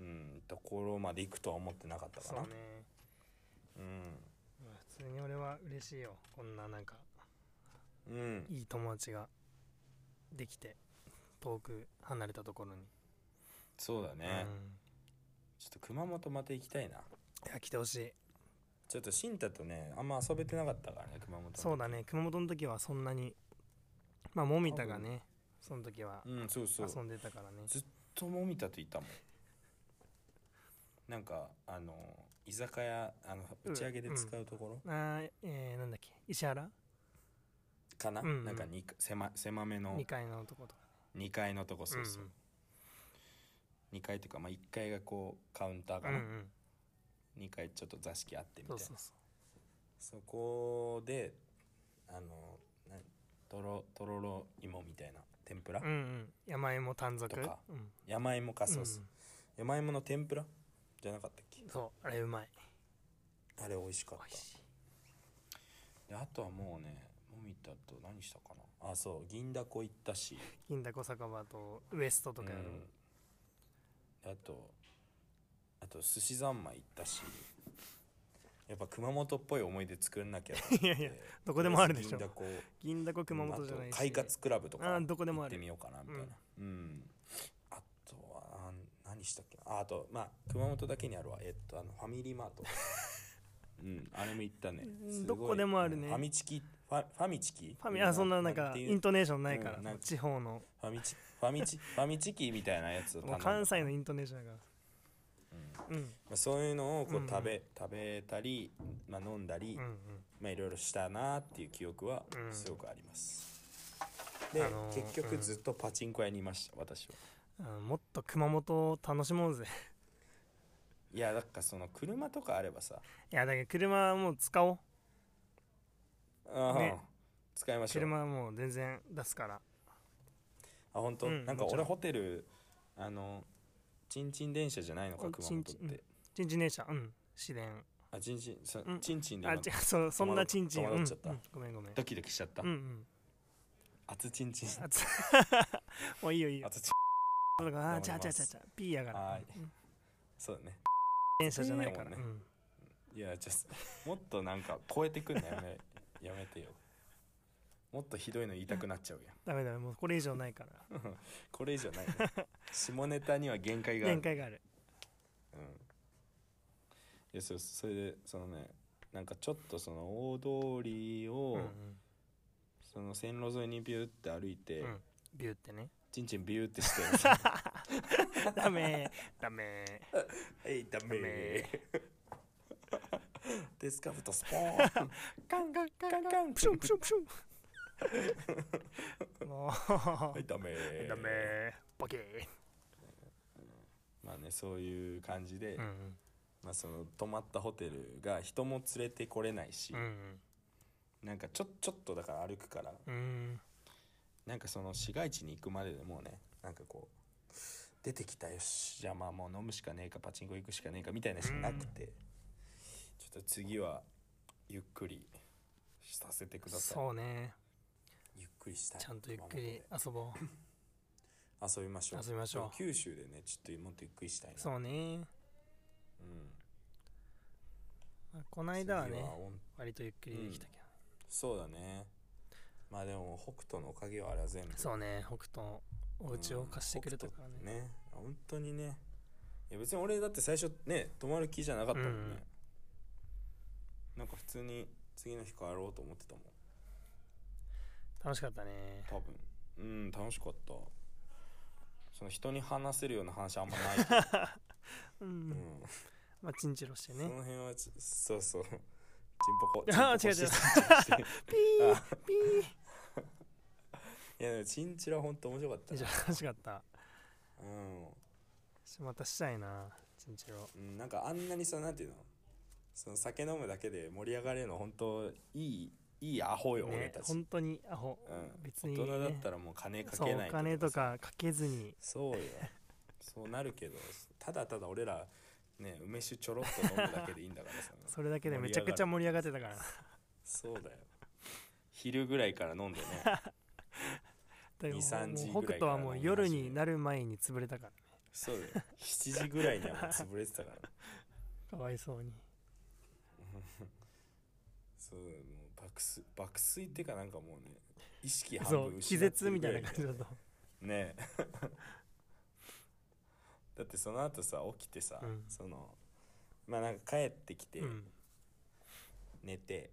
[SPEAKER 2] うんところまで行くとは思ってなかったか
[SPEAKER 1] そう
[SPEAKER 2] な
[SPEAKER 1] ね
[SPEAKER 2] うん
[SPEAKER 1] まあ普通に俺は嬉しいよこんななんか
[SPEAKER 2] うん
[SPEAKER 1] いい友達ができて遠く離れたところに、
[SPEAKER 2] そうだ
[SPEAKER 1] うん、い
[SPEAKER 2] ね、ちょっと熊本また行きたいな
[SPEAKER 1] や来てほしい
[SPEAKER 2] ちょっと新太とねあんま遊べてなかったからね熊本の
[SPEAKER 1] そうだね熊本の時はそんなにまあ桃田がねその時は
[SPEAKER 2] うんそうそう
[SPEAKER 1] 遊んでたからね
[SPEAKER 2] ずっともみたといたもんなんかあの居酒屋あの
[SPEAKER 1] うん
[SPEAKER 2] 打ち上げで使うところ、
[SPEAKER 1] あーえー、なんだっけ石原
[SPEAKER 2] かな、
[SPEAKER 1] うんうん
[SPEAKER 2] なんかに狭狭めの
[SPEAKER 1] 2階のとことか
[SPEAKER 2] 2階のとこそうそう、
[SPEAKER 1] ん
[SPEAKER 2] 2階というか、まあ、1階がこうカウンターか
[SPEAKER 1] うん、う
[SPEAKER 2] な、
[SPEAKER 1] んうん、
[SPEAKER 2] 2階ちょっと座敷あってみた
[SPEAKER 1] そ
[SPEAKER 2] いうな
[SPEAKER 1] そ
[SPEAKER 2] そう
[SPEAKER 1] そ
[SPEAKER 2] こであのなんとろとろろ芋みたいな天ぷら、
[SPEAKER 1] ううんうん山芋短冊
[SPEAKER 2] とか
[SPEAKER 1] うん
[SPEAKER 2] 山芋かそうそう、
[SPEAKER 1] う
[SPEAKER 2] 山芋の天ぷらじゃなかったっけ
[SPEAKER 1] んそうあれうまい
[SPEAKER 2] あれ美味しかっ
[SPEAKER 1] 美味
[SPEAKER 2] た
[SPEAKER 1] しい
[SPEAKER 2] であとはもうねもみたと何したかなあそう銀だこ行ったし
[SPEAKER 1] 銀だこ酒場とウエストとかやろう
[SPEAKER 2] うん、あとあと寿司三昧行ったしやっぱ熊本っぽい思い出作んなきゃと思っ て
[SPEAKER 1] いやいやどこでもあるでしょ
[SPEAKER 2] 銀だこ
[SPEAKER 1] 銀だこ熊本じゃないし
[SPEAKER 2] あと快活クラブと
[SPEAKER 1] あ
[SPEAKER 2] か
[SPEAKER 1] ーどこでもあ
[SPEAKER 2] 行
[SPEAKER 1] る
[SPEAKER 2] ってみようかなみたいなうん、あとはあ何したっけなああとまあ熊本だけにあるわえっとあのファミリーマート うんあれも行ったね
[SPEAKER 1] うん
[SPEAKER 2] すごい
[SPEAKER 1] どこでもあるね
[SPEAKER 2] ファミチキファファミチキ
[SPEAKER 1] ファミあそんななんか
[SPEAKER 2] ていう
[SPEAKER 1] イントネーションないから、
[SPEAKER 2] うんなんか
[SPEAKER 1] 地方の
[SPEAKER 2] ファミチファミ チファミチキみたいなやつを
[SPEAKER 1] もう
[SPEAKER 2] 頼
[SPEAKER 1] ん
[SPEAKER 2] だ
[SPEAKER 1] 関西のイントネーションだか
[SPEAKER 2] うん
[SPEAKER 1] らうん
[SPEAKER 2] まあ、そういうのをこ
[SPEAKER 1] うんう
[SPEAKER 2] うん食べ,、食べたり、まあ、飲んだり、
[SPEAKER 1] うん
[SPEAKER 2] まあ、いろいろしたなっていう記憶は
[SPEAKER 1] うん
[SPEAKER 2] すごくあります、で、
[SPEAKER 1] あのー
[SPEAKER 2] 結局ずっとパチンコ屋にいました私は
[SPEAKER 1] うんあのもっと熊本を楽しもうぜ
[SPEAKER 2] いやだからその車とかあればさ、
[SPEAKER 1] いやだけど車はもう使おう
[SPEAKER 2] うん
[SPEAKER 1] ね
[SPEAKER 2] 使いましょう
[SPEAKER 1] 車はもう全然出すから
[SPEAKER 2] あ本当、
[SPEAKER 1] うん
[SPEAKER 2] なんか
[SPEAKER 1] もち
[SPEAKER 2] 俺
[SPEAKER 1] ろん
[SPEAKER 2] ホテルあのチンチン電車じゃないのか
[SPEAKER 1] お
[SPEAKER 2] 熊本って
[SPEAKER 1] チンチンチンチン電車うん自然
[SPEAKER 2] あチンチンそ、
[SPEAKER 1] うん
[SPEAKER 2] チンチンで
[SPEAKER 1] あ
[SPEAKER 2] 今
[SPEAKER 1] 違うそうそんなチンチン
[SPEAKER 2] 戸惑っちゃった
[SPEAKER 1] うんうんごめんごめん
[SPEAKER 2] ドキドキしちゃった、
[SPEAKER 1] うんうん
[SPEAKER 2] 熱チンチン
[SPEAKER 1] あつ もういいよいいよ
[SPEAKER 2] 熱チン
[SPEAKER 1] あだからあ
[SPEAKER 2] 頑張り
[SPEAKER 1] ちゃうちゃう
[SPEAKER 2] ます
[SPEAKER 1] ちゃうちゃう P やから
[SPEAKER 2] はい
[SPEAKER 1] うん
[SPEAKER 2] そうだね
[SPEAKER 1] 電車じゃないから、
[SPEAKER 2] そう
[SPEAKER 1] う
[SPEAKER 2] やもん
[SPEAKER 1] ん
[SPEAKER 2] いやちょっともっとなんか超えてくんの やめやめてよもっとひどいの言いたくなっちゃうやん
[SPEAKER 1] ダメダメもうこれ以上ないから
[SPEAKER 2] これ以上ないね下ネタには限界がある
[SPEAKER 1] 限界がある
[SPEAKER 2] うん、いやそうそれでそのねなんかちょっとその大通りを、
[SPEAKER 1] うんうん
[SPEAKER 2] その線路沿いにビューって歩いて、
[SPEAKER 1] うんビューってね
[SPEAKER 2] ちんちんビューってして「
[SPEAKER 1] ダメダメ
[SPEAKER 2] えいダ
[SPEAKER 1] ダメ
[SPEAKER 2] メ」 でスカブとスポー ン
[SPEAKER 1] カンカンカンカ
[SPEAKER 2] カン
[SPEAKER 1] ン
[SPEAKER 2] カ
[SPEAKER 1] カ
[SPEAKER 2] ン
[SPEAKER 1] ンプシュンプシュンプシュン も
[SPEAKER 2] は
[SPEAKER 1] う
[SPEAKER 2] いダメ
[SPEAKER 1] ダメボケ
[SPEAKER 2] まあねそういう感じで、
[SPEAKER 1] ーうん
[SPEAKER 2] まあ、その泊まったホテルが人も連れてこれないし、
[SPEAKER 1] うん
[SPEAKER 2] なんかちょちょっとだから歩くから
[SPEAKER 1] うん
[SPEAKER 2] なんかその市街地に行くまででもうねなんかこう出てきたよしじゃあまあもう飲むしかねえかパチンコ行くしかねえかみたいなしかなくて、ちょっと次はゆっくりさせてください
[SPEAKER 1] そうね
[SPEAKER 2] ゆっくりしたい
[SPEAKER 1] ちゃんとゆっくり遊ぼう
[SPEAKER 2] 熊本で遊びましょう
[SPEAKER 1] 遊びましょう
[SPEAKER 2] でも九州でねちょっともっとゆっくりしたいな
[SPEAKER 1] そうね
[SPEAKER 2] うん、
[SPEAKER 1] まあこの間は
[SPEAKER 2] 次
[SPEAKER 1] ね
[SPEAKER 2] おん
[SPEAKER 1] 割とゆっくりできたけど
[SPEAKER 2] そうだねまあでも北斗のおかげはあれは全部
[SPEAKER 1] そうね北斗お家を貸してくれたから
[SPEAKER 2] うん
[SPEAKER 1] ね
[SPEAKER 2] ね本当にねいや別に俺だって最初ね泊まる気じゃなかったもんね、なんか普通に次の日帰ろうと思ってたもん
[SPEAKER 1] 楽しかったね
[SPEAKER 2] 多分うん楽しかったその人に話せるような話あんまないけど、
[SPEAKER 1] う
[SPEAKER 2] うん
[SPEAKER 1] んまあチンチロして
[SPEAKER 2] そ
[SPEAKER 1] ね
[SPEAKER 2] の辺はちそうそうちんぽ こ
[SPEAKER 1] あー
[SPEAKER 2] ちんぽこして
[SPEAKER 1] 違う違う
[SPEAKER 2] ちんぽこして
[SPEAKER 1] ピーピー
[SPEAKER 2] いやでもチンチラ本当面白かった
[SPEAKER 1] 以上
[SPEAKER 2] な
[SPEAKER 1] 楽しかった
[SPEAKER 2] うん
[SPEAKER 1] またしたいなチンチロ
[SPEAKER 2] うん、なんかあんなにさなんていうのその酒飲むだけで盛り上がれるの本当いいいいアホよ、俺
[SPEAKER 1] ね
[SPEAKER 2] たち、うん
[SPEAKER 1] 本当にアホ、別に、ね、
[SPEAKER 2] 大人だったらもう金か
[SPEAKER 1] そう
[SPEAKER 2] けない
[SPEAKER 1] お金と
[SPEAKER 2] さ
[SPEAKER 1] かかけずに
[SPEAKER 2] そうよそうなるけどただただ俺らね梅酒ちょろっと飲むだけでいいんだからさ
[SPEAKER 1] それだけでめちゃくちゃ盛り上がってたから
[SPEAKER 2] そうだよ昼ぐらいから飲んでね
[SPEAKER 1] でも
[SPEAKER 2] 2 3時
[SPEAKER 1] もう北斗はもう夜に
[SPEAKER 2] ぐ
[SPEAKER 1] なる前に潰れたか
[SPEAKER 2] そうだよ7時ぐらいにはもう潰れてたから
[SPEAKER 1] らかわいそうに
[SPEAKER 2] そうもうパ爆睡爆睡ってかなんかもうね意識半
[SPEAKER 1] そ
[SPEAKER 2] 分
[SPEAKER 1] う
[SPEAKER 2] 失
[SPEAKER 1] 気
[SPEAKER 2] って
[SPEAKER 1] 絶
[SPEAKER 2] る
[SPEAKER 1] み
[SPEAKER 2] ぐ
[SPEAKER 1] た
[SPEAKER 2] ら
[SPEAKER 1] いな感じだと、
[SPEAKER 2] ね えだってその後さ起きてさ、
[SPEAKER 1] うん
[SPEAKER 2] そのまあなんか帰ってきて、
[SPEAKER 1] うん、
[SPEAKER 2] 寝て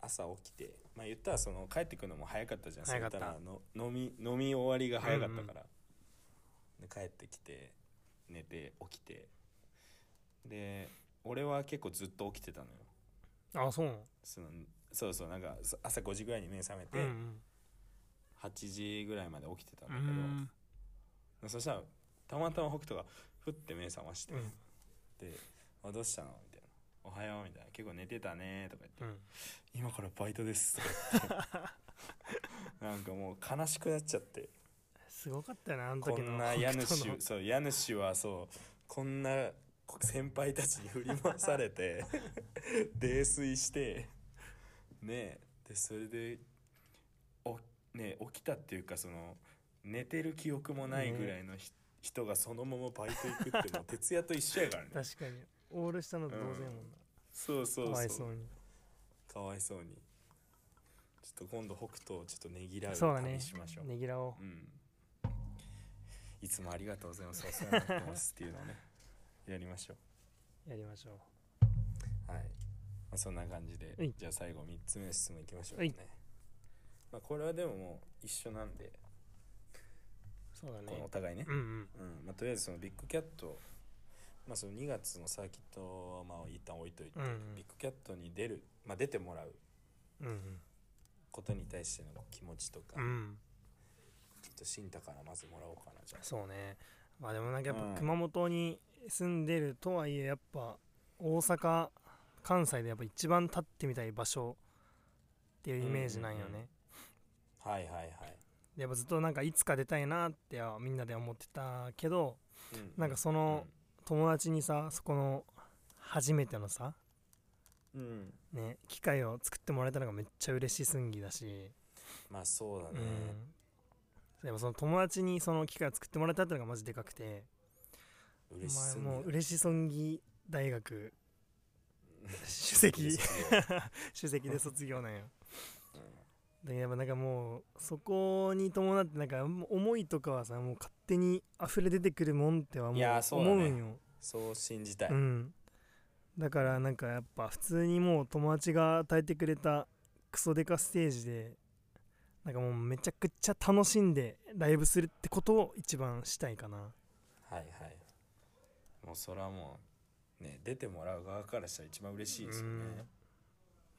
[SPEAKER 2] 朝起きてまあ言ったらその帰ってくるのも早かったじゃん
[SPEAKER 1] 早かった
[SPEAKER 2] それ言たらの飲み飲み終わりが早かったから、で帰ってきて寝て起きてで俺は結構ずっと起きてたのよ
[SPEAKER 1] あそうなの
[SPEAKER 2] そのそうそうなんかそ朝5時ぐらいに目覚めて、
[SPEAKER 1] うん
[SPEAKER 2] 8時ぐらいまで起きてたん
[SPEAKER 1] う
[SPEAKER 2] だけど、
[SPEAKER 1] ん
[SPEAKER 2] そしたらたまたま北斗がふって目覚まして、
[SPEAKER 1] うん
[SPEAKER 2] であ「どうしたの?」みたいな「おはよう」みたいな「結構寝てたね」とか言って
[SPEAKER 1] うん
[SPEAKER 2] 「今からバイトです」とか 言ってなんかもう悲しくなっちゃって
[SPEAKER 1] すごかったよなあの
[SPEAKER 2] こ
[SPEAKER 1] 時の
[SPEAKER 2] んな家
[SPEAKER 1] 北斗の
[SPEAKER 2] 主そう家主はそうこんな先輩たちに振り回されて 泥酔してねえでそれでお、ねえ、起きたっていうかその寝てる記憶もないぐらいのひ、人がそのままバイト行く ってもう徹夜と一緒やから ね
[SPEAKER 1] 確かにオールしたのと同然やもんな、
[SPEAKER 2] そうそ
[SPEAKER 1] か
[SPEAKER 2] うそう
[SPEAKER 1] わいそうに
[SPEAKER 2] かわいそうにちょっと今度北斗をちょっとねぎらう
[SPEAKER 1] そうだね
[SPEAKER 2] 旅しましょう
[SPEAKER 1] ねぎらおう
[SPEAKER 2] うん、いつもありがとうございます。お世話になってますっていうのを ね、やりましょ
[SPEAKER 1] やりましょ
[SPEAKER 2] う。はい。まあ、そんな感じで
[SPEAKER 1] はい、
[SPEAKER 2] じゃあ最後3つ目の質問いきましょう
[SPEAKER 1] はい
[SPEAKER 2] ね。まあ、これはでももう一緒なんで、
[SPEAKER 1] うそうだ
[SPEAKER 2] この
[SPEAKER 1] ね
[SPEAKER 2] お互いね
[SPEAKER 1] う。んうん
[SPEAKER 2] うん。まあ、とりあえずそのビッグキャット、まあ、その2月のサーキットをまあ一旦置いといて、
[SPEAKER 1] うんうん
[SPEAKER 2] ビッグキャットに出る、まあ、出てもらう
[SPEAKER 1] うんうん
[SPEAKER 2] ことに対しての気持ちとか、
[SPEAKER 1] うん
[SPEAKER 2] ちょっと新太からまずもらおうかな、じゃあ。
[SPEAKER 1] そうねまあでもなんかやっ
[SPEAKER 2] うん
[SPEAKER 1] ぱ熊本に住んでるとはいえやっぱ大阪関西でやっぱ一番立ってみたい場所っていうイメージなんよね、
[SPEAKER 2] うんうんうんはいはいはい。
[SPEAKER 1] でやっぱずっとなんかいつか出たいなってはみんなで思ってたけど
[SPEAKER 2] うん
[SPEAKER 1] なんかその、友達にさそこの初めてのさ
[SPEAKER 2] うんうん
[SPEAKER 1] ね機会を作ってもらえたのがめっちゃ嬉しいすんぎだし、
[SPEAKER 2] まあそうだ
[SPEAKER 1] う
[SPEAKER 2] ね。
[SPEAKER 1] ん、でもその友達にその機会を作ってもらえたってのがマジでかくて
[SPEAKER 2] 嬉しす
[SPEAKER 1] お
[SPEAKER 2] ぎ
[SPEAKER 1] 前もう
[SPEAKER 2] る
[SPEAKER 1] 嬉しそんぎ大学 首席首席で卒業なんよでやっぱなんかもうそこに伴ってなんかもう思いとかはさもう勝手に溢れ出てくるもんってはも
[SPEAKER 2] いうやーそうだ
[SPEAKER 1] 思
[SPEAKER 2] ね
[SPEAKER 1] うんよ
[SPEAKER 2] そう信じたい、
[SPEAKER 1] うん、だからなんかやっぱ普通にもう友達が与えてくれたクソデカステージでなんかもうめちゃくちゃ楽しんでライブするってことを一番したいかな
[SPEAKER 2] はいはいもうそれはもうね出てもらう側からしたら一番嬉しいですよね、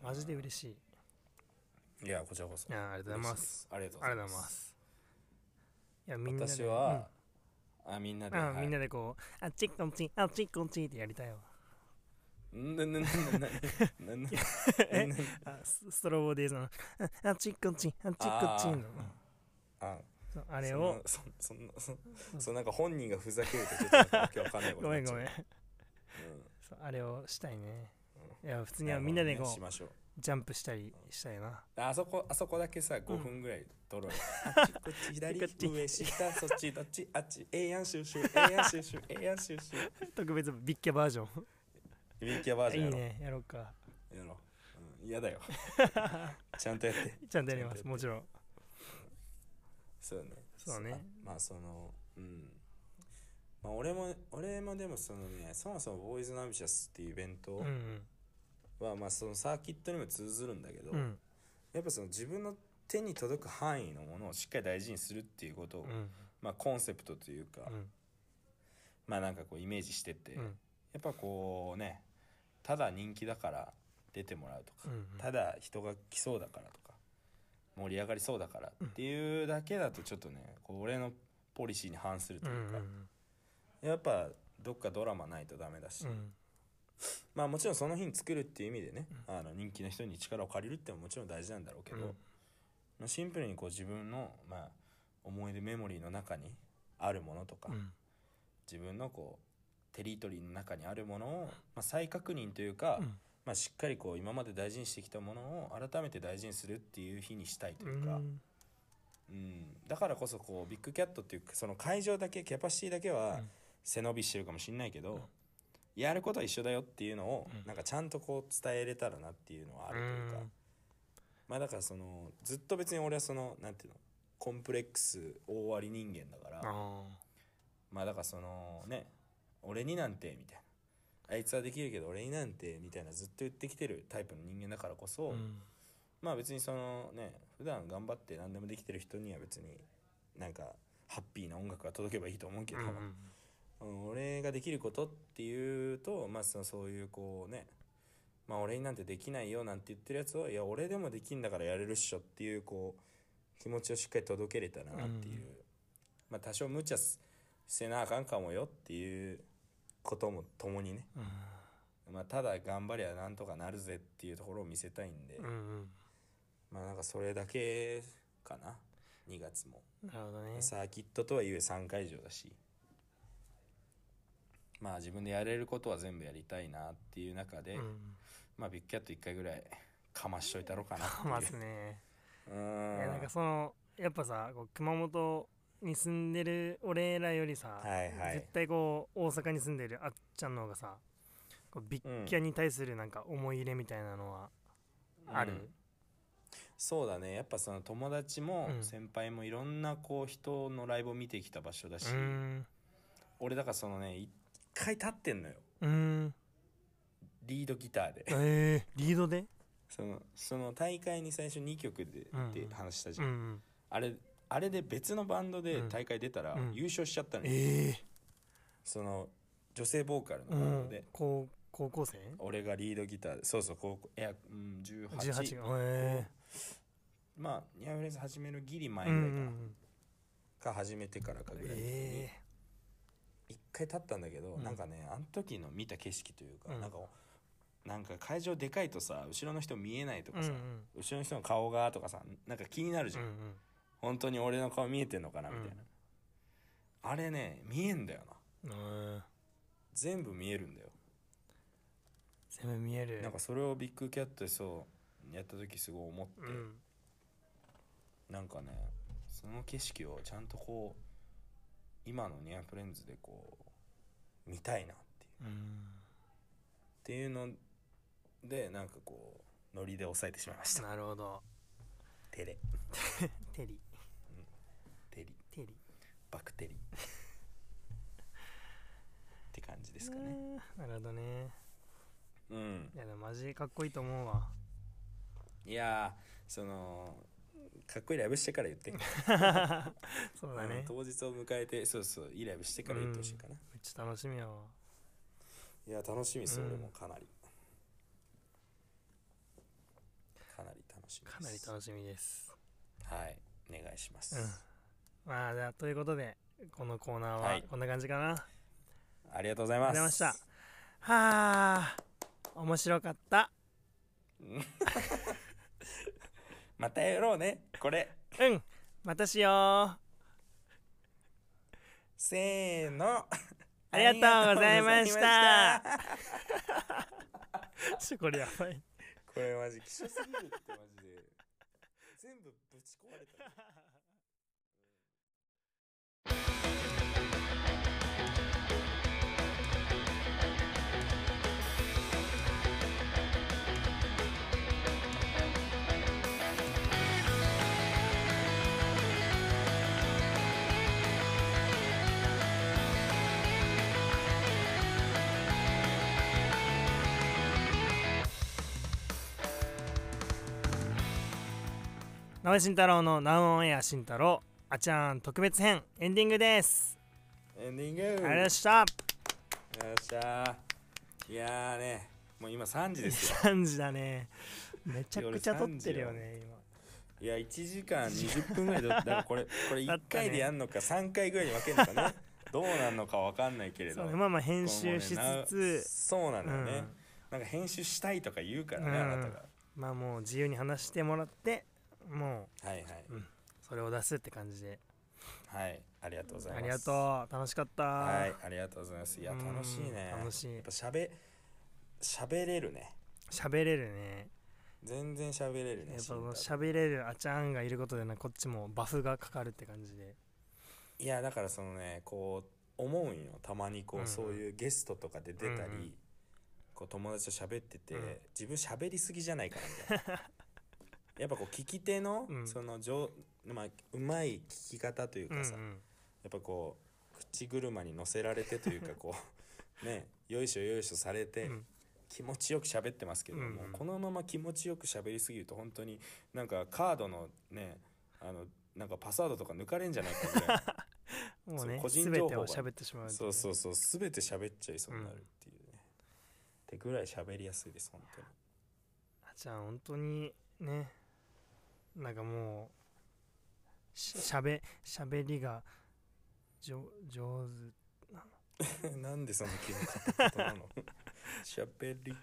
[SPEAKER 1] マジで嬉しい
[SPEAKER 2] いやこちらこそ
[SPEAKER 1] いやありがとうございます
[SPEAKER 2] 嬉しいです
[SPEAKER 1] あ
[SPEAKER 2] あ
[SPEAKER 1] り
[SPEAKER 2] り
[SPEAKER 1] がと
[SPEAKER 2] がと
[SPEAKER 1] う
[SPEAKER 2] う
[SPEAKER 1] ご
[SPEAKER 2] ご
[SPEAKER 1] ざい
[SPEAKER 2] ざい
[SPEAKER 1] ま
[SPEAKER 2] ます
[SPEAKER 1] すいやみんなで
[SPEAKER 2] 私は、あみんな
[SPEAKER 1] う
[SPEAKER 2] で、
[SPEAKER 1] ん
[SPEAKER 2] はい
[SPEAKER 1] みんなでこうあっちこっちあっちこっちってやりたいわ
[SPEAKER 2] んなななななな な
[SPEAKER 1] え
[SPEAKER 2] な
[SPEAKER 1] あスストロボディーズのああっちこっちあっちこっちの
[SPEAKER 2] あ
[SPEAKER 1] そうあれを
[SPEAKER 2] そんなそんそんなそんなんか本人がふざけるとちょっとなんかわけわかんないこと
[SPEAKER 1] ごめんごめん
[SPEAKER 2] ん、
[SPEAKER 1] そうあれをしたいねいや普通
[SPEAKER 2] うん、
[SPEAKER 1] にはみんなでこ
[SPEAKER 2] るほどね
[SPEAKER 1] う
[SPEAKER 2] しましょう
[SPEAKER 1] ジャンプしたりしたいな。
[SPEAKER 2] あそこあそこだけさ5分ぐらい撮ろうよ、 あっちこっち左
[SPEAKER 1] こっち
[SPEAKER 2] 上 下そっちどっちあっちええやんシュシュええやんシュシュええやんシュシュ
[SPEAKER 1] 特別ビッケバージョ
[SPEAKER 2] ミッキーバージョン
[SPEAKER 1] ン。い
[SPEAKER 2] や
[SPEAKER 1] い
[SPEAKER 2] ろ
[SPEAKER 1] ね、やろうか。
[SPEAKER 2] やろうん嫌 だよちゃんとやって
[SPEAKER 1] ちゃんとやりま
[SPEAKER 2] ちゃんとやっ
[SPEAKER 1] す、
[SPEAKER 2] て
[SPEAKER 1] もちろん。
[SPEAKER 2] そうね
[SPEAKER 1] そうね
[SPEAKER 2] あまあそのうんまあ俺も俺もでもそのねそもそもボーイズナビシャスっていうイベント
[SPEAKER 1] うんうん。
[SPEAKER 2] は、まあそのサーキットにも通ずるんだけど、
[SPEAKER 1] うん
[SPEAKER 2] やっぱその自分の手に届く範囲のものをしっかり大事にするっていうことを、
[SPEAKER 1] うん
[SPEAKER 2] まあコンセプトというか、
[SPEAKER 1] うん
[SPEAKER 2] まあなんかこうイメージしてて、
[SPEAKER 1] うんうん
[SPEAKER 2] やっぱこうねただ人気だから出てもらうとか、
[SPEAKER 1] うん
[SPEAKER 2] ただ人が来そうだからとか盛り上がりそうだからっていうだけだとちょっとねこう俺のポリシーに反する
[SPEAKER 1] う
[SPEAKER 2] というん
[SPEAKER 1] う
[SPEAKER 2] か、
[SPEAKER 1] ん
[SPEAKER 2] やっぱどっかドラマないとダメだし、
[SPEAKER 1] うん
[SPEAKER 2] まあもちろんその日に作るっていう意味でね、あの人気の人に力を借りるってのももちろん大事なんだろうけど、
[SPEAKER 1] うん
[SPEAKER 2] まあシンプルにこう自分の、まあ、思い出メモリーの中にあるものとか、
[SPEAKER 1] うん
[SPEAKER 2] 自分のこうテリトリーの中にあるものを、まあ、再確認というか、
[SPEAKER 1] うん
[SPEAKER 2] まあ、しっかりこう今まで大事にしてきたものを改めて大事にするっていう日にしたいというか、
[SPEAKER 1] うん
[SPEAKER 2] うんだからこそこうビッグキャットっていうかその会場だけキャパシティだけ
[SPEAKER 1] う
[SPEAKER 2] は
[SPEAKER 1] ん
[SPEAKER 2] 背伸びしてるかもしれないけど、やることは一緒だよっていうのを
[SPEAKER 1] うん
[SPEAKER 2] なんかちゃんとこう伝えれたらなっていうのはあるというか、
[SPEAKER 1] うん
[SPEAKER 2] まあだからそのずっと別に俺はそのなんていうのコンプレックス大あり人間だから
[SPEAKER 1] あ
[SPEAKER 2] まあだからそのね俺になんてみたいなあいつはできるけど俺になんてみたいなずっと言ってきてるタイプの人間だからこ
[SPEAKER 1] ー
[SPEAKER 2] そ、
[SPEAKER 1] うん
[SPEAKER 2] まあ別にそのね普段頑張って何でもできてる人には別になんかハッピーな音楽が届けばいいと思うけ
[SPEAKER 1] う
[SPEAKER 2] ど、
[SPEAKER 1] んうん
[SPEAKER 2] うん俺ができることっていうとまあそのそういうこうねまあ俺になんてできないよなんて言ってるやつをいや俺でもできんだからやれるっしょっていうこう気持ちをしっかり届けれたらなっていう、
[SPEAKER 1] うん
[SPEAKER 2] まあ多少無茶すせなあかんかもよっていうこともともにね、まあ、ただ頑張りゃなんとかなるぜっていうところを見せたいんで、
[SPEAKER 1] うんうん
[SPEAKER 2] まあなんかそれだけかな2月も。
[SPEAKER 1] なるほどね
[SPEAKER 2] サーキットとはいえ3会場だしまあ自分でやれることは全部やりたいなっていう中で、
[SPEAKER 1] うん
[SPEAKER 2] まあビッグキャット1回ぐらいかましといたろうかな っていう
[SPEAKER 1] まずね
[SPEAKER 2] う
[SPEAKER 1] い
[SPEAKER 2] ー
[SPEAKER 1] や
[SPEAKER 2] ん
[SPEAKER 1] なんかそのやっぱさこう熊本に住んでる俺らよりさ、
[SPEAKER 2] はいはい
[SPEAKER 1] 絶対こう大阪に住んでるあっちゃんの方がさこうビッキャに対するなんか思い入れみたいなのはある、
[SPEAKER 2] うんそうだねやっぱその友達も
[SPEAKER 1] うん
[SPEAKER 2] 先輩もいろんなこう人のライブを見てきた場所だし、
[SPEAKER 1] うん
[SPEAKER 2] 俺だからそのね1回立ってんのよ
[SPEAKER 1] うん
[SPEAKER 2] リードギターで
[SPEAKER 1] えー、リードで
[SPEAKER 2] そのその大会に最初2曲で
[SPEAKER 1] うん
[SPEAKER 2] って話したじ
[SPEAKER 1] う
[SPEAKER 2] ゃん、
[SPEAKER 1] ん
[SPEAKER 2] あれあれで別のバンドで大会出たら
[SPEAKER 1] うん
[SPEAKER 2] 優勝しちゃったのよ、
[SPEAKER 1] え
[SPEAKER 2] その女性ボーカルの
[SPEAKER 1] ー、う
[SPEAKER 2] バンド
[SPEAKER 1] ん
[SPEAKER 2] で、
[SPEAKER 1] 高高校生
[SPEAKER 2] 俺がリードギターでそうそう高校いや、うん、18
[SPEAKER 1] 18え
[SPEAKER 2] まあニャフレーズ始めるギリ
[SPEAKER 1] ー、
[SPEAKER 2] 前
[SPEAKER 1] う
[SPEAKER 2] ぐ
[SPEAKER 1] ん
[SPEAKER 2] らいか,、
[SPEAKER 1] うん
[SPEAKER 2] か始めてからか
[SPEAKER 1] うん
[SPEAKER 2] ぐらいの時に
[SPEAKER 1] え
[SPEAKER 2] 一回立ったんだけど、
[SPEAKER 1] うん
[SPEAKER 2] なんかねあの時の見た景色というか、
[SPEAKER 1] うん
[SPEAKER 2] なんかなんか会場でかいとさ後ろの人見えないと
[SPEAKER 1] ー、う
[SPEAKER 2] か
[SPEAKER 1] んう
[SPEAKER 2] さ、
[SPEAKER 1] ん
[SPEAKER 2] 後ろの人の顔がとかさなんか気になるじ
[SPEAKER 1] う
[SPEAKER 2] ゃん、
[SPEAKER 1] ん
[SPEAKER 2] 本当に俺の顔見えてんのかなみ
[SPEAKER 1] う
[SPEAKER 2] たい
[SPEAKER 1] ん
[SPEAKER 2] な、あれね見えんだよな
[SPEAKER 1] うんうん
[SPEAKER 2] 全部見えるんだよ
[SPEAKER 1] 全部見える
[SPEAKER 2] なんかそれをビッグキャットでそうやった時すごい思って、
[SPEAKER 1] うん
[SPEAKER 2] なんかねその景色をちゃんとこう今のニアフレンズでこう見たいなっていう
[SPEAKER 1] うん
[SPEAKER 2] っていうのでなんかこうノリで抑えてしまいました
[SPEAKER 1] なるほど
[SPEAKER 2] テレ
[SPEAKER 1] テリ
[SPEAKER 2] テリ
[SPEAKER 1] テリ
[SPEAKER 2] バクテリって感じで
[SPEAKER 1] です
[SPEAKER 2] かね
[SPEAKER 1] なるほどね
[SPEAKER 2] うん
[SPEAKER 1] いやでもマジかっこいいと思うわ
[SPEAKER 2] いやーそのかっこいいライブしてから言って、
[SPEAKER 1] そうだね
[SPEAKER 2] 当日を迎えてそうそういいライブしてから言ってほしいかな、
[SPEAKER 1] めっちゃ楽しみやわ
[SPEAKER 2] いや楽しみです、
[SPEAKER 1] うん
[SPEAKER 2] 俺もかなりかなり楽しみです
[SPEAKER 1] かなり楽しみです
[SPEAKER 2] はいお願いします、
[SPEAKER 1] まあじゃあということでこのコーナー
[SPEAKER 2] は
[SPEAKER 1] はいこんな感じかな、
[SPEAKER 2] ありがとうござい
[SPEAKER 1] あ
[SPEAKER 2] ま
[SPEAKER 1] りがとうご
[SPEAKER 2] す
[SPEAKER 1] ざいましたはあ面白かった
[SPEAKER 2] またやろうねこれ
[SPEAKER 1] うんまたしよ
[SPEAKER 2] せーの
[SPEAKER 1] ありがとうございました
[SPEAKER 2] ありがとうございました
[SPEAKER 1] うちょこれやばい
[SPEAKER 2] これマジ希少すぎるってマジで全部ぶち壊れた
[SPEAKER 1] 直江慎太郎の「ナウオンエア慎太郎」あちゃん特別編エンディングです、
[SPEAKER 2] エンディングありがとう
[SPEAKER 1] あ
[SPEAKER 2] ご
[SPEAKER 1] り
[SPEAKER 2] ざい
[SPEAKER 1] がとうございました
[SPEAKER 2] ましたいやーねもう今3時ですよ
[SPEAKER 1] 3時だねめちゃくちゃ撮ってるよね
[SPEAKER 2] いや1時間20分ぐらいだだからこれこれ
[SPEAKER 1] だ
[SPEAKER 2] 1
[SPEAKER 1] ったね
[SPEAKER 2] 回でやんのか3回ぐらいに分けるのかね どうなんのか分かんないけれ
[SPEAKER 1] 今
[SPEAKER 2] ど
[SPEAKER 1] そうねまあまあ編集し
[SPEAKER 2] 今後ね
[SPEAKER 1] つつ、
[SPEAKER 2] なそうなんだよね、
[SPEAKER 1] うん
[SPEAKER 2] なんか編集したいとか言うからね、
[SPEAKER 1] うん
[SPEAKER 2] あなたが
[SPEAKER 1] まあもう自由に話してもらっても
[SPEAKER 2] はいはい、
[SPEAKER 1] うんうそれを出すって感じで
[SPEAKER 2] はいありがとうございます
[SPEAKER 1] ありがとう楽しかった
[SPEAKER 2] はいありがとうございますいや
[SPEAKER 1] うん
[SPEAKER 2] 楽しいね
[SPEAKER 1] 楽しい
[SPEAKER 2] やっぱしゃべしゃべれるね
[SPEAKER 1] 喋れるね
[SPEAKER 2] 全然しゃべれるね
[SPEAKER 1] やっぱそ
[SPEAKER 2] 慎
[SPEAKER 1] の
[SPEAKER 2] 太
[SPEAKER 1] 喋れるあちゃんがいることでなこっちもバフがかかるって感じで
[SPEAKER 2] いやだからそのねこう思うんよたまにこう、
[SPEAKER 1] うん
[SPEAKER 2] そういうゲストとかで出たり、
[SPEAKER 1] うんうん
[SPEAKER 2] こう友達と喋ってて、
[SPEAKER 1] うん
[SPEAKER 2] 自分喋りすぎじゃないかなみたいなやっぱこう聞き手の、
[SPEAKER 1] うん
[SPEAKER 2] その上、まあ、うまい聞き方という
[SPEAKER 1] うんう
[SPEAKER 2] かさ、や
[SPEAKER 1] ん
[SPEAKER 2] っぱこう口車に乗せられてというか こうねよいしょよいしょされて、
[SPEAKER 1] うん
[SPEAKER 2] 気持ちよく喋ってますけども、
[SPEAKER 1] うんうん
[SPEAKER 2] このまま気持ちよく喋りすぎると本当になんかカードのねあのなんかパスワードとか抜かれんじゃないかみたいな。
[SPEAKER 1] もうね
[SPEAKER 2] そう個人
[SPEAKER 1] 全
[SPEAKER 2] 情
[SPEAKER 1] て
[SPEAKER 2] 報
[SPEAKER 1] を
[SPEAKER 2] が
[SPEAKER 1] 喋ってしまう
[SPEAKER 2] そう
[SPEAKER 1] う
[SPEAKER 2] そうそう全て喋っちゃいそうになるっていうね、ってぐらい喋りやすいです本当に
[SPEAKER 1] あちゃん本当にねなんかもうししゃべしゃべりがじょ上手
[SPEAKER 2] なんでそんな気分片言なの 喋りか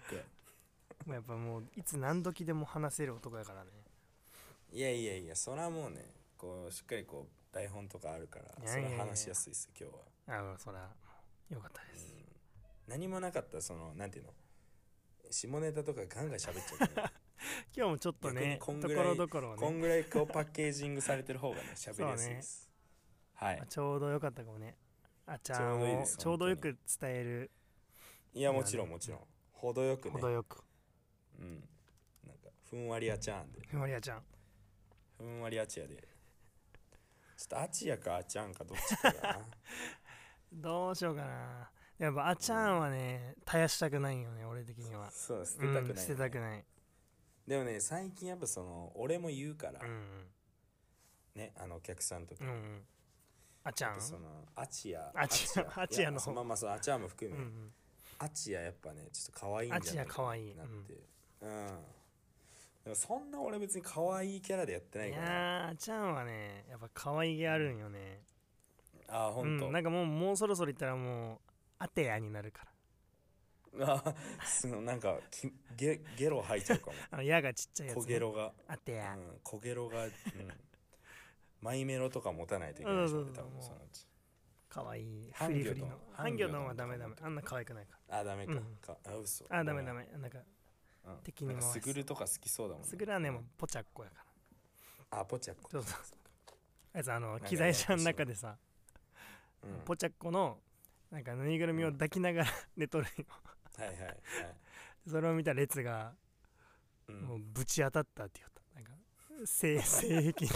[SPEAKER 1] もうやっぱもういつ何時でも話せる男やからね
[SPEAKER 2] いやいやいやそらもうねこうしっかりこう台本とかあるから
[SPEAKER 1] いや
[SPEAKER 2] そ
[SPEAKER 1] いや
[SPEAKER 2] れ
[SPEAKER 1] いや
[SPEAKER 2] は話しやすいです今日は、
[SPEAKER 1] あそらよかったです
[SPEAKER 2] うん、何もなかったらそのなんていうの下ネタとかガンガン喋っちゃうからね
[SPEAKER 1] 今日もちょっとね
[SPEAKER 2] 逆にこん
[SPEAKER 1] と
[SPEAKER 2] ぐ
[SPEAKER 1] こ
[SPEAKER 2] らい
[SPEAKER 1] ろどころ
[SPEAKER 2] こ
[SPEAKER 1] ね、
[SPEAKER 2] んぐらいこうパッケージングされてる方がね喋りやすいです、はい
[SPEAKER 1] あちょうどよかったかもねあちゃ
[SPEAKER 2] ちょうんどいい
[SPEAKER 1] を
[SPEAKER 2] です
[SPEAKER 1] ちょうどよ
[SPEAKER 2] 本当
[SPEAKER 1] く伝える
[SPEAKER 2] いやもちろんもちろん程よくね
[SPEAKER 1] 程よく
[SPEAKER 2] うんなんかふんわりあちゃーんで
[SPEAKER 1] ふまりあちゃん
[SPEAKER 2] ふんわりアチアで。ちょっとアチアかアチャンかどっちかだ な。
[SPEAKER 1] どうしようかなやっぱあちゃんはね絶やしたくないよね俺的には
[SPEAKER 2] そうだ、捨て
[SPEAKER 1] う
[SPEAKER 2] た
[SPEAKER 1] ん
[SPEAKER 2] くない、
[SPEAKER 1] 捨てたくない
[SPEAKER 2] でもね、最近やっぱその、俺も言うから、
[SPEAKER 1] うん
[SPEAKER 2] ね、あのお客さんとか。
[SPEAKER 1] うんうんあちゃん
[SPEAKER 2] そのアチア
[SPEAKER 1] アチアアチアの
[SPEAKER 2] いやまあまあそうアチアも含
[SPEAKER 1] う
[SPEAKER 2] め、
[SPEAKER 1] んうん
[SPEAKER 2] アチアやっぱねちょっと可愛いんじゃない
[SPEAKER 1] アチア可愛い
[SPEAKER 2] なってうん、でもそんな俺別に可愛いキャラでやってない
[SPEAKER 1] い
[SPEAKER 2] からあ
[SPEAKER 1] やーあちゃんはねやっぱ可愛げあるんよね
[SPEAKER 2] あ
[SPEAKER 1] う
[SPEAKER 2] 本当、
[SPEAKER 1] んなんかもうもうそろそろ言ったらもうアテヤになるから
[SPEAKER 2] あそのなんかきゲゲロ吐いちゃうかも
[SPEAKER 1] あの矢がちっ ちゃいやつね
[SPEAKER 2] 小ゲロが
[SPEAKER 1] アテヤ
[SPEAKER 2] うん、焦げろが、うん、マイメロとか持たないといけないでしょうね、多分そのうち。
[SPEAKER 1] 可愛い
[SPEAKER 2] ハ
[SPEAKER 1] フ
[SPEAKER 2] ンギョ
[SPEAKER 1] リ
[SPEAKER 2] ドン
[SPEAKER 1] フリのハンギョドンはダメダメあんな可愛くないか
[SPEAKER 2] あ、ダメか。
[SPEAKER 1] うん
[SPEAKER 2] かあ、嘘。
[SPEAKER 1] らあダメ
[SPEAKER 2] ご
[SPEAKER 1] ダ
[SPEAKER 2] めん。
[SPEAKER 1] メなんか
[SPEAKER 2] うん
[SPEAKER 1] 敵に
[SPEAKER 2] なん
[SPEAKER 1] 回
[SPEAKER 2] か
[SPEAKER 1] す
[SPEAKER 2] スグルとか好きそうだもんね。
[SPEAKER 1] すぐらはねもうポチャッコやから
[SPEAKER 2] あ、ポチャッコ。
[SPEAKER 1] そうそうあいつあの
[SPEAKER 2] か
[SPEAKER 1] 機材車の中でさ
[SPEAKER 2] うん
[SPEAKER 1] ポチャッコのなんかぬいぐるみを抱きながら 寝とるんよ
[SPEAKER 2] はいはいはい。
[SPEAKER 1] それを見た列が
[SPEAKER 2] うん
[SPEAKER 1] もうぶち当たったって言ったなんか性 性癖に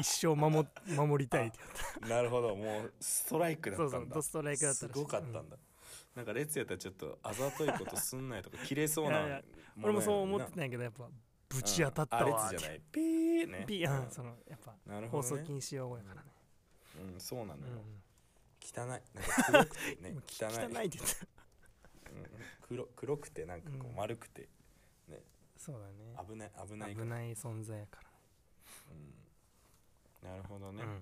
[SPEAKER 1] 一生守守りたいって言っ
[SPEAKER 2] なるほど、もうストライク
[SPEAKER 1] た
[SPEAKER 2] だ
[SPEAKER 1] そ
[SPEAKER 2] っ
[SPEAKER 1] うそ
[SPEAKER 2] た
[SPEAKER 1] うん
[SPEAKER 2] だ
[SPEAKER 1] ド。ストライクだった
[SPEAKER 2] す
[SPEAKER 1] らしい
[SPEAKER 2] ごかったんだ。
[SPEAKER 1] うん
[SPEAKER 2] なんか列やったらちょっとあざといことすんないとか切れそう
[SPEAKER 1] いやい
[SPEAKER 2] な
[SPEAKER 1] や俺もそう思ってたんやけどやっぱぶち当たったわ
[SPEAKER 2] あ
[SPEAKER 1] ー
[SPEAKER 2] 列
[SPEAKER 1] っ
[SPEAKER 2] じ
[SPEAKER 1] て
[SPEAKER 2] ゃないピーね
[SPEAKER 1] ピ
[SPEAKER 2] う
[SPEAKER 1] ー
[SPEAKER 2] ん
[SPEAKER 1] うんそのやっぱ
[SPEAKER 2] なる
[SPEAKER 1] 放
[SPEAKER 2] ほ
[SPEAKER 1] 送
[SPEAKER 2] どね
[SPEAKER 1] 禁止用語やからね
[SPEAKER 2] うんそうなのよ
[SPEAKER 1] う
[SPEAKER 2] 汚いなんか黒 くてね
[SPEAKER 1] ん
[SPEAKER 2] 汚い
[SPEAKER 1] 汚いって言った
[SPEAKER 2] うん黒黒くてなんかこ
[SPEAKER 1] うん
[SPEAKER 2] う丸くて
[SPEAKER 1] そうだ
[SPEAKER 2] 危ない危ない
[SPEAKER 1] ね
[SPEAKER 2] か
[SPEAKER 1] 危
[SPEAKER 2] ら、
[SPEAKER 1] ない存在やか
[SPEAKER 2] うん、なるほどね
[SPEAKER 1] ら、うんうん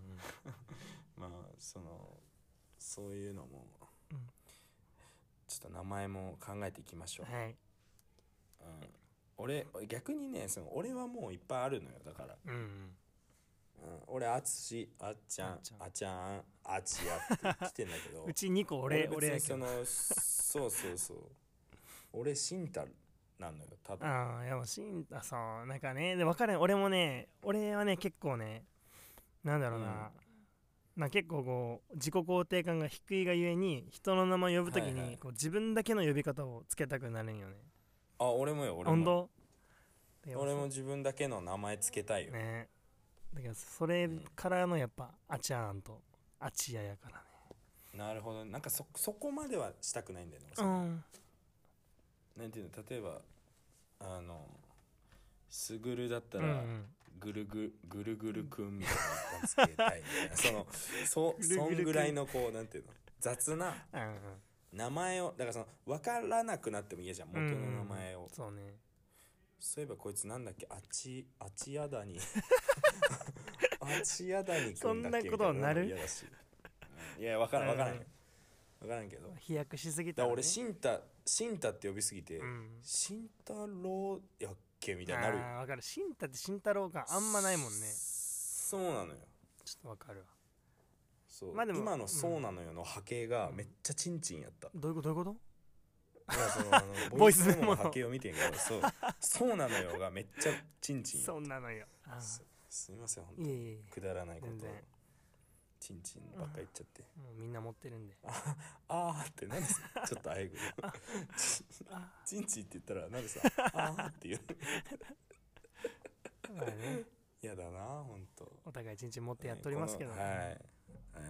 [SPEAKER 2] まあそのそういうのも、
[SPEAKER 1] うん
[SPEAKER 2] ちょっと名前も考えていきましょう、
[SPEAKER 1] はい
[SPEAKER 2] うん、俺逆にねその俺はもういっぱいあるのよだから、
[SPEAKER 1] うんうん
[SPEAKER 2] うん、俺あつしあっちゃ
[SPEAKER 1] あっ
[SPEAKER 2] ん
[SPEAKER 1] ちゃん
[SPEAKER 2] あちゃんあちやって来てんだけ ど
[SPEAKER 1] うち2個俺俺
[SPEAKER 2] 別
[SPEAKER 1] や
[SPEAKER 2] に
[SPEAKER 1] け
[SPEAKER 2] そ
[SPEAKER 1] ど
[SPEAKER 2] のそうそうそう俺しんたなのよ多分
[SPEAKER 1] ああいやもうしんあそうなんかねで分かる俺もね俺はね結構ねなんだろうな、まあ結構こう自己肯定感が低いがゆえに人の名前呼ぶとき
[SPEAKER 2] はいは
[SPEAKER 1] に
[SPEAKER 2] い
[SPEAKER 1] こう自分だけの呼び方をつけたくなるんよね、
[SPEAKER 2] あ俺もよ俺
[SPEAKER 1] 本
[SPEAKER 2] も
[SPEAKER 1] 当で
[SPEAKER 2] 俺も自分だけの名前つけたいよ、
[SPEAKER 1] ねだからそれからのやっぱあちゃーんとあちややからね
[SPEAKER 2] なるほどなんかそそこまではしたくないんだよね、俺
[SPEAKER 1] うん
[SPEAKER 2] なんていうの例えばあのすぐるだった
[SPEAKER 1] うんう
[SPEAKER 2] ら、
[SPEAKER 1] ん
[SPEAKER 2] ぐるぐぐるぐるくんみたいなつけたいみた いなそのそ
[SPEAKER 1] ぐるぐる
[SPEAKER 2] そ
[SPEAKER 1] くん
[SPEAKER 2] んぐらいのこうなんていうの雑な
[SPEAKER 1] うんうん
[SPEAKER 2] 名前をだからその分からなくなっても嫌じゃん元の名前を、
[SPEAKER 1] うんそうね
[SPEAKER 2] そういえばこいつなんだっけあちあちやだに あちやだにくんだっけ
[SPEAKER 1] そんなことになる
[SPEAKER 2] みたいのも嫌だしうんいや分からん分からんよ
[SPEAKER 1] うん
[SPEAKER 2] 分からんけどだか
[SPEAKER 1] 飛躍しすぎた
[SPEAKER 2] ら
[SPEAKER 1] らね、
[SPEAKER 2] 俺しんたしんたって呼びすぎて、
[SPEAKER 1] うん
[SPEAKER 2] 慎太郎やっけみたいになるよ
[SPEAKER 1] あーわかる慎太って慎太郎感あんまないもんね
[SPEAKER 2] そうなのよ
[SPEAKER 1] ちょっとわかるわ
[SPEAKER 2] そう、
[SPEAKER 1] まあでも
[SPEAKER 2] 今の「そうなのよ」の波形がめっちゃチンチン やった、
[SPEAKER 1] どういうことどういうこ
[SPEAKER 2] いやそのあのボ
[SPEAKER 1] ボ
[SPEAKER 2] イ
[SPEAKER 1] イ
[SPEAKER 2] ス
[SPEAKER 1] ス
[SPEAKER 2] メ
[SPEAKER 1] メ
[SPEAKER 2] モ
[SPEAKER 1] モ
[SPEAKER 2] の
[SPEAKER 1] の
[SPEAKER 2] 波形を見てんけどそう「そうなのよ」がめっちゃチン
[SPEAKER 1] と
[SPEAKER 2] チンや
[SPEAKER 1] そんなのよあー
[SPEAKER 2] すすみません本
[SPEAKER 1] いえいえ
[SPEAKER 2] 当くだらないことを
[SPEAKER 1] 全然
[SPEAKER 2] チンチンばっか言っちゃって、
[SPEAKER 1] もうみんな持ってる んで
[SPEAKER 2] あーってなんでさちょっとあえぐ
[SPEAKER 1] あ
[SPEAKER 2] チンチンって言ったらなんでさあーっていう
[SPEAKER 1] まあね
[SPEAKER 2] 嫌だなほんと
[SPEAKER 1] お互いちんちん持ってやっておりますけど、
[SPEAKER 2] ねこのはい、はい、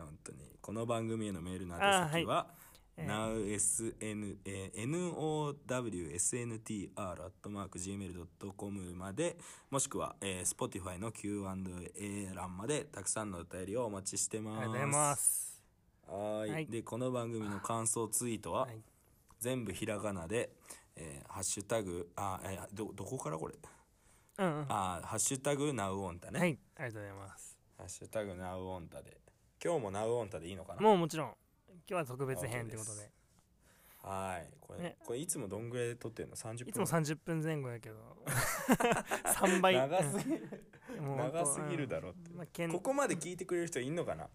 [SPEAKER 2] 本当にこの番組へのメールの宛先は、
[SPEAKER 1] えー
[SPEAKER 2] nowsn、えー nowsntr.gmail.com までもしくは、えー、Spotify の Q&A 欄までたくさんのお便りをお待ちして
[SPEAKER 1] あり
[SPEAKER 2] ます
[SPEAKER 1] がとうございます
[SPEAKER 2] はーい
[SPEAKER 1] はい
[SPEAKER 2] でこの番組の感想ツイートは、
[SPEAKER 1] はい
[SPEAKER 2] 全部ひらがなで、えーハッシュタグあ、えーどどこからこれ
[SPEAKER 1] うんうんは
[SPEAKER 2] あーハッシュタグナウオンタ
[SPEAKER 1] い
[SPEAKER 2] ね、
[SPEAKER 1] ありがとうございます
[SPEAKER 2] ハッシュタグナウオンタで今日もナウオンタでいいのかな
[SPEAKER 1] もうもちろん今日は特別編ということ
[SPEAKER 2] あ
[SPEAKER 1] で
[SPEAKER 2] はいこれ,、
[SPEAKER 1] ね
[SPEAKER 2] これいつもどんぐらいで撮ってるの30分
[SPEAKER 1] いつも30分前後やけ ど3倍
[SPEAKER 2] 長すぎる
[SPEAKER 1] うんもう 本当
[SPEAKER 2] 長すぎるだろっ
[SPEAKER 1] うんまあ
[SPEAKER 2] て
[SPEAKER 1] けん
[SPEAKER 2] ここまで聞いてくれる人いんのかな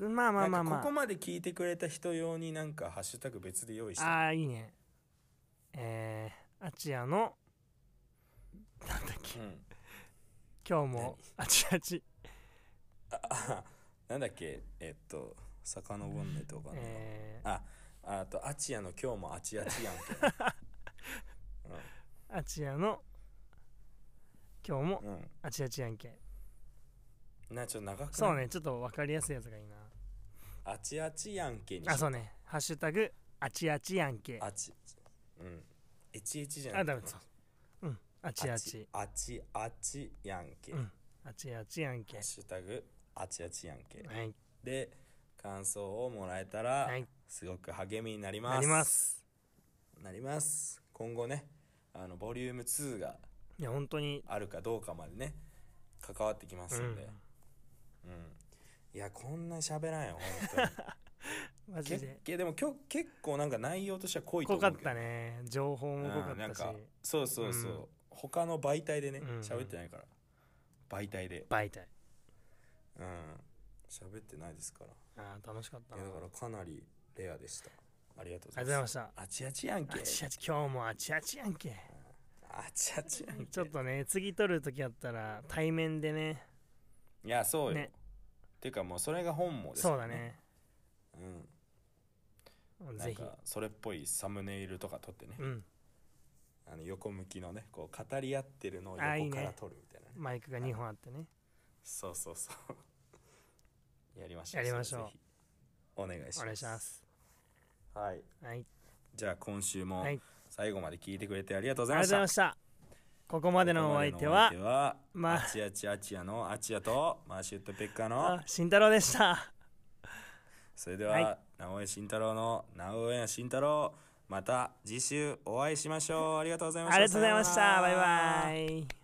[SPEAKER 1] まあまあまあ
[SPEAKER 2] なん
[SPEAKER 1] ま
[SPEAKER 2] かここまで聞いてくれた人用になんかハッシュタグ別で用意し
[SPEAKER 1] あ
[SPEAKER 2] た
[SPEAKER 1] あーいいねえー、あちやのなんだっけ
[SPEAKER 2] うん
[SPEAKER 1] 今日もあちあち
[SPEAKER 2] あなんだっけえっと遡んないとわかんない
[SPEAKER 1] え
[SPEAKER 2] わ、あとアチアの今日もアチアチやんけ
[SPEAKER 1] ー、あちやの今日も
[SPEAKER 2] うん、
[SPEAKER 1] あちあちやんけ
[SPEAKER 2] うん、なちょっと長くない
[SPEAKER 1] そうねちょっと分かりやすいやつがいいな
[SPEAKER 2] アチアチやんけに
[SPEAKER 1] あそうねハッシュタグあちあちやんけ
[SPEAKER 2] アチうんエチエチじゃな
[SPEAKER 1] あ
[SPEAKER 2] い
[SPEAKER 1] ダメそううんあちあち
[SPEAKER 2] アチアチやんけ、
[SPEAKER 1] うんあちあちやんけ
[SPEAKER 2] ハッ
[SPEAKER 1] は
[SPEAKER 2] シュタグアチアチやんけ
[SPEAKER 1] い
[SPEAKER 2] で感想をもらえたら、
[SPEAKER 1] はい
[SPEAKER 2] すごく励みになります
[SPEAKER 1] なります
[SPEAKER 2] なります今後ねあのボリューム2が
[SPEAKER 1] いや本当に
[SPEAKER 2] あるかどうかまでね関わってきますんで、うんいやこんな喋 らんよ本
[SPEAKER 1] うんマ
[SPEAKER 2] 当
[SPEAKER 1] ジ
[SPEAKER 2] に
[SPEAKER 1] で
[SPEAKER 2] けでも今日結構なんか内容としては濃い
[SPEAKER 1] 濃
[SPEAKER 2] と思
[SPEAKER 1] か
[SPEAKER 2] う
[SPEAKER 1] っ
[SPEAKER 2] けど
[SPEAKER 1] たね情報も濃か
[SPEAKER 2] うん
[SPEAKER 1] っ
[SPEAKER 2] なん
[SPEAKER 1] たし
[SPEAKER 2] かそうそうそう、
[SPEAKER 1] うん
[SPEAKER 2] 他の媒体でね
[SPEAKER 1] うん
[SPEAKER 2] 喋ってないから、媒体で
[SPEAKER 1] 媒体
[SPEAKER 2] うん喋ってないですから
[SPEAKER 1] あー楽しかった
[SPEAKER 2] い
[SPEAKER 1] な
[SPEAKER 2] やだ
[SPEAKER 1] あ
[SPEAKER 2] からかなりレアでしたありがと
[SPEAKER 1] りがとう
[SPEAKER 2] うご
[SPEAKER 1] ご
[SPEAKER 2] ざ
[SPEAKER 1] ざい
[SPEAKER 2] い
[SPEAKER 1] ま
[SPEAKER 2] ま
[SPEAKER 1] し
[SPEAKER 2] す
[SPEAKER 1] た
[SPEAKER 2] あちあちやん
[SPEAKER 1] あ
[SPEAKER 2] け
[SPEAKER 1] ちあち今日もあちあちやんけ
[SPEAKER 2] あちあちやんけ
[SPEAKER 1] ちょっとね次撮る時やったら対面でね
[SPEAKER 2] いやそうよ、
[SPEAKER 1] ね
[SPEAKER 2] っていうかもうそれが本望です
[SPEAKER 1] そ
[SPEAKER 2] よ
[SPEAKER 1] うだね
[SPEAKER 2] うんなん
[SPEAKER 1] ぜひ
[SPEAKER 2] かそれっぽいサムネイルとか撮ってね、
[SPEAKER 1] うん
[SPEAKER 2] あの横向きのねこう語り合ってるのを
[SPEAKER 1] あいい
[SPEAKER 2] 横
[SPEAKER 1] ね
[SPEAKER 2] から撮るみたいなね
[SPEAKER 1] マイクが2本あってね
[SPEAKER 2] そうそうそうやりましょう
[SPEAKER 1] やりましょう
[SPEAKER 2] それぜひお願いします
[SPEAKER 1] お願いします
[SPEAKER 2] はい
[SPEAKER 1] はい
[SPEAKER 2] じゃあ今週も
[SPEAKER 1] はい
[SPEAKER 2] 最後まで聞いてくれてありがとうご
[SPEAKER 1] あ
[SPEAKER 2] ざい
[SPEAKER 1] りがとう
[SPEAKER 2] ま
[SPEAKER 1] ご
[SPEAKER 2] し
[SPEAKER 1] ざ
[SPEAKER 2] た
[SPEAKER 1] いましたここまでのお相手は
[SPEAKER 2] ここま
[SPEAKER 1] ま
[SPEAKER 2] でのお相手は
[SPEAKER 1] あ
[SPEAKER 2] アチアチアチアのアチアとマーシュットペッカーの
[SPEAKER 1] あ慎太郎でした
[SPEAKER 2] それでは、
[SPEAKER 1] はい
[SPEAKER 2] 直江慎太郎の直江慎太郎また次週お会いしましょうありがとうございまし
[SPEAKER 1] あ
[SPEAKER 2] た
[SPEAKER 1] りがとうございまし
[SPEAKER 2] さよ
[SPEAKER 1] た
[SPEAKER 2] な
[SPEAKER 1] バイ
[SPEAKER 2] ら
[SPEAKER 1] バイ